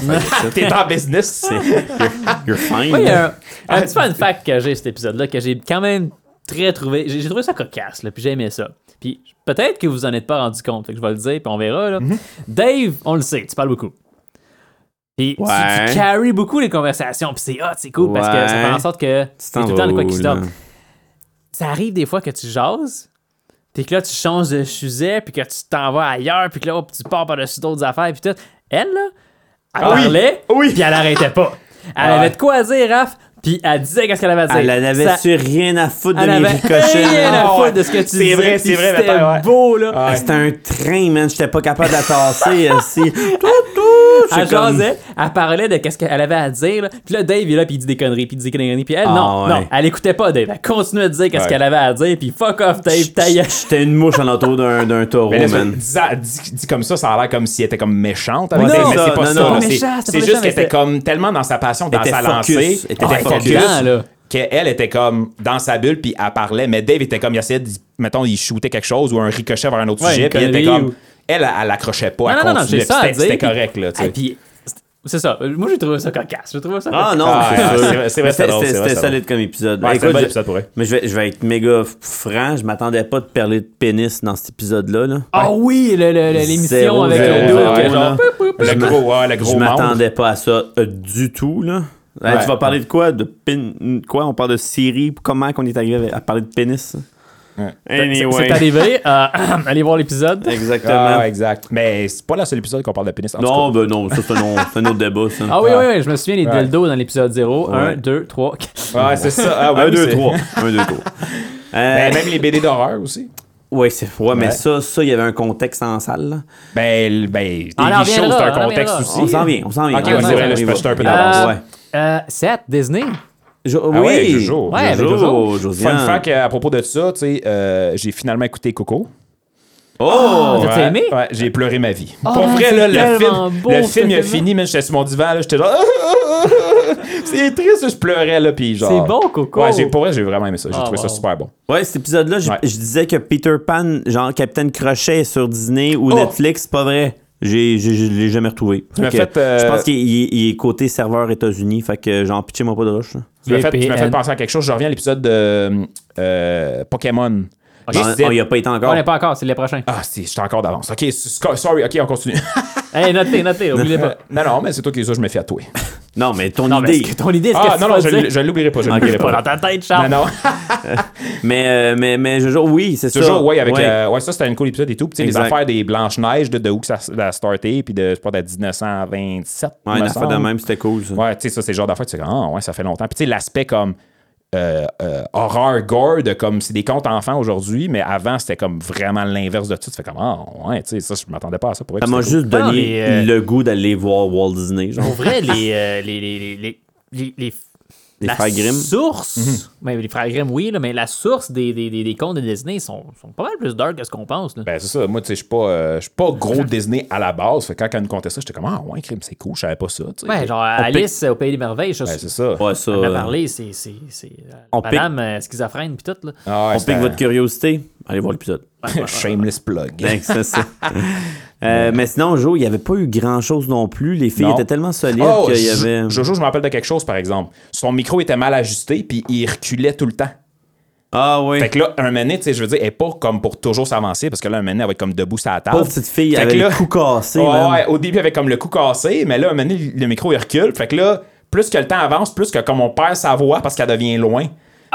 Ah, T'es en business.
you're fine.
Ouais, il y a un, un petit fun fact que j'ai cet épisode-là, que j'ai quand même très trouvé. J'ai j'ai trouvé ça cocasse, là, puis j'ai aimé ça. Puis peut-être que vous en êtes pas rendu compte, fait que je vais le dire, puis on verra. Là.
Mhm.
Dave, on le sait, tu parles beaucoup. Puis tu- tu,
Ouais.
carries beaucoup les conversations, puis c'est hot, c'est cool, parce que ça
Ouais.
fait en sorte que
Tu
c'est
t'en
tout le temps de quoi
vas
qui
où,
sort.
là?
Ça arrive des fois que tu jases, puis que là, tu changes de sujet, puis que tu t'en vas ailleurs, puis que là, hop, tu pars par-dessus d'autres affaires, puis tout. Elle, là, elle
Ah oui.
parlait, puis elle arrêtait pas. Elle avait de quoi à dire, Raph, puis elle disait qu'est-ce qu'elle avait à dire.
Elle en avait
Ça-
su rien à foutre de
elle
mes
avait
ricochets.
rien à
là.
foutre de ce que tu
Ah C'est
disais.
vrai,
puis
c'est vrai,
c'était
Nathan, ouais.
beau, là.
Ah, C'était un train, man. J'étais pas capable de la tasser. assis. Tout, tout. C'est
Elle
comme-
jasait, elle parlait de qu'est-ce qu'elle avait à dire, là. Puis là, Dave, il est là, puis il dit des conneries, puis il dit des conneries, puis elle,
Ah,
non,
ouais.
non, elle écoutait pas Dave. Elle continuait de dire qu'est-ce
Ouais.
qu'elle avait à dire, puis fuck off, Dave, ta gueule.
J'étais une mouche en entour d'un d'un taureau,
Mais là,
man.
dis- dis- Dit comme ça, ça a l'air comme si elle était comme méchante avec
Ouais,
elle,
non,
mais
ça,
c'est pas
non,
ça.
non,
là.
pas
C'est-
méchant, c'était
C'est
pas
juste
méchant,
qu'elle
mais
était comme tellement dans sa passion, dans
était
sa
focus.
lancée,
Elle était
ah,
focus.
Dedans, là.
qu'elle était comme dans sa bulle, puis elle parlait, mais Dave était comme, il essayait, de- mettons, il shootait quelque chose ou un ricochet vers un autre
Ouais,
sujet,
une
puis elle était
connerie
comme,
ou-
elle, elle, elle accrochait pas,
Non,
elle
non, non, non,
continuait,
j'ai ça à
puis
dire.
c'était c'était
puis-
correct, là, tu
Ah,
sais.
puis, c'est- c'est ça. Moi, j'ai trouvé ça cocasse. J'ai trouvé ça
Ah
cocasse.
non,
Ah,
c'est
ouais,
sûr.
c'est vrai, c'est vrai, c'était
C'était-
drôle, c'est vrai,
C'était
c'était
solide comme épisode.
Ouais, c'était un bon
je-
épisode pour vrai.
Mais je vais, je vais être méga f- franc. Je m'attendais pas de parler de pénis dans cet épisode-là. Là.
Ah oui, le- le- le- l'émission
Zéro,
avec
zéro,
le
zéro,
dos, que
ouais,
genre.
là.
poup, poup, poup.
Le gros, ouais, le
Je
gros monde.
m'attendais pas à ça euh, du tout. Là. Hey,
Ouais.
Tu vas parler de quoi De pin... Quoi On parle de série Comment qu'on est arrivé à parler de pénis
C'est
Anyway.
arrivé. euh, allez voir l'épisode.
Exactement.
Ah, ouais, exact. Mais c'est pas la seule épisode qu'on parle de pénis. En tout
Non, ben non, ça c'est un, autre- c'est un autre débat. Ça.
Ah oui, oui, oui, je me souviens des
Ouais.
dildos dans l'épisode 0.
Ouais.
1, 2, 3, 4.
cas. Ouais, c'est ça. Ah, ouais,
Un,
oui,
deux,
c'est-
trois. Un, deux, trois. Euh,
Ben, même les BD d'horreur aussi.
Oui, c'est ouais,
Ouais.
mais ça, ça, il y avait un contexte en salle. là.
Ben, l- ben,
On en
Daily Show,
reviendra,
c'est un
on en
contexte
reviendra.
aussi.
On s'en vient, on s'en vient.
hein. Ok,
ouais, c'est vrai,
là, je peux jeter un peu d'avance.
d'avance.
Euh, euh, 7, Disney.
Ah ouais,
oui,
Jojo.
Ouais, avec Jojo.
Jojo,
Fun
Josiane.
fact euh, à propos de ça, tu sais, euh, j'ai finalement écouté Coco.
Oh!
T'as-tu
Ouais,
aimé?
Ouais, j'ai pleuré ma vie.
Oh,
Pour vrai,
c'est
là, le
tellement
film,
beau,
le
ce
film il a
film-là.
fini, mais j'étais sur mon divan, là, j'étais genre. c'est triste, je pleurais, là, puis genre.
C'est bon, Coco.
Ouais, j'ai- pour vrai, j'ai vraiment aimé ça. J'ai
Ah,
trouvé ça
wow.
super bon.
Ouais, cet épisode-là, je,
Ouais.
je disais que Peter Pan, genre Captain Crochet est sur Disney ou Netflix, c'est pas vrai. J'ai, j'ai- je l'ai jamais retrouvé.
m'as
que
fait, euh,
Je pense qu'il il- il est côté serveur États-Unis, fait que genre pitchez-moi pas de rush. là.
Tu m'as fait, tu m'as
VPN.
fait penser à quelque chose. Je reviens à l'épisode de euh, Pokémon. Je
Genre,
disais-
oh, il a pas été encore.
On n'est pas encore, c'est le prochain.
Ah, si, j'étais encore d'avance. Ok, sc- sorry, ok, on continue.
Hey, notez, notez, oubliez
Euh,
pas.
non, non, mais c'est toi qui les as, je me fais à toi.
Non, mais ton
Non, mais
idée.
est-ce que ton idée, est-ce
Ah,
que
non,
tu
non,
vas
je
dire?
l- je l'oublierai pas, je
Ok,
l'oublierai
pas
Dans
pas.
ta tête,
Non,
Charles.
non.
Mais, euh, mais, mais Jojo, oui, c'est ça.
Toujours, ouais, avec euh, la- ouais, ça, c'était un cool épisode et tout. Puis, tu sais, les
Exact.
affaires des Blanches-Neiges, de, de où que ça ça a starté, puis de, je sais pas, de 1927.
Ouais,
me
une affaire de
semble.
même, c'était cool ça.
Ouais, tu sais, ça, c'est le genre d'affaires, que tu sais, ah, ouais, ça fait longtemps. Puis, tu sais, l'aspect comme euh, euh, horreur gore de comme c'est des contes enfants aujourd'hui, mais avant c'était comme vraiment l'inverse de tout. Tu fais comme ah ouais, tu sais, ça je m'attendais pas à ça pour être.
Ça m'a
c'était
juste
Non,
donné
mais, euh,
le goût d'aller voir Walt Disney. Genre.
Pour vrai, les, euh, les, les, les, les, les, les-
Les
la
frères Grimm.
source, mais les frères Grimm, oui, là, mais la source des, des, des, des contes de Disney sont, sont pas mal plus dark que ce qu'on pense. Là.
Ben, c'est ça. Moi, tu sais, je suis pas, euh, je suis pas gros Disney à la base. Fait que quand elle nous contait ça, j'étais comme, ah, ouais, crime, c'est cool, je savais pas ça. tu sais.
ouais, genre Alice au Pays des Merveilles, ça,
Ben,
c'est-
c'est ça.
Ouais, ça.
on en a
euh,
parlé, c'est. c'est- c'est, euh,
On
Madame euh, schizophrène, puis tout. Là.
Ah, ouais,
on
c'était
pique votre curiosité. Allez voir l'épisode.
un shameless plug.
Thanks, Ben, c'est ça. Euh, mais sinon, Joe, il n'y avait pas eu grand-chose non plus. Les filles
Non.
étaient tellement solides
Oh,
qu'il y
Jo-
avait...
Jojo, je me rappelle de quelque chose, par exemple. Son micro était mal ajusté, puis il reculait tout le temps.
Ah oui.
Fait que là, un mané, tu sais, je veux dire, elle est pas comme pour toujours s'avancer, parce que là, un mané, elle va être comme debout sur la table.
Pauvre petite fille,
Fait
elle
que
avait
là-
le cou cassé.
Ouais,
man.
ouais, au début, elle avait comme le cou cassé, mais là, un mané, le micro, il recule. Fait que là, plus que le temps avance, plus que comme on perd sa voix parce qu'elle devient loin.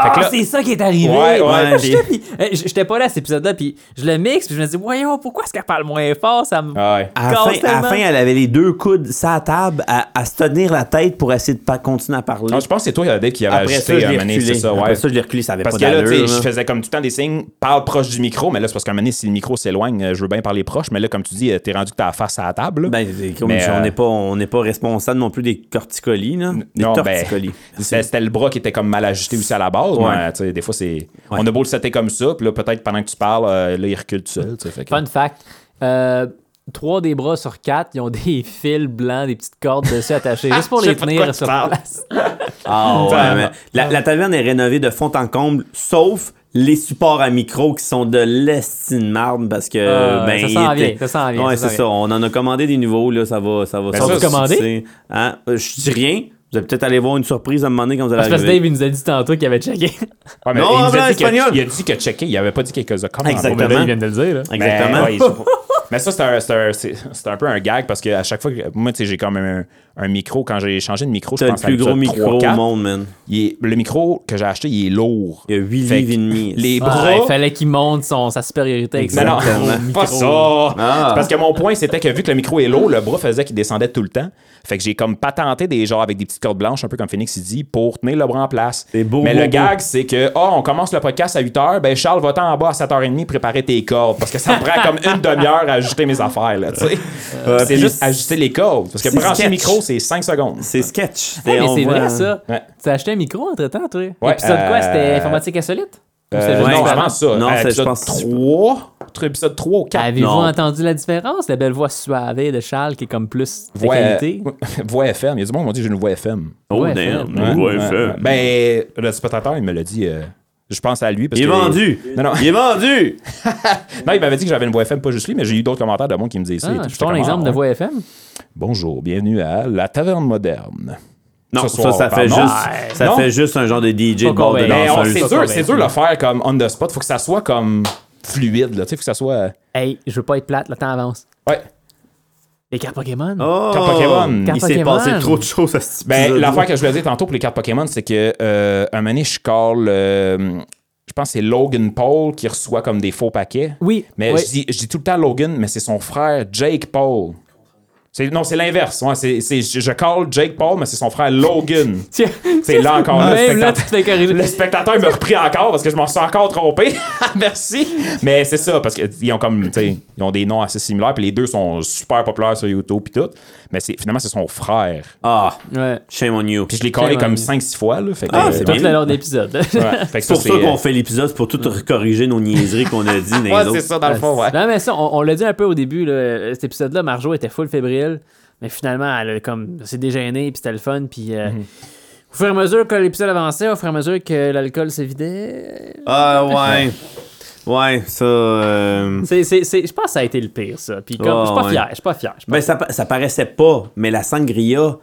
Fait
Ah,
que là,
Ah, ça qui est arrivé!
Ouais, ouais,
Ouais,
puis-
j'ai-
Puis, euh, j- J'étais pas là à cet épisode-là, puis je le mixe, puis je me dis, voyons, pourquoi est-ce qu'elle parle moins fort? Ça me.
Ouais.
À la, fin, à la
Constamment.
fin, elle avait les deux coudes sur la table à, à se tenir la tête pour essayer de pas continuer à parler.
Non, je pense que Ah, c'est toi, Yadek, qui avait
Après
ajusté
ça, je
un
l'ai
moment donné,
reculé.
c'est ça, ouais.
Après ça, je l'ai reculé, ça avait
Parce que
pas
là, tu sais,
d'allure.
je
là.
faisais comme tout le temps des signes, parle proche du micro, mais là, c'est parce qu'à un moment donné, si le micro s'éloigne, euh, je veux bien parler proche, mais là, comme tu dis, euh, t'es rendu que t'as la face à la table. là.
Ben, c'est comme
Mais,
si
euh,
on n'est pas, on n'est pas responsable non plus des corticolis, là. Des
non, ben,
torticolis.
c'était c'était le bras qui était comme mal ajusté aussi à la base,
Ouais.
mais, tu sais, des fois, c'est. On a beau le setter comme ça, puis là, peut-être pendant que tu parles, euh, là, il recule tout seul, tu sais, fait que-
Fun fact. Euh, Trois des bras sur quatre, ils ont des fils blancs, des petites cordes dessus attachées, juste pour les
Je sais pas de quoi
tenir
tu
sur
parles.
place.
Ah, ouais,
Ben,
mais la, la taverne est rénovée de fond en comble, sauf les supports à micro qui sont de l'estime marde parce que
Ah,
ben,
ça
il
s'en vient,
était-
ça s'en vient,
Ouais,
ça
c'est
s'en
ça. On en a commandé des nouveaux là, ça va, ça va.
Ben,
ça
ça,
va
c'est-
commandé?
Hein? Euh, Je dis rien. Vous allez peut-être aller voir une surprise à un moment donné quand vous allez
Parce que
arriver.
Dave, il nous a dit tantôt qu'il avait checké.
Ouais, mais
Non,
il, nous a
voilà,
dit que-
espagnol.
il a dit que checker, il avait pas dit quelque chose de comment.
Exactement.
Ben là, il vient de le dire. là.
Mais,
Exactement.
ouais, je- mais ça, c'est un, c'est un- c'est- c'est un peu un gag parce que à chaque fois que. Moi, tu sais, j'ai comme un, un micro. Quand j'ai changé de micro, je
T'as le
pense à
plus gros
l'épisode
micro
3-4.
au monde, man.
Il est- le micro que j'ai acheté, il est lourd.
Il y a 8
Fait
livres et demi.
que Les
Ah,
bras.
il fallait qu'il monte son, sa supériorité avec
Non,
ça.
non,
Exactement.
pas ça.
Ah.
C'est Parce que mon point, c'était que vu que le micro est lourd, le bras faisait qu'il descendait tout le temps. Fait que j'ai comme patenté des genres avec des petites cordes blanches, un peu comme Phoenix il dit, pour tenir le bras en place.
C'est beau,
Mais
beau,
le
beau.
gag, c'est que, ah, on commence le podcast à 8 h, ben Charles, va-t'en en bas à 7h30 préparer tes cordes. Parce que ça me prend comme une demi-heure à ajuster mes affaires, là, tu sais. c'est
puis
juste
c'est-
ajuster les cordes. Parce que
c'est
brancher le
sketch.
micro, c'est 5 secondes.
C'est sketch.
Hey, mais
on
c'est
voit-
vrai, ça.
Ouais.
Tu as acheté un micro entre temps, toi.
Ouais,
Épisode
euh,
quoi C'était informatique insolite Ou c'était
Euh,
juste
non,
différent?
avant ça.
Non,
euh,
c'est- je
épisode
pense-
3, entre épisode 3 ou 4.
Avez-vous
Non.
entendu la différence La belle voix suave de Charles qui est comme plus de
Voix,
qualité.
euh, voix FM. Il y a du monde qui m'ont dit j'ai une voix FM.
Oh,
Ouais,
damn.
ouais.
Ouais,
Ouais.
fait.
Ben, le spectateur, il me l'a dit. euh, je pense à lui. Parce
Il est
que-
vendu.
Ben, Non, non.
Il est vendu.
Non, il m'avait dit que j'avais une voix FM, pas juste lui, mais j'ai eu d'autres commentaires de monde qui me disaient ça.
Ah,
et tout.
je
J'étais
prends
comme,
l'exemple
ah,
de Voix
ouais.
FM.
Bonjour, bienvenue à la taverne moderne.
Non,
Ce
ça,
soir,
ça, fait
pardon.
juste, ça
Non.
fait juste un genre de DJ de
Pas
bord de
convaincu.
Mais on-
danseuse.
c'est
ça,
dur,
ça,
c'est
ben,
dur de le faire comme on the spot. Faut que ça soit comme fluide, là. Tu sais, faut que ça soit.
Hey, je veux pas être plate, le temps avance.
Ouais.
Les cartes Pokémon.
Oh,
Quand Pokémon.
Quand
Il s'est
Pokémon.
passé trop de choses à ce
Ben,
épisode-là.
l'affaire que je voulais dire tantôt pour les cartes Pokémon, c'est que euh, un moment donné, je call. euh, je pense que c'est Logan Paul qui reçoit comme des faux paquets.
Oui.
Mais
oui.
je, dis, je dis tout le temps Logan, mais c'est son frère Jake Paul. C'est- non, c'est l'inverse. Ouais, c'est- c'est- je, je call Jake Paul, mais c'est son frère Logan.
Tiens.
C'est là encore le
Même là, tu
spectateur.
te fais corriger.
Le spectateur me reprit encore parce que je m'en suis encore trompé. Merci. Mais c'est ça, parce qu'ils ont comme, tu sais, ils ont des noms assez similaires, puis les deux sont super populaires sur YouTube, puis tout. Mais c'est- finalement, c'est son frère.
Ah,
Ouais.
shame on you.
Puis je l'ai collé
Tellement
comme
bien.
5-6 fois, là. Fait que,
Ah,
euh,
c'est
Tout
bien.
le long de l'épisode.
ouais. Fait que
C'est pour ça
c'est,
qu'on
euh,
fait l'épisode, c'est pour tout corriger nos niaiseries qu'on a dit. dans les
Ouais,
autres.
c'est ça, dans le fond, ouais.
Non, mais ça, on, on l'a dit un peu au début, là, cet épisode-là, Marjo était full fébrile, mais finalement, elle a comme s'est déjeunée, puis c'était le fun, puis euh, au fur et à mesure que l'épisode avançait, au fur et à mesure que l'alcool se vidait,
Ah, ouais. Ouais, ça. euh,
c'est, c'est, c'est- je pense que ça a été le pire, ça. Puis comme, je suis
Ah,
pas
ouais.
fier, je suis pas fier. je suis pas-
Ben, ça, pa- ça paraissait pas, mais la sangria.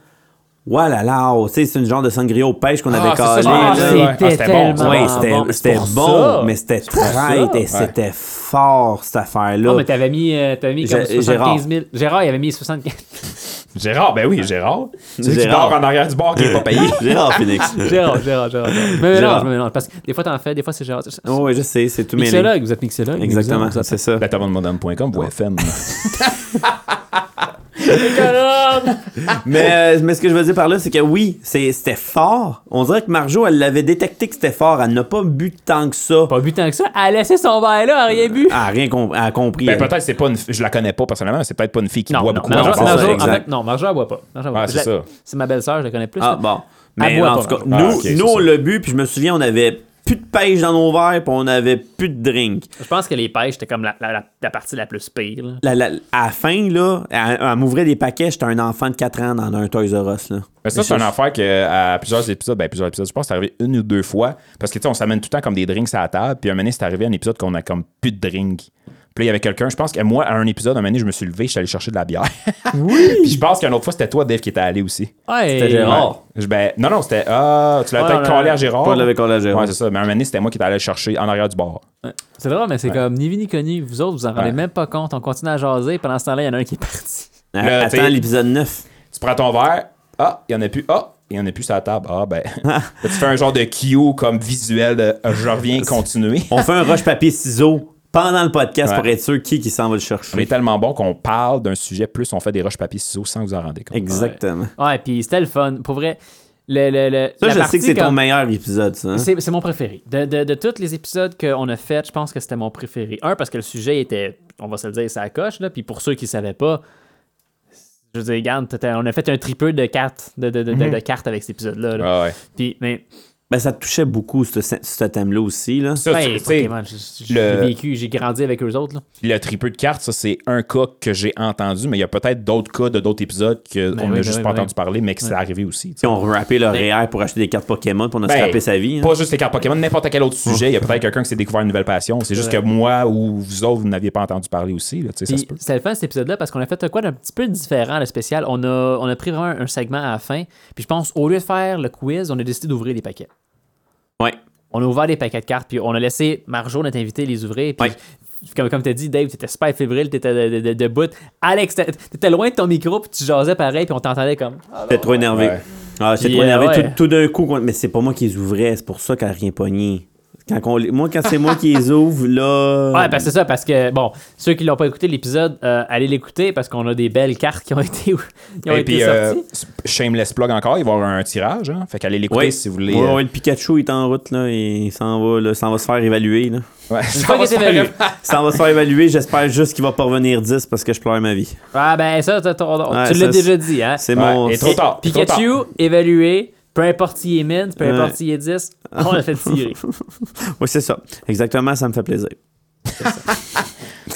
Ouais, là, là, oh, tu sais, c'est une genre de sangria aux pêches qu'on avait
c'est ça,
calée.
je me
là.
Ah,
ouais, ouais. Ah,
c'était
c'était bon,
tellement
ça.
Ouais,
Ah,
c'était-
bon. mais c'est
c'était
pour
bon,
ça.
mais c'était
ça.
traite et c'était fort, cette affaire-là.
Non, mais t'avais mis, euh, t'avais mis comme
Gé-
75 000. Gérard, il avait mis 75
Gérard, ben oui, Gérard. C'est lui qui
Gérard.
dort en arrière du bar qui est pas payé.
Gérard Phoenix.
Gérard, Gérard, Gérard. Je me mélange,
Gérard.
je me mélange. Parce que des fois, t'en fais, des fois, c'est Gérard.
Oh, ouais, je sais, c'est tout mêlé.
Mixologue, vous êtes mixologue.
Ben.
Exactement,
vous êtes-
c'est ça.
La taverne moderne.com ou FM.
mais, euh, mais ce que je veux dire par là, c'est que oui, c'est- c'était fort. On dirait que Marjo, elle l'avait détecté que c'était fort. Elle n'a pas bu tant que ça.
Pas bu tant que ça. Elle a laissé son verre là, elle a rien bu.
Elle a rien com- elle a compris.
Ben, peut-être c'est pas une. Je la connais pas personnellement, mais c'est peut-être pas une fille qui
Non,
boit
non,
beaucoup.
Marjo,
à la base.
Marjo- en
exact.
fait, non, Marjo, elle boit pas. Marjo, elle boit
Ouais,
pas.
c'est
Je la-
ça.
C'est ma belle-sœur, je la connais plus.
ah
là.
bon.
Elle
Mais
boit
en
pas,
tout cas, nous,
Marjo.
Ah, ok, c'est
nous on
ça.
l'a bu, puis je me souviens, on avait plus de pêche dans nos verres, puis on avait plus de drink.
Je pense que les pêches, c'était comme la, la- la- la partie la plus pire. là.
La- la- à la fin, là, elle, elle m'ouvrait des paquets. J'étais un enfant de 4 ans dans un Toys R Us. Là.
Mais ça, Ben, c'est
Mais
une affaire que à plusieurs épisodes, ben plusieurs épisodes, je pense que c'est arrivé une ou deux fois. Parce que tu sais, on s'amène tout le temps comme des drinks à la table. Puis un moment donné, c'est arrivé un épisode qu'on a comme plus de drinks. Puis là, il y avait quelqu'un, je pense que moi, à un épisode, un moment donné, je me suis levé, je suis allé chercher de la bière. Oui! puis je pense qu'une autre fois, c'était toi, Dave, qui était allé aussi.
Ouais,
C'était Gérard. Ah.
Ouais. Je- Ben, non, non, c'était. Ah, tu l'as
Ouais,
peut-être
non,
collé
non,
à Gérard.
Paul l'avait collé à Gérard.
hein. Ouais, c'est ça. Mais un moment donné, c'était moi qui étais allé le chercher en arrière du bar.
C'est drôle, mais c'est comme ni vu ni connu. Vous autres, vous en rendez
Ouais.
même pas compte. On continue à jaser. Pendant ce temps-là, il y en a un qui est parti.
Euh,
Là,
Attends
t'es-
l'épisode 9.
Tu prends ton verre. Ah, il y en a plus. Ah, il y en a plus sur la table. Ah, ben. Là, tu fais un genre de cue comme visuel de euh, je reviens continuer.
On fait un roche papier ciseaux pendant le podcast
Ouais.
pour être sûr qui qui s'en
On
va le
est
chercher.
tellement bon qu'on parle d'un sujet, plus on fait des roches papier ciseaux sans que vous en rendre compte.
Exactement.
Ouais, puis c'était le fun. Pour vrai, le. le, le la
Ça, je sais
partie
que c'est ton
comme-
meilleur épisode, ça. hein?
C'est c'est mon préféré. De, de, de tous les épisodes qu'on a fait, je pense que c'était mon préféré. Un, parce que le sujet était, on va se le dire, ça coche. Là. Puis pour ceux qui ne savaient pas, je veux dire, regarde, t'étais- on a fait un triple de cartes, de, de, de, de- de cartes avec cet épisode-là. là.
Ah Mhm. ouais.
Puis, mais,
Ben, ça touchait beaucoup, ce, ce thème-là aussi. Là.
Ça,
ben,
tu- tu sais,
Pokémon, je- je-
le-
j'ai vécu, j'ai grandi avec eux autres. là.
le triple de cartes, ça, c'est un cas que j'ai entendu, mais il y a peut-être d'autres cas de d'autres épisodes
Ben
qu'on
oui,
n'a
ben
juste
oui,
pas
ben
entendu
oui.
parler, mais que c'est arrivé aussi. tu sais.
Puis on rappait le REER pour acheter des cartes Pokémon, pour on a
Ben,
scrappé sa vie. hein.
Pas juste les cartes Pokémon, n'importe quel autre sujet. Il y a peut-être quelqu'un qui s'est découvert une nouvelle passion. C'est juste que moi ou vous autres, vous n'aviez pas entendu parler aussi. là, tu sais, ça
Puis,
se peut.
C'était le fun cet épisode-là parce qu'on a fait quoi d'un petit peu différent, le spécial. On a, on a pris vraiment un, un segment à la fin. Puis je pense, au lieu de faire le quiz, on a décidé d'ouvrir des paquets.
Ouais.
On a ouvert des paquets de cartes, puis on a laissé Marjo, notre invité, les ouvrir. Puis
Ouais.
comme, comme tu as dit, Dave, t'étais super fébrile, t'étais de, de, de, de bout. Alex, t'étais- t'étais loin de ton micro, puis tu jasais pareil, puis on t'entendait comme.
J'étais trop énervé.
Ouais.
Ah, j'étais
Puis,
trop énervé
euh, ouais.
tout, tout d'un coup. qu'on- Mais c'est pas moi qui les ouvrais, c'est pour ça qu'elle a rien pogné. Quand qu'on les- Moi, quand c'est moi qui les ouvre, là.
Ouais, parce que c'est ça, parce que, bon, ceux qui l'ont pas écouté l'épisode, euh, allez l'écouter parce qu'on a des belles cartes qui ont été, qui ont
Et
été
puis, euh,
sorties.
Shameless Plug encore, il va y avoir un tirage. hein. Fait qu'allez l'écouter
Ouais.
si vous voulez.
Ouais,
euh,
ouais, le Pikachu il est en route, là. et Il s'en va, là, il s'en va se faire évaluer, là.
ouais.
fois qu'il s'est évalué.
Il s'en va se faire évaluer. J'espère juste qu'il va pas revenir 10 parce que je pleure ma vie.
Ah, ben ça, t'as- t'as-
Ouais,
tu l'as
ça,
déjà
c'est-
dit, hein?
C'est
Ouais,
mon.
et trop tard. trop tard.
Pikachu, évalué, peu importe s'il est min, peu
Ouais.
importe s'il est 10, on l'a fait tirer.
Oui, c'est ça. Exactement, ça me fait plaisir.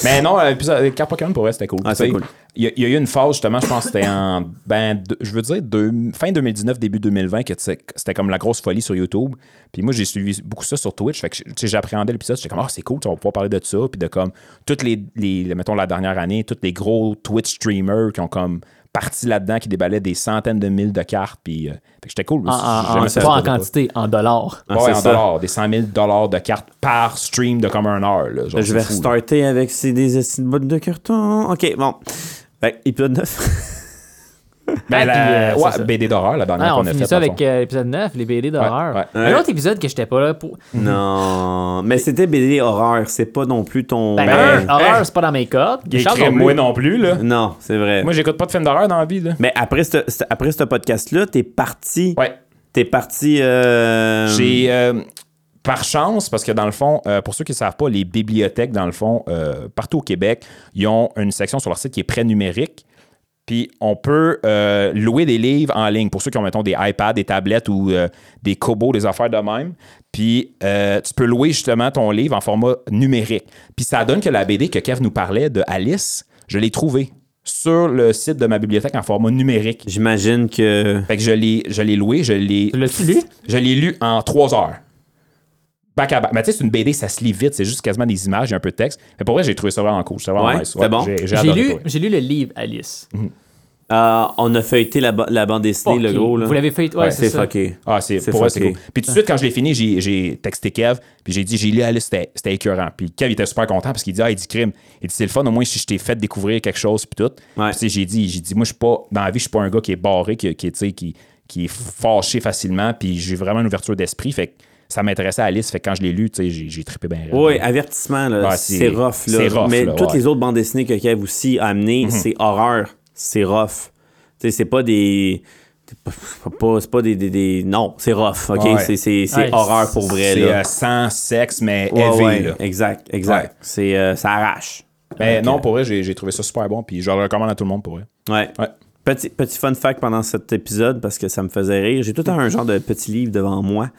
Mais non, euh, puis ça, les cartes Pokémon pour vrai, c'était cool.
Ah, c'est
Tu sais,
cool.
Il y, a- il y a eu une phase, justement, je pense que c'était en. Ben, deux- je veux dire, deux- fin 2019, début 2020, que tu sais, que c'était comme la grosse folie sur YouTube. Puis moi, j'ai suivi beaucoup ça sur Twitch. Fait que, tu sais, j'appréhendais l'épisode. J'étais comme, ah, c'est cool, on va pouvoir parler de ça. Puis de comme, toutes les, les- Mettons, la dernière année, tous les gros Twitch streamers qui ont comme parti là-dedans, qui déballaient des centaines de milles de cartes. Puis, euh, fait que j'étais cool.
En- en- en-
J'aimais ça,
pas en
j'attendais pas.
quantité, en dollars.
Ah,
Ouais,
c'est
en
ça.
dollars, des 100 000 dollars de cartes par stream de comme un heure. là. Genre,
je
Ah, c'est
vais
fou, hein. là.
restarter avec ces des esti de bottes de carton. OK, bon. Fait, que épisode 9.
Ben, la-
Ah, puis, euh,
ouais,
c'est ça.
BD d'horreur, la dernière
Ah,
qu'on
on
a
finit
faite,
ça
dans le
avec
fond.
euh, l'épisode 9, les BD d'horreur.
Ouais, ouais.
Un autre épisode que j'étais pas là pour.
non. Mais c'était BD horreur. C'est pas non plus ton.
Ben,
Ah.
Ben,
un, horreur,
hey.
c'est pas dans mes codes.
Il
Charles
écrit
non plus.
moi non plus, là.
Non, c'est vrai.
Moi, j'écoute pas de films d'horreur dans la vie, là.
Mais après ce, ce- après ce podcast-là, t'es parti.
Ouais.
T'es parti. euh,
J'ai. euh, par chance, parce que dans le fond, euh, pour ceux qui ne savent pas, les bibliothèques, dans le fond, euh, partout au Québec, ils ont une section sur leur site qui est prêt numérique. Puis on peut euh, louer des livres en ligne pour ceux qui ont, mettons, des iPads, des tablettes ou euh, des cobos, des affaires de même. Puis euh, tu peux louer justement ton livre en format numérique. Puis ça donne que la BD que Kev nous parlait de Alice, je l'ai trouvée sur le site de ma bibliothèque en format numérique.
J'imagine que.
Fait que je l'ai, je l'ai loué, je l'ai.
Tu l'as-tu lu?
Je l'ai lu en trois heures. Back à back. Mais tu sais, c'est une BD, ça se lit vite, c'est juste quasiment des images, il y a un peu de texte. Mais pour vrai, j'ai trouvé ça vraiment cool. C'était vraiment
Ouais,
nice.
c'était bon.
J'ai, j'ai
J'ai
adoré Mhm.
lu,
pour vrai.
j'ai lu le livre Alice.
euh, on a feuilleté la, ba- la bande dessinée,
Fucké.
le gros. Là.
Vous l'avez fait. Ouais,
Ouais,
c'est
c'est
ça.
fucké.
Ah, c'est,
C'est
pour vrai, c'est
fucké.
cool. Puis tout de suite, quand je l'ai fini, j'ai, j'ai texté Kev, puis j'ai dit, j'ai lu Alice, c'était, c'était écœurant. Puis Kev il était super content parce qu'il dit, ah, il dit crime. Il dit, c'est le fun, au moins, si je t'ai fait découvrir quelque chose, puis tout.
Ouais.
Puis tu sais, j'ai dit, j'ai dit, moi, je suis pas, dans la vie, je suis pas un gars qui est barré, qui, qui, est, tu sais, qui, qui est fâché facilement, puis j'ai vraiment une ouverture d'esprit. Fait que ça m'intéressait à Alice, fait que quand je l'ai lu, tu sais, j'ai, j'ai trippé bien.
Oui, avertissement, là,
Ouais,
c'est
c'est-
rough. Là.
c'est rough,
Mais
là,
toutes
ouais. Mhm.
les autres bandes dessinées que Kev aussi a amenées, c'est horreur. c'est rough. Tu sais, c'est pas des. c'est pas- pas- C'est pas des, des- des- Non, c'est rough, OK?
Ouais.
C'est- C'est c'est
Ouais,
horreur pour vrai,
C'est
là.
euh, sans sexe, mais
Ouais,
heavy,
ouais,
là.
Exact, exact.
Ouais.
C'est, euh, ça arrache.
Mais non, pour vrai, j'ai j'ai trouvé ça super bon, puis je le recommande à tout le monde pour vrai.
Ouais.
Ouais.
Petit, petit fun fact pendant cet épisode, parce que ça me faisait rire. J'ai tout un genre de petit livre devant moi,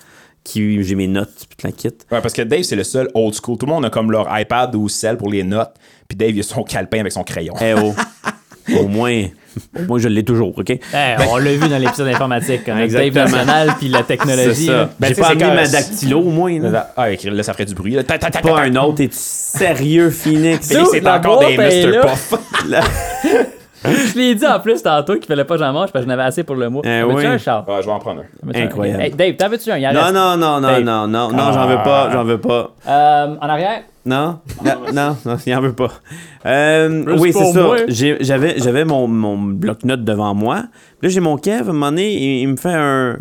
qui j'ai mes notes, puis la kit.
Ouais, parce que Dave, c'est le seul old school. Tout le monde a comme leur iPad ou celle pour les notes, puis Dave, il a son calepin avec son crayon.
Eh oh! au moins, au moins, je l'ai toujours, OK? Ben,
Eh, on l'a vu dans l'épisode informatique, hein, avec Dave
Exactement.
National puis la technologie.
C'est ça.
là.
Ben,
J'ai
tu sais,
pas
c'est
amené
quand-
ma dactylo, au moins. là.
Ah, écrit, là, ça ferait du bruit. là. Ta, ta, ta, ta,
Pas
ta.
un autre. Es-tu sérieux, Phoenix?
Et C'est
La
encore des
boîte est
Mr.
là.
Puff.
Je l'ai dit en plus tantôt qu'il fallait pas que j'en mange parce que j'en avais assez pour le mois.
Eh
T'en veux-tu
oui.
un char?
Ouais, je vais en prendre un.
Incroyable.
Hey, Dave, t'en veux-tu un? Il en
Non,
reste.
non, non, non,
Hey. Ah.
non, non, non, j'en veux pas, j'en veux pas.
Euh, en arrière?
Non, non, non, non, il en veut pas. Euh,
Juste
oui, c'est
pour
ça.
moi.
J'ai- J'avais, j'avais mon, mon bloc-notes devant moi. Puis Là, j'ai mon Kev, à un moment donné, il, il me fait un...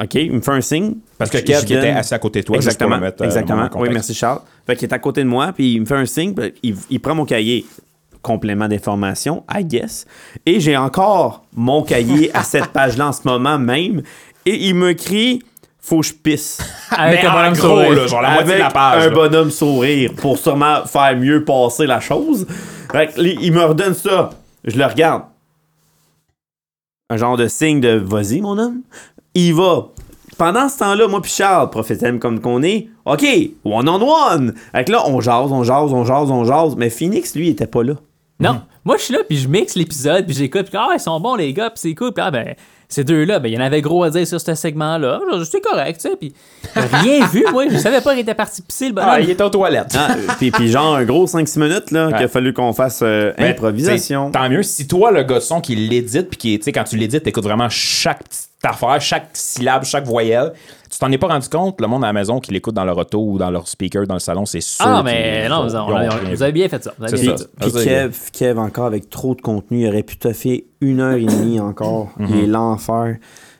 OK, il me fait un signe.
Parce que
Je-
Kev
je
qui était
donne-
assis à côté de toi, juste pour
exactement,
le mettre, euh, le
exactement.
moment en
Oui,
contexte.
merci Charles. Fait qu'il est à côté de moi, puis il me fait un signe, puis il, il prend mon cahier. Complément d'information, I guess. Et j'ai encore mon cahier à cette page-là en ce moment même. Et il me crie Faut que je pisse.
Avec
Mais
un
en
bonhomme
gros,
sourire.
là, genre la moitié de la
Avec
page.
Un
là.
bonhomme sourire pour sûrement faire mieux passer la chose. Fait que, il il me redonne ça. Je le regarde. Un genre de signe de vas-y, mon homme. Il va. Pendant ce temps-là, moi puis Charles, professionnel comme qu'on est, OK, one on one. Fait que là, on jase, on jase, on jase, on jase. Mais Phoenix, lui, il était pas là.
Non, moi je suis là puis je mixe l'épisode puis j'écoute puis ah ils sont bons les gars puis c'est cool puis ah ben ces deux là ben il y en avait gros à dire sur ce segment là c'était correct tu sais puis j'ai rien vu moi je savais pas qu'il était parti pisser le bonhomme
Ah, il est aux toilettes.
Ah, puis, puis genre, un gros 5-6 minutes, là, qu'il a fallu qu'on fasse euh,
Ben,
improvisation.
t'sais, Tant mieux. Si toi, le gars de son qui l'édite, puis qui, tu sais, quand tu l'édites, t'écoutes vraiment chaque petite affaire, chaque syllabe, chaque voyelle, tu t'en es pas rendu compte, le monde à la maison qui l'écoute dans leur auto ou dans leur speaker, dans le salon, c'est sûr.
ah mais
qu'ils-
non
ils
vous,
ont-
on-
ils ont
on-
rien
vous
vu.
avez bien fait ça vous avez
C'est
bien
ça.
fait
Puis
Vas-y.
Kev, Kev encore avec trop de contenu, il aurait pu toffer une heure et demie encore.
Mm-hmm.
Il est l'enfer.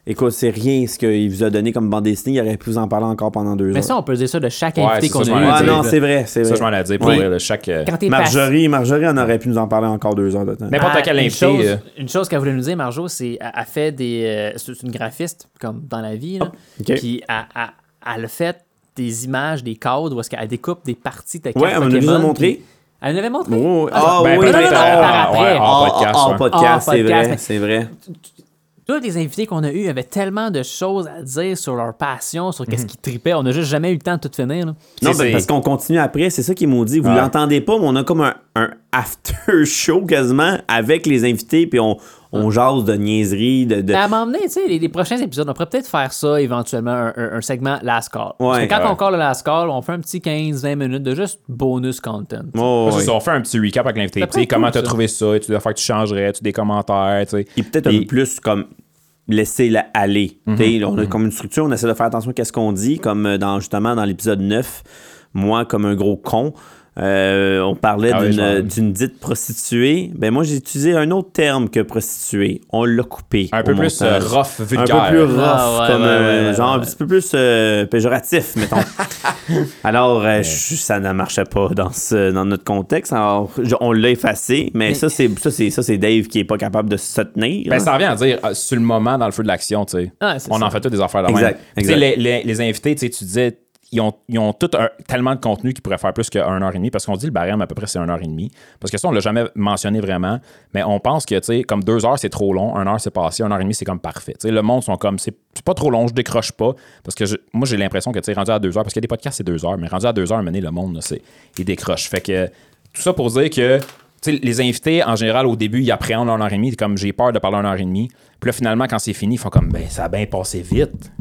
Écoute, c'est rien ce qu'il vous a donné comme bande dessinée. Il aurait pu vous en parler encore pendant deux
mais
heures.
ça on peut dire ça de chaque
Ouais,
invité
c'est
qu'on
ça,
a
je
eu
m'en
ah
allais
non,
dire.
c'est vrai, c'est
Ça,
vrai.
je m'en ai dit pour
Oui.
vrai, là, chaque. euh,
quand t'es passé-
Marjorie, Marjorie en aurait pu nous en parler encore deux heures de temps.
N'importe
Ah,
quel
une
invité.
chose-
euh,
Une chose qu'elle voulait nous dire, Marjo, c'est qu'elle fait des. euh, c'est une graphiste, comme dans la vie.
Oh,
là.
ok.
Puis elle, elle- elle a fait des images, des codes, où est-ce qu'elle découpe des parties de ta carte
Ouais, elle nous
Pokémon,
a montré.
puis- Elle nous l'avait montré.
Oh, oui.
Ah,
Ah,
ben,
oui,
non, non,
Ah,
peut-être
non,
en-
par
ouais, ah.
après. Ah,
en podcast.
en
ouais.
podcast,
En
c'est
podcast, mais-
vrai, c'est vrai.
Tous les invités qu'on a eus avaient tellement de choses à dire sur leur passion, sur
Mhm.
qu'est-ce qu'ils tripaient. On n'a juste jamais eu le temps de tout finir. là.
Non,
C'est-
ben,
c'est-
parce qu'on continue après, c'est ça qui est maudit. Vous
Ouais.
l'entendez pas, mais on a comme un, un after show quasiment avec les invités, puis on, on jase de niaiseries, de, de-
Mais à m'emmener, tu sais, les, les prochains épisodes, on pourrait peut-être faire ça éventuellement, un, un- un segment Last Call. Parce que
Ouais,
quand
ouais.
on call le Last Call, on fait un petit 15-20 minutes de juste bonus content.
Oh,
Ça,
oui.
c'est ça, on fait un petit recap avec l'invité.
Ça
Tu
prend
sais, Comment
cool,
t'as
ça.
trouvé ça? Tu dois faire que tu changerais, tu des commentaires, tu sais.
et peut-être un
Et- Mhm.
peu plus comme laisser la aller. T'sais, on a comme une structure, on essaie de faire attention à ce qu'on dit, comme euh, dans justement dans l'épisode 9, moi comme un gros con. euh, on parlait
Ah oui,
d'une
je m'en-
d'une dite prostituée. Ben moi j'ai utilisé un autre terme que prostituée. On l'a coupé.
Un peu
au
plus euh,
montage.
rough,
Un
vulgaire.
peu plus rough,
Ah, ouais,
comme
ouais,
euh,
ouais, ouais,
genre un
ouais.
petit peu plus euh, péjoratif, mettons. Alors, euh, je- ça ne marchait pas dans, ce, dans notre contexte. Alors, je- on l'a effacé, mais, ça, c'est ça, c'est ça, c'est Dave qui est pas capable de se tenir.
Ben, ça revient à dire euh, sur le moment dans le feu de l'action, tu sais.
Ouais, c'est
on
ça.
en fait toutes des affaires de même.
Exact,
Tu sais,
exact.
les, les- les invités, tu sais, tu disais, ils ont, ils ont tout un- tellement de contenu qu'ils pourraient faire plus qu'un heure et demie, parce qu'on dit le barème à peu près c'est un heure et demie. Parce que ça, on l'a jamais mentionné vraiment, mais on pense que, tu sais, comme deux heures c'est trop long, un heure c'est passé, un heure et demie c'est comme parfait. Tu sais, le monde sont comme, c'est c'est pas trop long, je décroche pas, parce que je- moi j'ai l'impression que, tu sais, rendu à deux heures, parce que des podcasts c'est deux heures, mais rendu à deux heures, mener le monde, là, c'est, il décroche. Fait que, tout ça pour dire que tu sais, les invités, en général, au début, ils appréhendent un heure et demie. Comme j'ai peur de parler un heure et demie. Puis là, finalement, quand c'est fini, ils font comme, ben, ça a bien passé vite.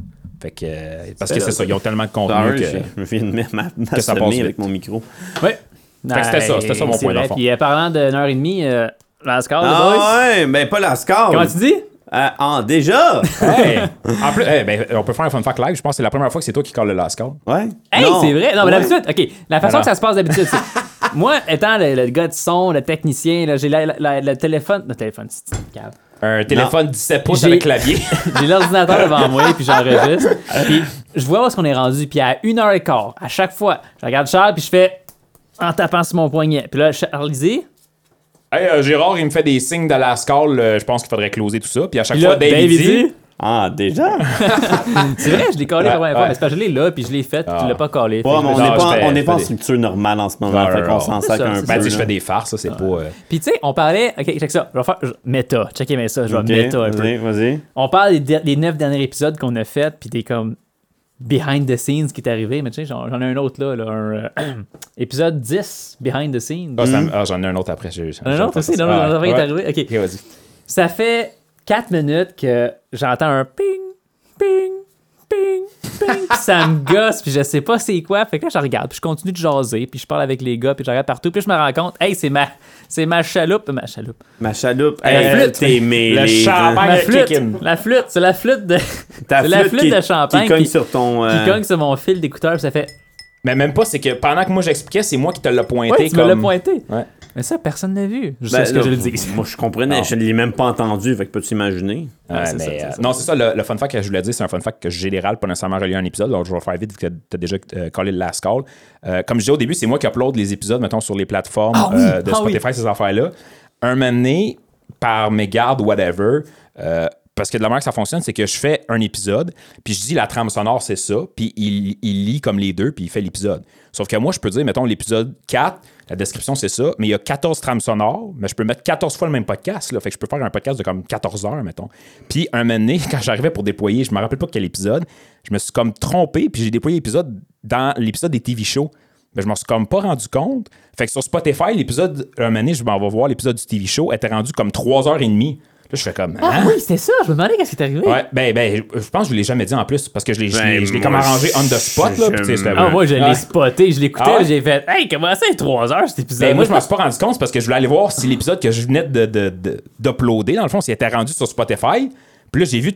Fait que, euh, parce que c'est ça, ils ont tellement de contenu
Sorry,
que.
je je viens de mettre ma, ma
que ça passe
semée avec
vite.
mon micro.
Ouais. Fait que c'était ça, c'était ça mon
C'est
point
vrai.
d'enfant.
Puis euh, parlant d'une heure et demie, euh, Last Call, les boys.
Ah ouais, ben pas la score.
Comment tu dis?
Euh, en déjà?
Hey! en plus, hey, ben, on peut faire un fun fact live. Je pense que c'est la première fois que c'est toi qui colle le last call.
ouais.
Hey,
Non.
c'est vrai. Non, mais
Ouais.
d'habitude, OK, la façon
Alors.
que ça se passe d'habitude, c'est. Moi, étant le, le gars de son, le technicien, là, j'ai la- la- la- le téléphone. Le téléphone, c'est une cave.
Un téléphone 17 pouces
J'ai-
avec clavier.
J'ai l'ordinateur devant moi, puis j'enregistre. Puis je vois où est-ce qu'on est rendu. Puis à une heure et quart, à chaque fois, je regarde Charles, puis je fais en tapant sur mon poignet. Puis là, Charles dit
Hey, euh, Gérard, il me fait des signes de la scale, euh, je pense qu'il faudrait closer tout ça. Puis à chaque
Là,
fois, Dave, il
Dave, il
dit- ben,
dit-
Ah, déjà?
C'est vrai, je l'ai collé la première
ouais. Ah.
fois. mais C'est parce que je l'ai là, puis je l'ai faite, puis tu l'as pas collé. Fait
Ouais,
que
mais on
je-
n'est
Non, je
pas,
fais-
on n'est
je
pas en
fais des-
structure normale en ce moment.
Ouais,
fait qu'on
ouais,
s'en
ouais.
sac
C'est
un
ça,
peu.
Ben, tu sais, je
là.
fais des farces, ça, c'est pas. euh,
Puis tu sais, on parlait. Ok, check ça. Je vais faire je- méta. Checkez bien ça. Je vais
Ok,
méta un peu.
Vas-y, vas-y.
On parle des, der- des neuf derniers épisodes qu'on a fait, puis des comme behind the scenes qui est arrivé. Mais tu sais, j'en j'en ai un autre là, là, un euh, épisode 10, behind the scenes.
ah, ça me- ah, j'en ai un autre après. j'ai-
Un
j'ai-
autre aussi,
j'ai-
non, non,
Ah,
non,
ouais.
est arrivé. Ok.
Ok, vas-y.
Ça fait 4 minutes que j'entends un ping, ping, ping, ping. Puis ça me gosse, puis je sais pas c'est quoi. Fait que là, je regarde, puis je continue de jaser, puis je parle avec les gars, puis je regarde partout. Puis je me rends compte, hey, c'est ma, c'est ma chaloupe. Ma chaloupe.
Ma chaloupe,
La
elle,
flûte.
t'es
Le
mêlée.
champagne
Ma
avec
flûte.
Kikin.
La flûte, c'est la flûte de.
Ta
c'est la flûte
qui-
de champagne
Qui cogne
qui-
sur ton.
qui
euh,
cogne sur mon fil d'écouteur, puis ça fait.
Mais même pas, c'est que pendant que moi j'expliquais, c'est moi qui te l'ai pointé.
Ouais, tu me
comme...
l'as pointé.
Ouais.
Mais ça, personne n'a vu. Je
ben,
sais ce que
là,
je le dis.
Moi, je comprenais. Je ne l'ai même pas entendu. Fait que peux-tu imaginer?
Ouais,
c'est
mais,
ça, c'est
euh,
ça.
non, c'est ça, le, le fun fact que je voulais dire, c'est un fun fact que général, pas nécessairement relié à un épisode. Donc, je vais faire vite, vu que tu as déjà euh, collé le last call. Euh, comme je disais au début, c'est moi qui upload les épisodes, mettons, sur les plateformes
Ah oui,
euh, de
ah oui.
Spotify, ces affaires-là. Un moment donné, par mes gardes, whatever, euh, parce que de la manière que ça fonctionne, c'est que je fais un épisode, puis je dis la trame sonore, c'est ça, puis il, il lit comme les deux, puis il fait l'épisode. Sauf que moi, je peux dire, mettons, l'épisode 4, la description, c'est ça, mais il y a 14 trames sonores, mais je peux mettre 14 fois le même podcast, là. Fait que je peux faire un podcast de comme 14 heures, mettons. Puis un moment donné, quand j'arrivais pour déployer, je me rappelle pas quel épisode, je me suis comme trompé, puis j'ai déployé l'épisode dans l'épisode des TV shows. Mais je m'en suis comme pas rendu compte. Fait que sur Spotify, l'épisode, un moment donné, je m'en vais voir l'épisode du TV show, était rendu comme 3h30. Là, je fais comme.
Ah
hein?
oui, c'était ça. Je me demandais qu'est-ce qui est arrivé.
Ouais, ben, ben, je je pense que je l'ai jamais dit en plus parce que je l'ai je l'ai- je l'ai
moi,
comme arrangé on the spot. Là,
je-
puis tu sais, c'était-
Ah, moi, je l'ai
Ouais.
spoté, je l'écoutais,
Ah ouais?
j'ai fait Hey, comment ça, 3 heures cet épisode?
Ben, moi, je m'en suis pas rendu compte c'est parce que je voulais aller voir si l'épisode que je venais de- de- de- d'uploader, dans le fond, s'il était rendu sur Spotify. Puis là, j'ai vu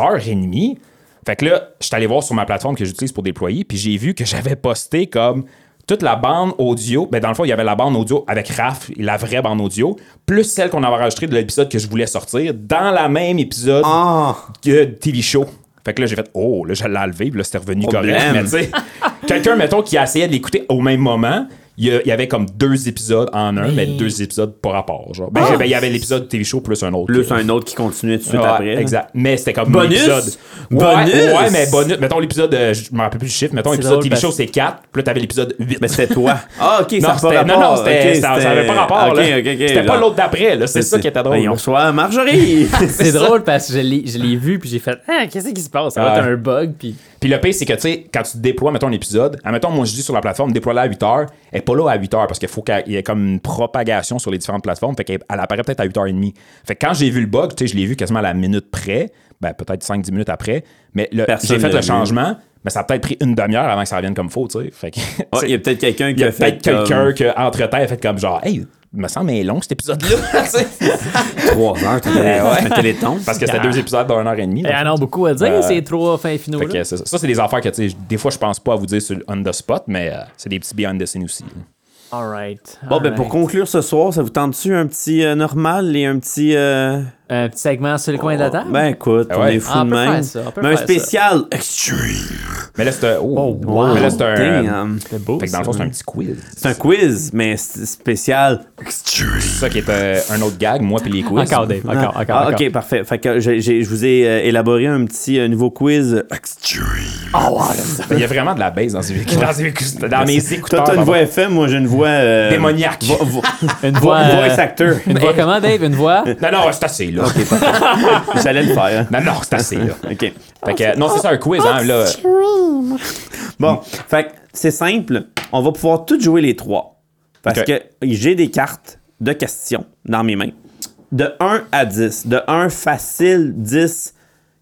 3h30. Fait que là, je suis allé voir sur ma plateforme que j'utilise pour déployer, puis j'ai vu que j'avais posté comme toute la bande audio. Ben, dans le fond, il y avait la bande audio avec Raph, la vraie bande audio, plus celle qu'on avait enregistrée de l'épisode que je voulais sortir dans la même épisode
Ah!
que TV show. Fait que là, j'ai fait, oh, là, je l'ai enlevé, puis là, c'était revenu correct.
Problème.
Mais tu sais, quelqu'un, mettons, qui a essayé de l'écouter au même moment, il y, a- il y avait comme deux épisodes en un, mais, deux épisodes par rapport. Genre.
Ah!
Ben, j'ai- ben, il y avait l'épisode TV show plus un autre.
Plus un autre qui continuait tout de suite
Ouais,
après. là.
Exact. Mais c'était comme
Bonus?
l'épisode. Ouais,
Bonus?
ouais, mais bonus. Mettons l'épisode, euh, je me rappelle plus du chiffre, mettons
C'est
l'épisode
drôle
TV show,
parce-
c'est 4, puis là, t'avais l'épisode 8.
Mais c'était toi. Ah, ok, ça
non,
n'a pas
c'était- non,
rapport.
non, c'était-
Ok,
ça ça avait pas rapport.
Ok,
là.
ok, ok.
c'était pas
genre-
l'autre d'après, là. c'est ça qui était drôle.
Ben, on
là.
reçoit Marjorie.
C'est drôle parce que je l'ai, je l'ai vu puis j'ai fait Ah, qu'est-ce qui se passe? Ça va
Ouais.
être un bug puis.
Puis le pire, c'est que, tu sais, quand tu déploies, mettons, un épisode, admettons, moi, je dis sur la plateforme, déploie-la à 8 heures, elle est pas là à 8 heures parce qu'il faut qu'il y ait comme une propagation sur les différentes plateformes, fait qu'elle elle apparaît peut-être à 8h30. Fait que quand j'ai vu le bug, tu sais, je l'ai vu quasiment à la minute près, ben peut-être 5-10 minutes après, mais le-
Personne
j'ai fait
l'a
le
vu.
changement, mais ça a peut-être pris une demi-heure avant que ça revienne comme faux, tu sais. Fait que,
Ah, Il y a peut-être quelqu'un
il
qui
y a
a fait. euh,
peut-être quelqu'un qui, entre-temps, a fait comme genre, hey, il me semble mais long cet épisode-là, Tu sais.
3 heures, t'as un téléthon.
parce que c'était
Ah.
deux épisodes d'un heure et demie.
Il y en a beaucoup à dire,
Ouais.
ces trois fins finaux.
Fait que c'est ça, Ça, c'est des affaires que, tu sais, je- des fois, je pense pas à vous dire sur le on the spot, mais euh, c'est des petits behind the scenes aussi. là.
Alright.
Bon, ben pour conclure ce soir, ça vous tente-tu un petit euh, normal et un petit. euh,
Un petit segment sur le coin de la table.
Ben écoute,
Ah
on
ouais.
est fou
Ah, on
de
peut
même.
faire ça, on peut
Mais un
faire ça.
spécial extreme.
Mais là, c'est un. Oh,
wow.
Mais là, c'est un. euh,
Damn.
c'est beau.
Fait que dans le fond,
ça.
c'est un petit quiz.
C'est un quiz, mais c'est spécial extreme.
C'est ça qui est euh, un autre gag, moi puis les quiz.
Encore Dave, encore, encore.
Ah,
encore.
ok, parfait. Fait que j'ai- j'ai- je vous ai euh, élaboré un petit euh, nouveau quiz extreme.
Ah,
Il y a vraiment de la base dans ces dans, ces- dans mes écouteurs.
Toi, t'as
pardon.
une voix FM, moi j'ai une voix. euh,
Démoniaque.
vo- vo-
Une
vo-
voix.
voice
euh,
actor.
Une voix comment, Dave? Une voix?
Non, non, c'est assez, là.
J'allais le faire. hein.
Non, non, c'est assez, là.
Ok.
Fait que, euh, non, c'est ça, un quiz, hein, là.
Bon, fait que c'est simple. On va pouvoir tous jouer les trois. Parce
Ok.
que j'ai des cartes de questions dans mes mains. De 1 à 10. De 1 facile, 10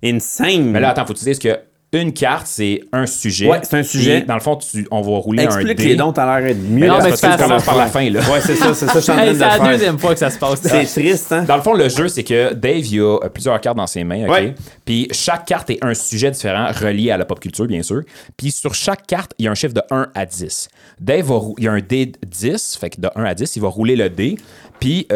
insane.
Mais là, attends, faut que tu dises que une carte, c'est un sujet.
Ouais, c'est un sujet.
Puis, dans le fond, tu, on va rouler un dé.
Explique les dons, t'as l'air d'être mieux.
Non,
Non, mais
mais
c'est
tu commences
pas-
par la fin, là.
Ouais, c'est ça, c'est ça, que je suis en train
Hey,
de
c'est la
faire.
deuxième fois que ça se passe.
C'est triste, hein?
Dans le fond, le jeu, c'est que Dave, il a euh, plusieurs cartes dans ses mains, OK?
Ouais.
Puis chaque carte est un sujet différent relié à la pop culture, bien sûr. Puis sur chaque carte, il y a un chiffre de 1 à 10. Dave, va rou- il y a un dé de 10, fait que de 1 à 10, il va rouler le dé. Puis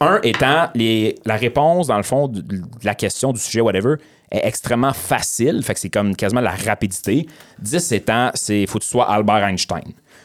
1 étant les, la réponse, dans le fond, de, de la question, du sujet, whatever, est extrêmement facile, fait que c'est comme quasiment la rapidité. 10 étant, c'est faut que tu sois Albert Einstein.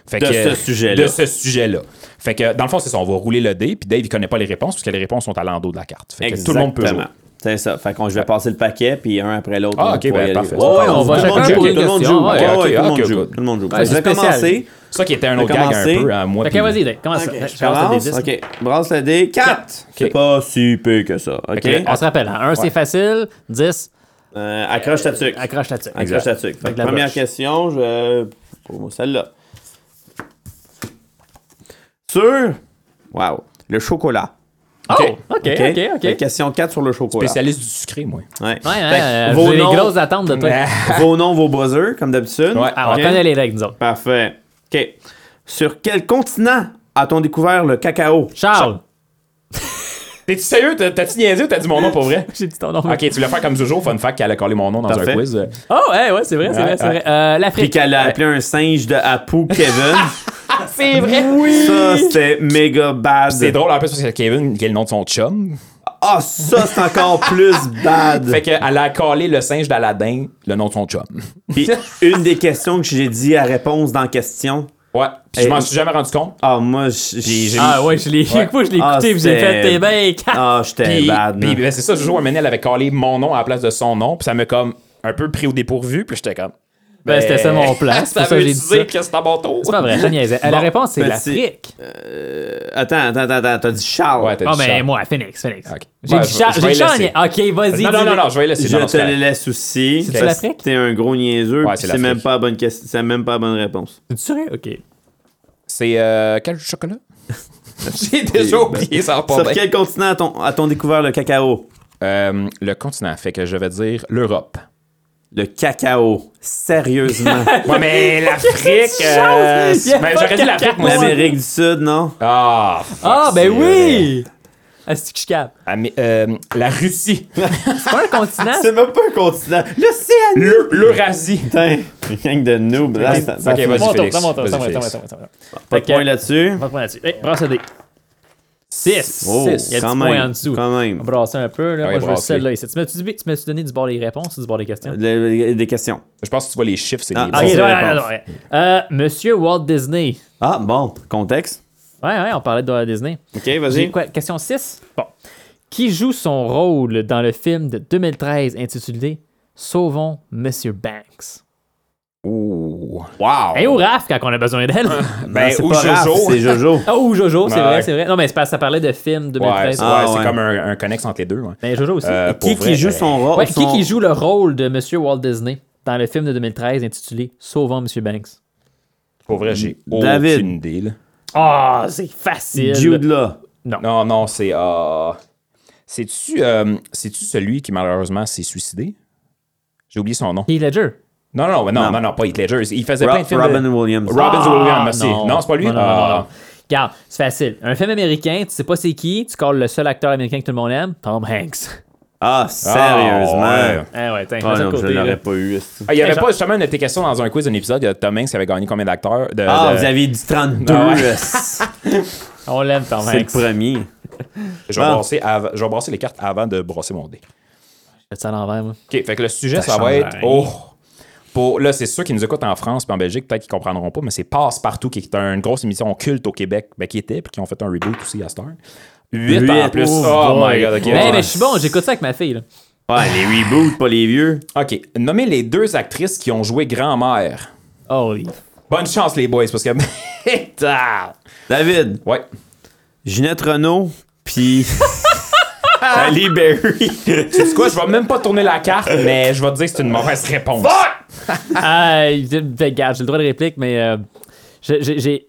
Fait
De
que-
ce sujet-là.
De ce sujet-là. Fait que, dans le fond, c'est ça. On va rouler le dé, puis Dave, il connaît pas les réponses, parce que les réponses sont à l'endos de la carte. Fait que tout le monde peut jouer.
Exactement. C'est ça. Fait qu'on je vais passer le paquet, puis un après l'autre.
Ah,
on
ok,
pourra
ben,
y aller.
parfait.
Ouais, ouais,
On
on
va
va tout
chacun
le monde joue.
pour une
Tout le monde
question.
joue.
Ouais,
Ouais,
ok,
ouais, tout le
ok,
monde
ok,
joue.
ok.
Tout le monde joue.
Ouais,
Je vais
c'est spécial.
commencer.
Ça qui était un
On va
autre gag un
commencer.
peu à moi.
Fait que
puis-
vas-y, Dave, commence.
Ok,
Je commence à des dix.
Ok, brasse le dé. 4! C'est pas si peu que ça. Ok.
que-
On se rappelle, 1 c'est facile, 10
Euh, accroche ta tuque.
accroche la tuque.
Accroche ta tuque. Fait que
Avec la
première
broche.
question, je. Pour moi, celle-là. Sur. Wow. Le chocolat.
Oh, ok, ok,
Ok.
ok.
Fait que question 4 sur le chocolat.
Spécialiste du sucré, moi.
Ouais.
Ouais,
Fait que
hein,
vos
j'ai des
noms-
grosses attentes de toi.
Vos noms, vos buzzers, comme d'habitude.
Ouais.
Ah, on
Ok.
connaît les règles, nous autres.
Parfait. OK. Sur quel continent a-t-on découvert le cacao?
Charles,
T'es-tu sérieux? T'as- T'as-tu niaisé ou t'as dit mon nom pour vrai?
j'ai dit ton nom.
Ok, tu voulais faire comme Jojo, fun fact, qu'elle a collé mon nom dans un
Parfait.
quiz. Euh,
Oh, ouais, ouais, c'est vrai, c'est
Ouais,
vrai, c'est
ouais.
vrai. Euh,
Puis
L'Afrique.
qu'elle a appelé un singe de Apu Kevin.
C'est vrai. Oui.
ça, c'était méga bad.
C'est drôle en plus parce que Kevin, qui est le nom de son chum.
Ah, ça, c'est encore plus bad.
Fait qu'elle a collé le singe d'Aladin, le nom de son chum.
Puis une des questions que j'ai dit à réponse dans la question.
Ouais. Puis je
Et-
m'en suis jamais rendu compte.
Ah, moi, j'ai.
Ah, ouais, je l'ai
Ouais.
moi, je l'ai
Ah,
écouté, puis j'ai fait
c'était-
tes bains. hein.
Ah, j'étais
Puis,
bad.
puis,
non.
ben, c'est ça, Jojo Amenel elle avait collé mon nom à la place de son nom. Puis ça m'a comme un peu pris au dépourvu. Puis j'étais comme.
Ben, c'était ça mon plan, c'est pour ça que j'ai dit
veut-tu dire
ça.
que c'est à mon tour.
C'est pas vrai, je niaisais. Euh, La
Bon,
réponse, c'est
petit-
l'Afrique.
Attends, attends, attends, attends, t'as dit Charles.
Ouais, t'as dit
Ah, mais
Charles.
moi, Phoenix, Phoenix.
Ok.
J'ai
Ouais,
dit
je-
Charles.
je vais
J'ai dit Charles.
laisser.
Ok, vas-y.
Non, non, non, non, je vais laisser.
Je
dans
te le laisse aussi.
C'est-tu
Parce
l'Afrique?
que T'es un gros niaiseux,
Ouais,
puis
c'est
c'est même
l'Afrique.
pas la bonne question, c'est même pas la bonne réponse.
Tu serais? Ok.
C'est euh, quel chocolat? J'ai déjà oublié, ça va pas
ben, Sur
ben.
bien.
quel continent a-t-on- a-t-on découvert le cacao?
Euh, le continent, fait que je vais dire l'Europe.
Le cacao. Sérieusement.
Ouais, mais l'Afrique. euh,
chance? Il y a
ben,
pas
J'aurais dit
de
l'Afrique, moi. c'est-
L'Amérique du Sud, non?
Ah, fuck,
Ah, ben
c'est
oui! Est-ce que je capte?
vrai. Amé- euh, la Russie.
C'est pas un continent?
C'est même pas un continent. L'Océanie!
Le- L'Eurasie.
Putain, une gang de noobs. Là, ça, ça,
Ok,
ça-
vas-y,
Mon tour,
Félix.
c'est mon tour, c'est
Vas-y,
mon tour,
Félix.
c'est mon tour, c'est mon tour.
pas de
Fait que-
point là-dessus.
Pas de point là-dessus. Hey, brasse le dé. 6.
Oh,
Il y a le
quand
petit point en
même.
dessous.
Quand même.
On va brasser un peu. Là.
Ouais,
Moi, je veux
brasser.
celle-là ici. Tu m'as-tu dit- tu m'as-tu donné du bord des réponses ou du bord des
Euh,
questions?
Le- le- des questions.
Je pense que tu vois les chiffres, c'est
Ah,
les
Ah,
ok,
bons.
ouais.
non,
réponses.
non, non, ouais. Euh, Monsieur Walt Disney.
Ah, bon, contexte.
Ouais, ouais, on parlait de Walt Disney.
Ok,
J'ai
vas-y.
quoi? Question 6. Bon. Qui joue son rôle dans le film de 2013 intitulé Sauvons Monsieur Banks?
Ouh. Wow.
Et au Raph quand on a besoin d'elle.
Ben,
Ah, c'est
ou
pas Raph,
Jojo.
C'est Jojo.
Ah, ou Jojo, c'est
Ouais.
vrai, c'est vrai. Non, mais c'est parce que ça parlait de film
Ouais,
2013.
c'est
Ah,
ouais, c'est
ouais.
comme un, un connexe entre les deux.
Ben,
ouais.
Mais Ben, Jojo aussi.
Euh, pour
qui
vrai,
qui joue
euh,
son rôle?
Ouais, qui
son-
qui joue le rôle de Monsieur Walt Disney dans le film de 2013 intitulé Sauvons Monsieur Banks?
Pour vrai, j'ai
David.
aucune idée. là.
Ah, c'est facile.
Jude là.
Non, non, c'est. euh, C'est-tu euh, c'est-tu celui qui, malheureusement, s'est suicidé? J'ai oublié son nom.
Heath Ledger.
Non, non, non, non, non, non, pas Heath Ledger. Il faisait plein de films.
Robin
de...
Williams.
Robin
Ah,
Williams, merci. Non, c'est pas lui.
Non, non,
Ah.
non, non. Regarde, c'est facile. Un film américain, tu sais pas c'est qui, tu calls le seul acteur américain que tout le monde aime, Tom Hanks.
Ah,
Ah,
sérieusement.
ouais.
Eh ouais, t'es
Ah
un
non, je
côté.
l'aurais
là.
pas eu.
Ah, il n'y avait
Genre-
pas justement une de tes questions dans un quiz d'un épisode, il y a Tom Hanks qui avait gagné combien d'acteurs de-
Ah,
de-
vous aviez dit 32.
Ah ouais.
euh, C'est
On l'aime Tom
le
Hanks.
premier.
Je vais,
Ah.
brasser av- je vais brasser les cartes avant de brasser mon dé.
Je fais ça à l'envers, moi.
OK, fait que le sujet, ça,
change
va être.
rien.
Oh! Pour, là, c'est ceux qui nous écoutent en France puis en Belgique, peut-être qu'ils comprendront pas, mais c'est Passe-Partout, qui est une grosse émission culte au Québec, ben, qui était, puis qui ont fait un reboot aussi à Star. 8,
Huit,
en plus.
oh
Oh,
boy.
my god, ok.
Ouais.
Hey, mais Eh, ben, je suis bon, j'écoute ça avec ma fille. Là.
Ouais, les reboots, pas les vieux.
OK, nommez les deux actrices qui ont joué grand-mère.
Holy.
Bonne chance, les boys, parce que. Ah!
David,
ouais.
Ginette Renault, puis. Ali Berry.
C'est quoi, je vais même pas tourner la carte, mais je vais te dire que c'est une mauvaise réponse.
Aïe, ben, regarde, j'ai le droit de réplique, mais euh, j'ai- j'ai j'ai-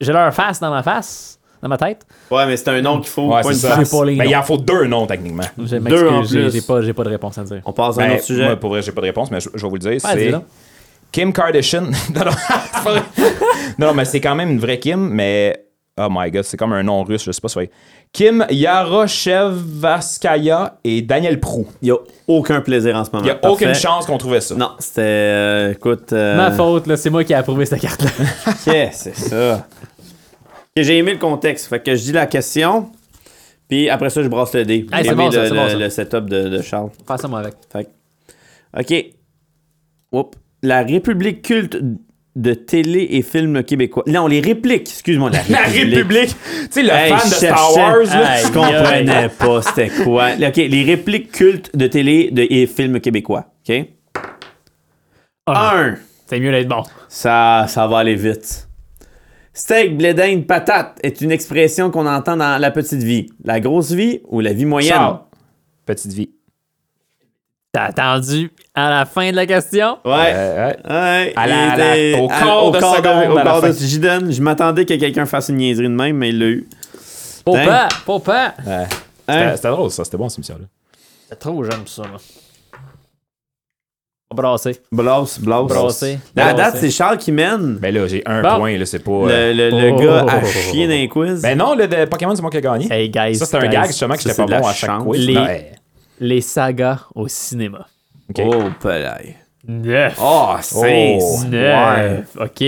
j'ai leur face dans ma face, dans ma tête.
Ouais, mais c'est un nom qu'il faut.
Ouais,
pas
c'est
une
ça.
place.
J'ai pas les
Ben, il
noms.
en faut deux noms, techniquement.
Je
Deux en
m'excuse, j'ai-
plus.
j'ai pas, j'ai pas de réponse à dire.
On passe à un
Ben,
autre sujet.
Moi, pour vrai, j'ai pas de réponse, mais je, je vais vous le dire.
Ah,
c'est
dis-le.
Kim Kardashian. non, non, c'est pas vrai. non, non, mais c'est quand même une vraie Kim, mais. Oh my god, c'est comme un nom russe, je sais pas si c'est vrai. Kim Yaroshevskaya et Daniel Prou.
Il n'y a aucun plaisir en ce moment.
Il y a
Parfait.
aucune chance qu'on trouvait ça.
Ah, Non, c'était. euh, écoute. euh,
Ma faute, là, c'est moi qui ai approuvé cette carte-là.
ok, c'est ça. Ok, J'ai aimé le contexte. Fait que je dis la question, puis après ça, je brasse le dé.
Hey,
J'ai
c'est
aimé
bon, ça,
le,
c'est bon, ça.
le- le setup de, de Charles.
Fais ça, moi, avec.
Fait que- OK. Oups. La République culte de télé et films québécois. Non, les répliques, excuse-moi. La,
La République! Tu sais, le
Hey,
fan
je
de Star
cherchais-
Wars, là.
Hey, je comprenais pas c'était quoi. OK, les répliques cultes de télé de, et films québécois. OK?
Ah,
Un,
C'est mieux d'être bon.
ça, ça va aller vite. Steak, blé d'Inde, patate est une expression qu'on entend dans la petite vie. La grosse vie ou la vie moyenne?
Charles. Petite vie.
T'as attendu à la fin de la question?
Ouais.
Euh, ouais.
Ouais,
À la-
il
à la-
était-
au
à-
quart de
quart
seconde,
au
à la
quart
fin.
de- j'y donne. Je m'attendais que quelqu'un fasse une niaiserie de même, mais il l'a eu.
Papa! Papa!
Hein?
C'était- C'était drôle, ça. C'était bon, cette mission-là.
C'est trop jeune, ça, là. Brasser.
Blouse, blouse.
Brasser.
La
Brasser.
date, c'est Charles qui mène.
Ben là, j'ai un
Bon.
point, là. C'est pas.
Le,
euh,
le- le
Oh.
gars a chié dans les quiz.
Ben non, le de Pokémon, c'est moi qui ai gagné.
Hey, guys.
ça, c'était un
guys.
gag, justement, que
Ça,
j'étais
c'est
pas
de la
bon à chaque
chance.
fois.
Les-
Non, hey.
Les sagas au cinéma.
OK.
Oh, palais.
Neuf.
Oh, c'est.
Oh.
Neuf. OK.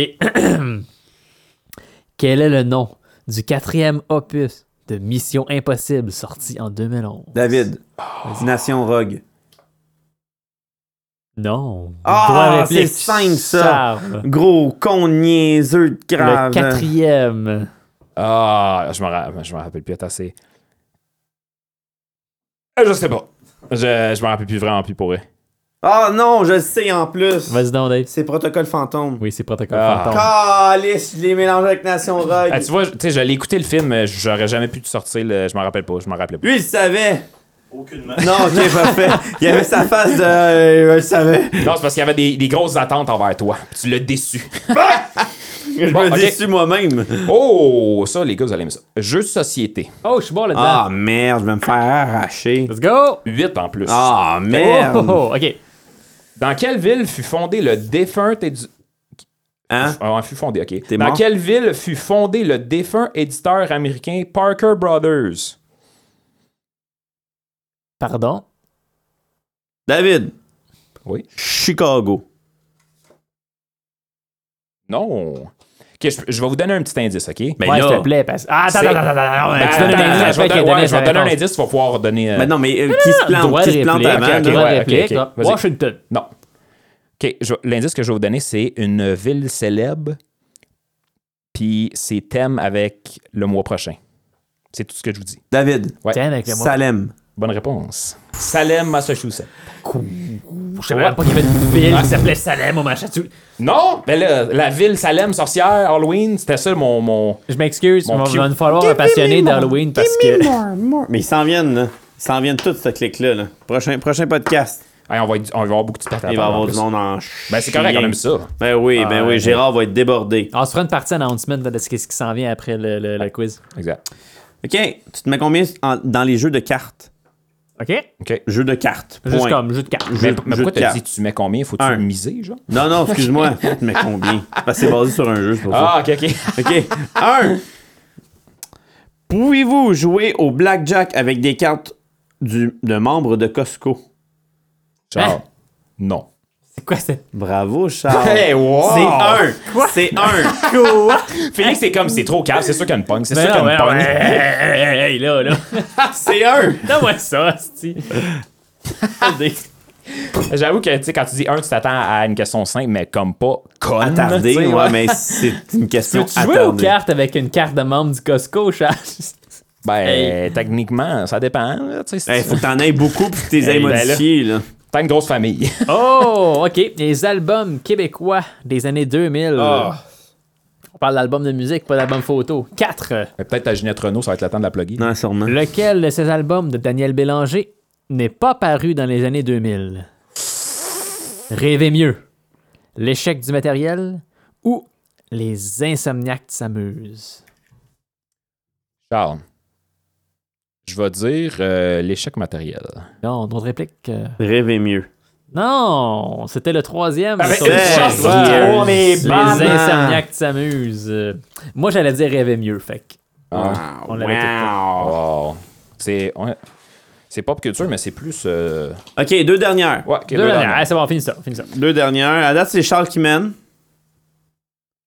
Quel est le nom du quatrième opus de Mission Impossible sorti en 2011?
David. Nation Rogue.
Non.
Ah,
Droit réplique,
c'est cinq, ça.
Charles.
Gros con niaiseux de
Le
grave.
quatrième.
Ah, je me ra- je me rappelle plus. Attends, c'est. Euh, Je sais pas. Je, je me rappelle plus vraiment plus pour vrai.
Ah non, je le sais en plus.
Vas-y donc, Dave.
C'est Protocole Fantôme.
Oui, c'est Protocole
Ah.
Fantôme.
Calice, je l'ai mélangé avec Nation Rogue.
Ah, tu vois, je- tu sais, j'allais écouter le film, euh, j'aurais jamais pu te sortir le. Je m'en rappelle pas, je m'en rappelais pas.
Lui, il savait.
Aucunement.
Non, ok, parfait. Il avait sa face de. euh, je le savais.
Non, c'est parce qu'il y avait des, des grosses attentes envers toi. puis Tu l'as déçu.
Je
Bon,
me
ok.
déçu moi-même.
Oh, ça, les gars, vous allez aimer ça. Jeu de société.
Oh, je suis bon là-dedans.
Ah merde, je vais me faire arracher.
Let's go!
8 en plus.
Ah
Oh,
merde.
oh, OK.
Dans quelle ville fut fondé le défunt édu-
Hein?
Ah, ouais, fut fondé, ok.
T'es
Dans
mort?
quelle ville fut fondé le défunt éditeur américain Parker Brothers?
Pardon?
David.
Oui.
Chicago.
Non. Ok, je, je vais vous donner un petit indice, ok?
Mais
ouais,
Ben là-
s'il te plaît, parce que. Ah, attends,
C'est-
attends, attends, attends,
Ben,
attends. Tu donnes
attends,
un indice,
attends, je vais
après qu'il
te
ait donné
ouais, je vais
sa
te donner un
réponse.
indice, tu vas pouvoir donner. euh,
Mais non, mais euh, qui se plante?
Droit
Qui
de
se plante
réplique.
avant?
ok,
droit de
ouais, ok,
réplique.
ok. Vas-y.
Washington.
Non. OK, je- l'indice que je vais vous donner, c'est une ville célèbre, puis ses thèmes avec le mois prochain. C'est tout ce que je vous dis.
David.
Ouais.
Tiens, avec le mot.
Salem.
Bonne réponse. Salem, Massachusetts.
Je savais même pas qu'il y avait une ville qui s'appelait Salem au Massachusetts.
Non! Ben là, la ville Salem, sorcière, Halloween, c'était ça mon... mon...
Je m'excuse,
Mon
on
cue.
va me falloir un passionné d'Halloween parce que.
Mais ils s'en viennent, là. Ils s'en viennent tous, ce clic-là. là. Prochain, prochain podcast.
Hey, on, va être- on va avoir beaucoup de spectateurs.
Il va y
en
avoir
plus.
du monde en
Ben c'est correct,
chien.
on aime ça.
Ben oui, ben oui, Gérard va être débordé.
Ah, On se fera une partie announcement de ce qui ce qui s'en vient après le, le- le quiz.
Exact.
OK, tu te mets combien en- dans les jeux de cartes?
OK?
OK.
Jeux de cartes.
Juste
point.
comme, juste quatre.
Jeu-
Mais, mais
jeu
pourquoi
de
t'as
cartes.
dit tu mets combien? Faut-tu
Un.
miser, genre?
Non, non, excuse-moi. tu mets combien? C'est Parce que c'est basé sur un jeu, c'est pour ça.
Ah, OK, OK.
OK. Un. Pouvez-vous jouer au blackjack avec des cartes du, de membres de Costco?
Charles,
Hein?
non.
C'est quoi ça?
Bravo, Charles.
Hey, wow!
C'est un. C'est un.
Félix, c'est comme, c'est trop calme, c'est sûr qu'il y a une pogne, c'est sûr
Ben
qu'il y
non,
a
ben
une
non, hey,
pogne.
hey, hey, hey, là, là.
C'est un.
Donne-moi ça, c'ti.
J'avoue que, tu sais, quand tu dis un, tu t'attends à une question simple, mais comme pas conne.
Attardé,
tu sais,
ouais, mais c'est une question
Tu joues aux
attardée.
cartes avec une carte de membre du Costco, Charles?
Ben,
Hey.
techniquement, ça dépend, là, tu sais.
Hey,
c'est-
faut que t'en aies beaucoup puis que t'es
Hey, ben là.
modifié, là.
T'as une grosse famille.
Oh, OK. Les albums québécois des années 2000.
Ah.
On parle d'albums de musique, pas d'albums photo. 4.
Mais Peut-être ta Ginette Renault, ça va être le temps de la plugger.
Non, sûrement.
Lequel de ces albums de Daniel Bélanger n'est pas paru dans les années 2000? Rêvez mieux. L'échec du matériel ou les insomniaques s'amusent?
Charles, je vais dire euh, l'échec matériel.
Non, d'autres répliques? euh,
Rêvez mieux.
Non, c'était le troisième.
Avec
sur
une
le
chance
choix.
sur trois, on est
Les
banans.
insomniaques s'amusent. Euh, Moi, j'allais dire rêvez mieux, fait que
Ah.
on l'avait tout le temps.
Wow. C'est... ouais. C'est pop culture, mais c'est plus. euh,
OK, deux dernières.
Ouais, ok,
Deux
deux
dernières.
dernières.
Ah, c'est bon, finis ça, finis ça.
Deux dernières. À date, c'est Charles qui mène.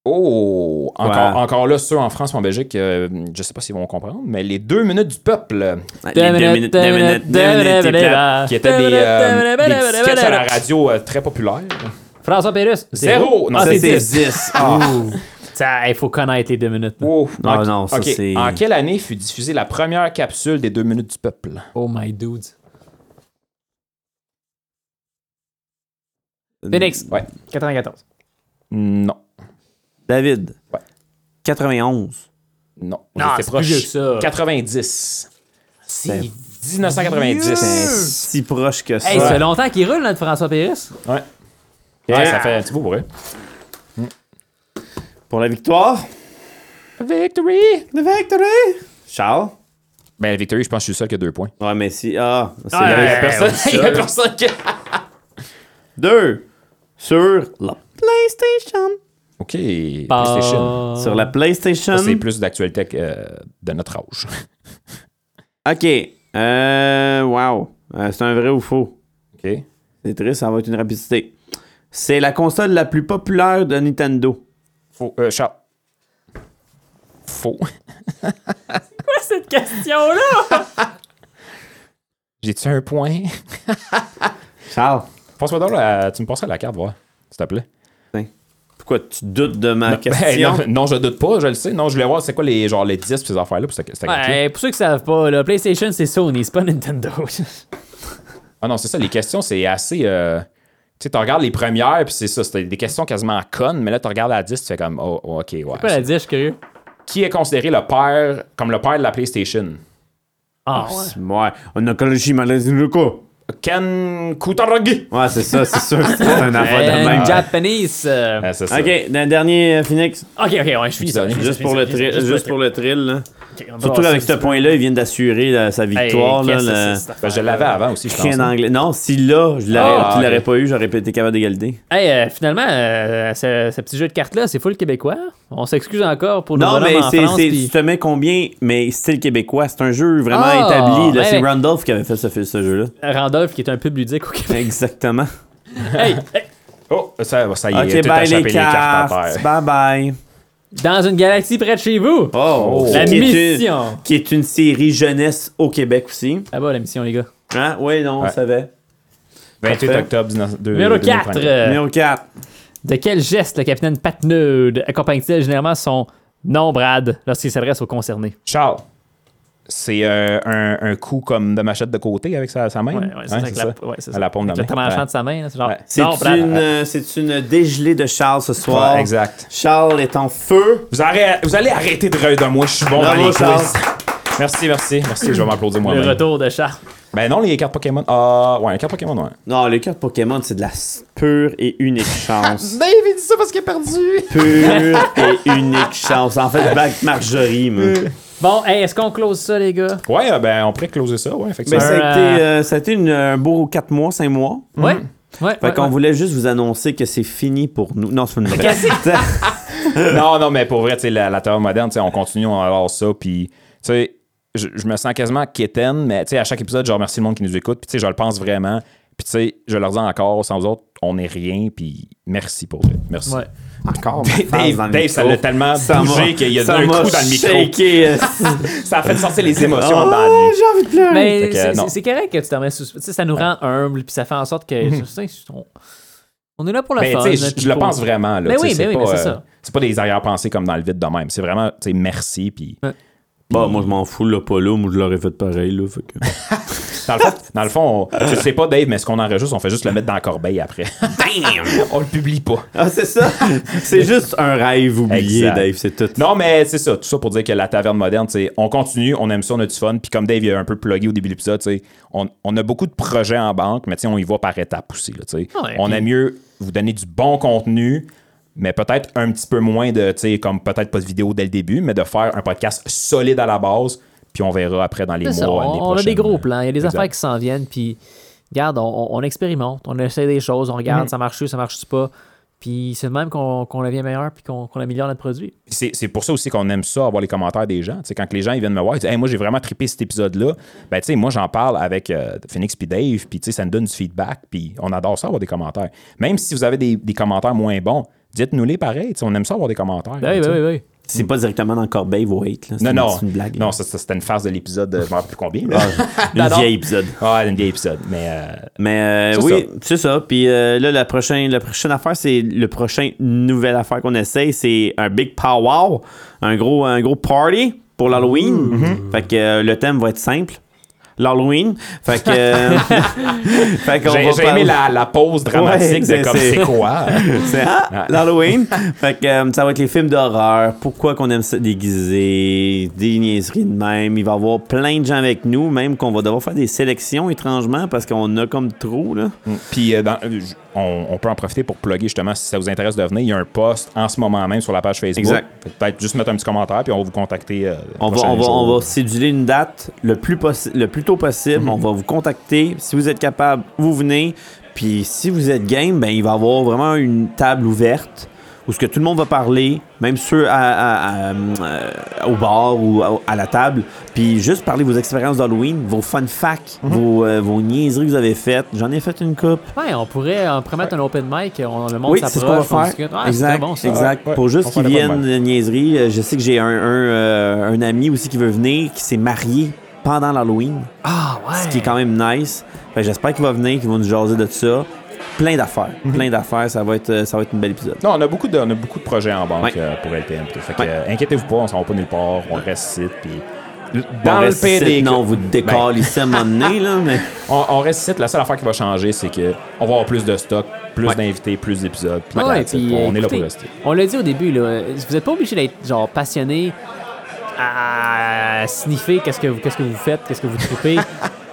Oh, encore,
Ouais.
encore là, ceux en France ou en Belgique, euh, je sais pas s'ils vont comprendre, mais les deux minutes du peuple. euh,
Les deux minutes, deux minutes, deux minutes, t'es plate. euh,
qui étaient des, euh, des petits sketchs à la radio euh, très populaires.
François Pérus,
Zéro. Non,
Ah,
ça,
c'est
c'est
10. Ça, Il faut connaître les deux minutes. là.
Oh,
Ah,
en-
non, ça,
ok.
c'est-
En quelle année fut diffusée la première capsule des deux minutes du peuple?
Oh my dudes. Phoenix.
Ouais.
94.
Non.
David.
Ouais.
91.
Non.
Non,
J'étais
c'est plus vieux que ça.
90. C'est 1990.
Si proche que ça.
Hey, ça fait longtemps qu'il roule, notre François Pérus.
Ouais. Ouais, ça fait un petit bout pour eux.
Pour la victoire.
Victory!
La victoire. Charles.
Ben, Victory, je pense que je suis le seul qui a deux points.
Ouais, mais si. Ah, c'est
Ouais.
la
Il y a personne qui.
2 sur la PlayStation.
OK. PlayStation.
Euh,
Sur la PlayStation.
Ça, C'est plus d'actualité euh, de notre âge.
Ok. Euh. Wow. Euh, c'est un vrai ou faux?
OK.
C'est triste, ça va être une rapidité. C'est la console la plus populaire de Nintendo.
Faux. Euh, Charles. Faux.
cette question-là.
J'ai-tu un point?
Charles,
Pense-moi donc, la- tu me passerais la carte, voir, s'il te plaît.
pourquoi tu doutes de ma
Ben,
question?
non, non, je doute pas, je le sais. Non, je voulais voir c'est quoi les, genre, les 10 pis ces affaires-là. Pour cette- cette carte-là.
Ouais, pour ceux qui savent pas, là, PlayStation, c'est Sony, c'est pas Nintendo.
Ah non, c'est ça, les questions, c'est assez. euh, Tu sais, tu regardes les premières, puis c'est ça, c'était des questions quasiment connes, mais là, tu regardes la 10, tu fais comme, oh, oh, ok, ouais.
Pas la dire, je suis curieux.
Qui est considéré le père, comme le père de la PlayStion
Ah,
Ouais, on a connu malaise le quoi?
Ken Kutaragi
Ouais, c'est ça, c'est sûr. C'est un affaire
ouais.
de même.
Euh, Japanese. euh,
Ah, c'est ça.
Ok, d'un dernier euh, Phoenix.
Ok, ok, ouais, je finis ça.
Juste
Juste pour le thrill. Juste pour le thrill, hein. là.
Ok, on va
Surtout
voir
avec
ça.
ce point-là, il vient d'assurer la- sa
Hey,
victoire. là,
qu'est-ce que c'est,
le-
cette
Ben, je
affaire-là?
l'avais avant aussi, je pense.
Chien anglais. Non, si là, je l'aurais,
Ah,
tu l'aurais
ok.
pas eu, j'aurais pas été capable d'égalité.
Hey, euh, finalement, euh, ce, ce petit jeu de cartes-là, c'est full québécois. On s'excuse encore pour le
Non, mais
bonhomme en
c'est,
France.
c'est-
puis-
tu te mets combien, mais style québécois. C'est un jeu vraiment
Ah,
établi. là.
ouais,
c'est
ouais.
Randolph qui avait fait ce, ce jeu-là.
Randolph, qui est un pub ludique au Québec.
Exactement.
hey, hey,
Oh, ça, ça y est,
ok,
tout a
bye
échappé
les
cartes à
cartes.
terre.
Bye bye.
dans une galaxie près de chez vous.
Oh,
La
Qui est une-
mission.
qui est une série jeunesse au Québec aussi.
Là-bas, la mission, les gars.
Hein? Oui, non, on
Ouais.
savait.
28
Parfait.
octobre 19- 2000-
Numéro 4.
2031.
Numéro 4.
de quel geste le capitaine Patnaud accompagne-t-il généralement son non-brad lorsqu'il s'adresse aux concernés?
Charles, c'est euh, un, un coup comme de machette de côté avec sa, sa main.
Ouais, ouais, c'est
Hein,
ça, avec la- ouais, c'est
À la paume de la
Avec le
main.
tranchant
Ouais.
de sa main, là, c'est genre
Ouais.
C'est
non-brad.
une, euh, c'est une dégelée de Charles ce soir.
Ouais, exact.
Charles est en feu.
Vous, arrêtez- vous allez arrêter de rire de moi, je suis bon
Bravo,
dans les
Charles.
quiz. Merci, merci, merci, je vais m'applaudir
Le
moi-même.
retour de Charles.
Ben non, les cartes Pokémon. Ah, ouais, les cartes Pokémon, ouais.
Non, les cartes Pokémon, c'est de la s- pure et unique chance.
Dave, dit ça parce qu'il a perdu.
pure et unique chance. En fait, Black Marjorie, moi.
Bon, hey, est-ce qu'on close ça, les gars?
Ouais, euh, ben on pourrait closer ça, ouais,
Mais
effectivement.
ça a,
Euh,
été, euh, ça a été une- un beau 4 mois, 5 mois.
Ouais. Ouais.
Fait
ouais,
qu'on
ouais.
voulait juste vous annoncer que c'est fini pour nous. Non, c'est pas une vraie.
non, non, mais pour vrai, tu sais, la, la terre moderne, tu sais, on continue, on avoir ça, puis, tu sais, je, je me sens quasiment quétaine, mais, tu sais, à chaque épisode, je remercie le monde qui nous écoute, puis, tu sais, je le pense vraiment, puis, tu sais, je leur dis encore, sans vous autres, on n'est rien, puis merci pour vrai, merci.
Ouais.
Encore.
Dave, Dave, Dave, ça l'a tellement bougé qu'il y a donné un trou dans le micro. Ça a fait sortir les émotions
euh, Oh,
dans
Ah,
lui.
j'ai envie de pleurer.
Mais
Fait que,
Ben, c'est-
Ben, non.
c'est c'est correct que tu t'en mets sous. Tu sais, ça nous rend humbles, puis ça fait en sorte que. tu sais, on, on est là pour la
Mhm. Ben,
fun.
tu sais,
là,
je,
puis
je le
pour-
pense vraiment. Là,
Ben
tu sais,
oui, ben oui, mais
pas,
c'est
euh,
ça.
C'est pas des arrière-pensées comme dans le vide de même. C'est vraiment, tu sais, merci. Puis,
Bah, moi, je m'en fous, là, pas là. Moi, je l'aurais fait pareil, là. Fait que...
dans le fond, dans le fond on- je sais pas, Dave, mais ce qu'on enregistre, on fait juste le mettre dans la corbeille après. on le publie pas.
Ah, c'est ça. C'est juste un rêve oublié,
Exact.
Dave. C'est tout.
Non, mais c'est ça. Tout ça pour dire que la taverne moderne, tu sais, on continue, on aime ça, on a du fun. Puis, comme Dave il a un peu plugué au début de l'épisode, tu sais, on, on a beaucoup de projets en banque, mais tu sais, on y va par étapes aussi. Là, tu sais.
Ouais,
on
puis-
aime mieux vous donner du bon contenu. Mais peut-être un petit peu moins de, tu sais, comme peut-être pas de vidéo dès le début, mais de faire un podcast solide à la base, puis on verra après dans les
C'est
mois.
ça,
les
on, on a des
prochaines,
gros
euh,
plans, il y a des
exact.
affaires qui s'en viennent, puis regarde, on, on- on expérimente, on essaie des choses, on
Mhm.
regarde, ça marche ou ça marche pas, puis c'est de même qu'on qu'on devient meilleur puis qu'on qu'on améliore notre produit.
Puis C'est c'est pour ça aussi qu'on aime ça, avoir les commentaires des gens. Tu sais, quand que les gens ils viennent me voir, ils disent Hey, Moi, j'ai vraiment trippé cet épisode-là. Ben, tu sais, moi, j'en parle avec euh, Phoenix puis Dave, puis tu sais, ça nous donne du feedback, puis on adore ça, avoir des commentaires. Même si vous avez des, des commentaires moins bons, dites-nous-les pareil. Tu sais, On aime ça, avoir des commentaires.
Ben oui,
tu sais.
ben oui, ben oui.
C'est pas directement dans Corbeil ou Hate. là. C'est
Non,
une-
non.
C'est une blague.
Non, ça, ça, c'était une phase de l'épisode, euh, je m'en rappelle plus combien. là.
Une
non.
vieille épisode.
ouais, un vieil épisode. Mais euh,
Mais euh,
C'est
oui, c'est ça. Puis euh, là, la prochaine, la prochaine affaire, c'est le prochain nouvelle affaire qu'on essaye, c'est un big powwow, un gros, un gros party pour l'Halloween.
Mm-hmm.
Fait que euh, le thème va être simple. L'Halloween. Fait que. euh, fait qu'on
j'ai
va
j'ai
parler-
aimé la, la pause
Ouais,
dramatique
c'est-
de comme
c'est-
c'est quoi.
C'est ah, l'Halloween. fait que euh, ça va être les films d'horreur. Pourquoi qu'on aime ça déguiser, des niaiseries de même. Il va y avoir plein de gens avec nous, même qu'on va devoir faire des sélections étrangement parce qu'on a comme trop là.
Puis euh, dans- euh, j- on, on peut en profiter pour plugger justement si ça vous intéresse de venir. Il y a un post en ce moment même sur la page Facebook.
Exact.
Fait que Peut-être juste mettre un petit commentaire puis on va vous contacter. euh,
On va,
prochain
on, va,
jour.
on va séduire une date le plus, possi- le plus tôt possible.
Mm-hmm.
On va vous contacter. Si vous êtes capable, vous venez. Puis si vous êtes game, ben, il va y avoir vraiment une table ouverte où ce que tout le monde va parler, même ceux à- à- à, euh, au bar ou à, à la table. Puis juste parler vos expériences d'Halloween, vos fun facts,
Mm-hmm.
vos, euh, vos niaiseries que vous avez faites. J'en ai fait une coupe.
Ouais, on pourrait, on pourrait mettre un open mic, on, le monde
Oui, c'est ce qu'on va
s'approche, on
faire.
discute. Ouais, c'est
exact.
très bon, ça.
exact.
Ouais,
Pour
on
juste qu'ils
fait de bonne
viennent de niaiserie, euh, je sais que j'ai un, un, euh, un ami aussi qui veut venir, qui s'est marié pendant l'Halloween,
Ah, ouais.
ce qui est quand même nice. Fait que J'espère qu'il va venir, qu'il va nous jaser de ça. Plein d'affaires.
Mhm.
Plein d'affaires. Ça va être, euh, ça va être une belle épisode.
Non, on a beaucoup de, on a beaucoup de projets en banque
Ouais.
euh, pour LPM. tout. Fait que,
Ouais.
euh, inquiétez-vous pas, on s'en va pas nulle part, on reste ici. Puis l-
On
dans le
reste
pire
ici,
des
Non,
cas-
on vous
Ben.
décolle ici à un moment donné, là, mais...
on, on reste ici. La seule affaire qui va changer, c'est que on va avoir plus de stock, plus d'invités, plus d'épisodes. puis
Ouais,
that's it.
puis,
on
euh,
est là
écoutez,
pour rester.
On l'a dit au début, là, euh, vous n'êtes pas obligé d'être genre passionné à sniffer qu'est-ce que, vous- qu'est-ce que vous faites, qu'est-ce que vous tripez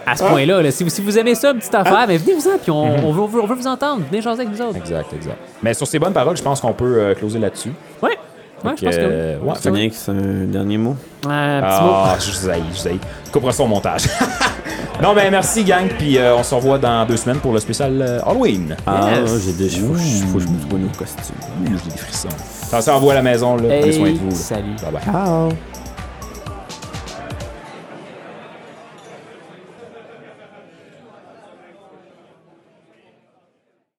à ce point-là. là. Si, vous, si vous aimez ça, une petite
Ah.
affaire, mais venez-vous-en, puis on,
Mm-hmm.
on veut, on veut- on veut vous entendre. Venez jaser avec nous autres.
Exact, exact. Mais sur ces bonnes paroles, je pense qu'on peut euh, closer là-dessus.
Ouais, ouais je pense que oui.
Euh, ouais, fait que-
Frédéric, c'est un dernier mot.
Un petit mot.
Ah, je vous haïs, je vous haïs. Tu couperas ça au montage. non, mais merci, gang. Puis euh, on se revoit dans deux semaines pour le spécial euh, Halloween.
Ah,
Yes.
j'ai des... Faut, faut- faut que je me trouve un nouveau costume.
Ouh, j'ai des frissons. Attention à vous à la maison. Là. Prenez soin de
Hey,
vous. là.
salut.
Bye bye.
Ciao!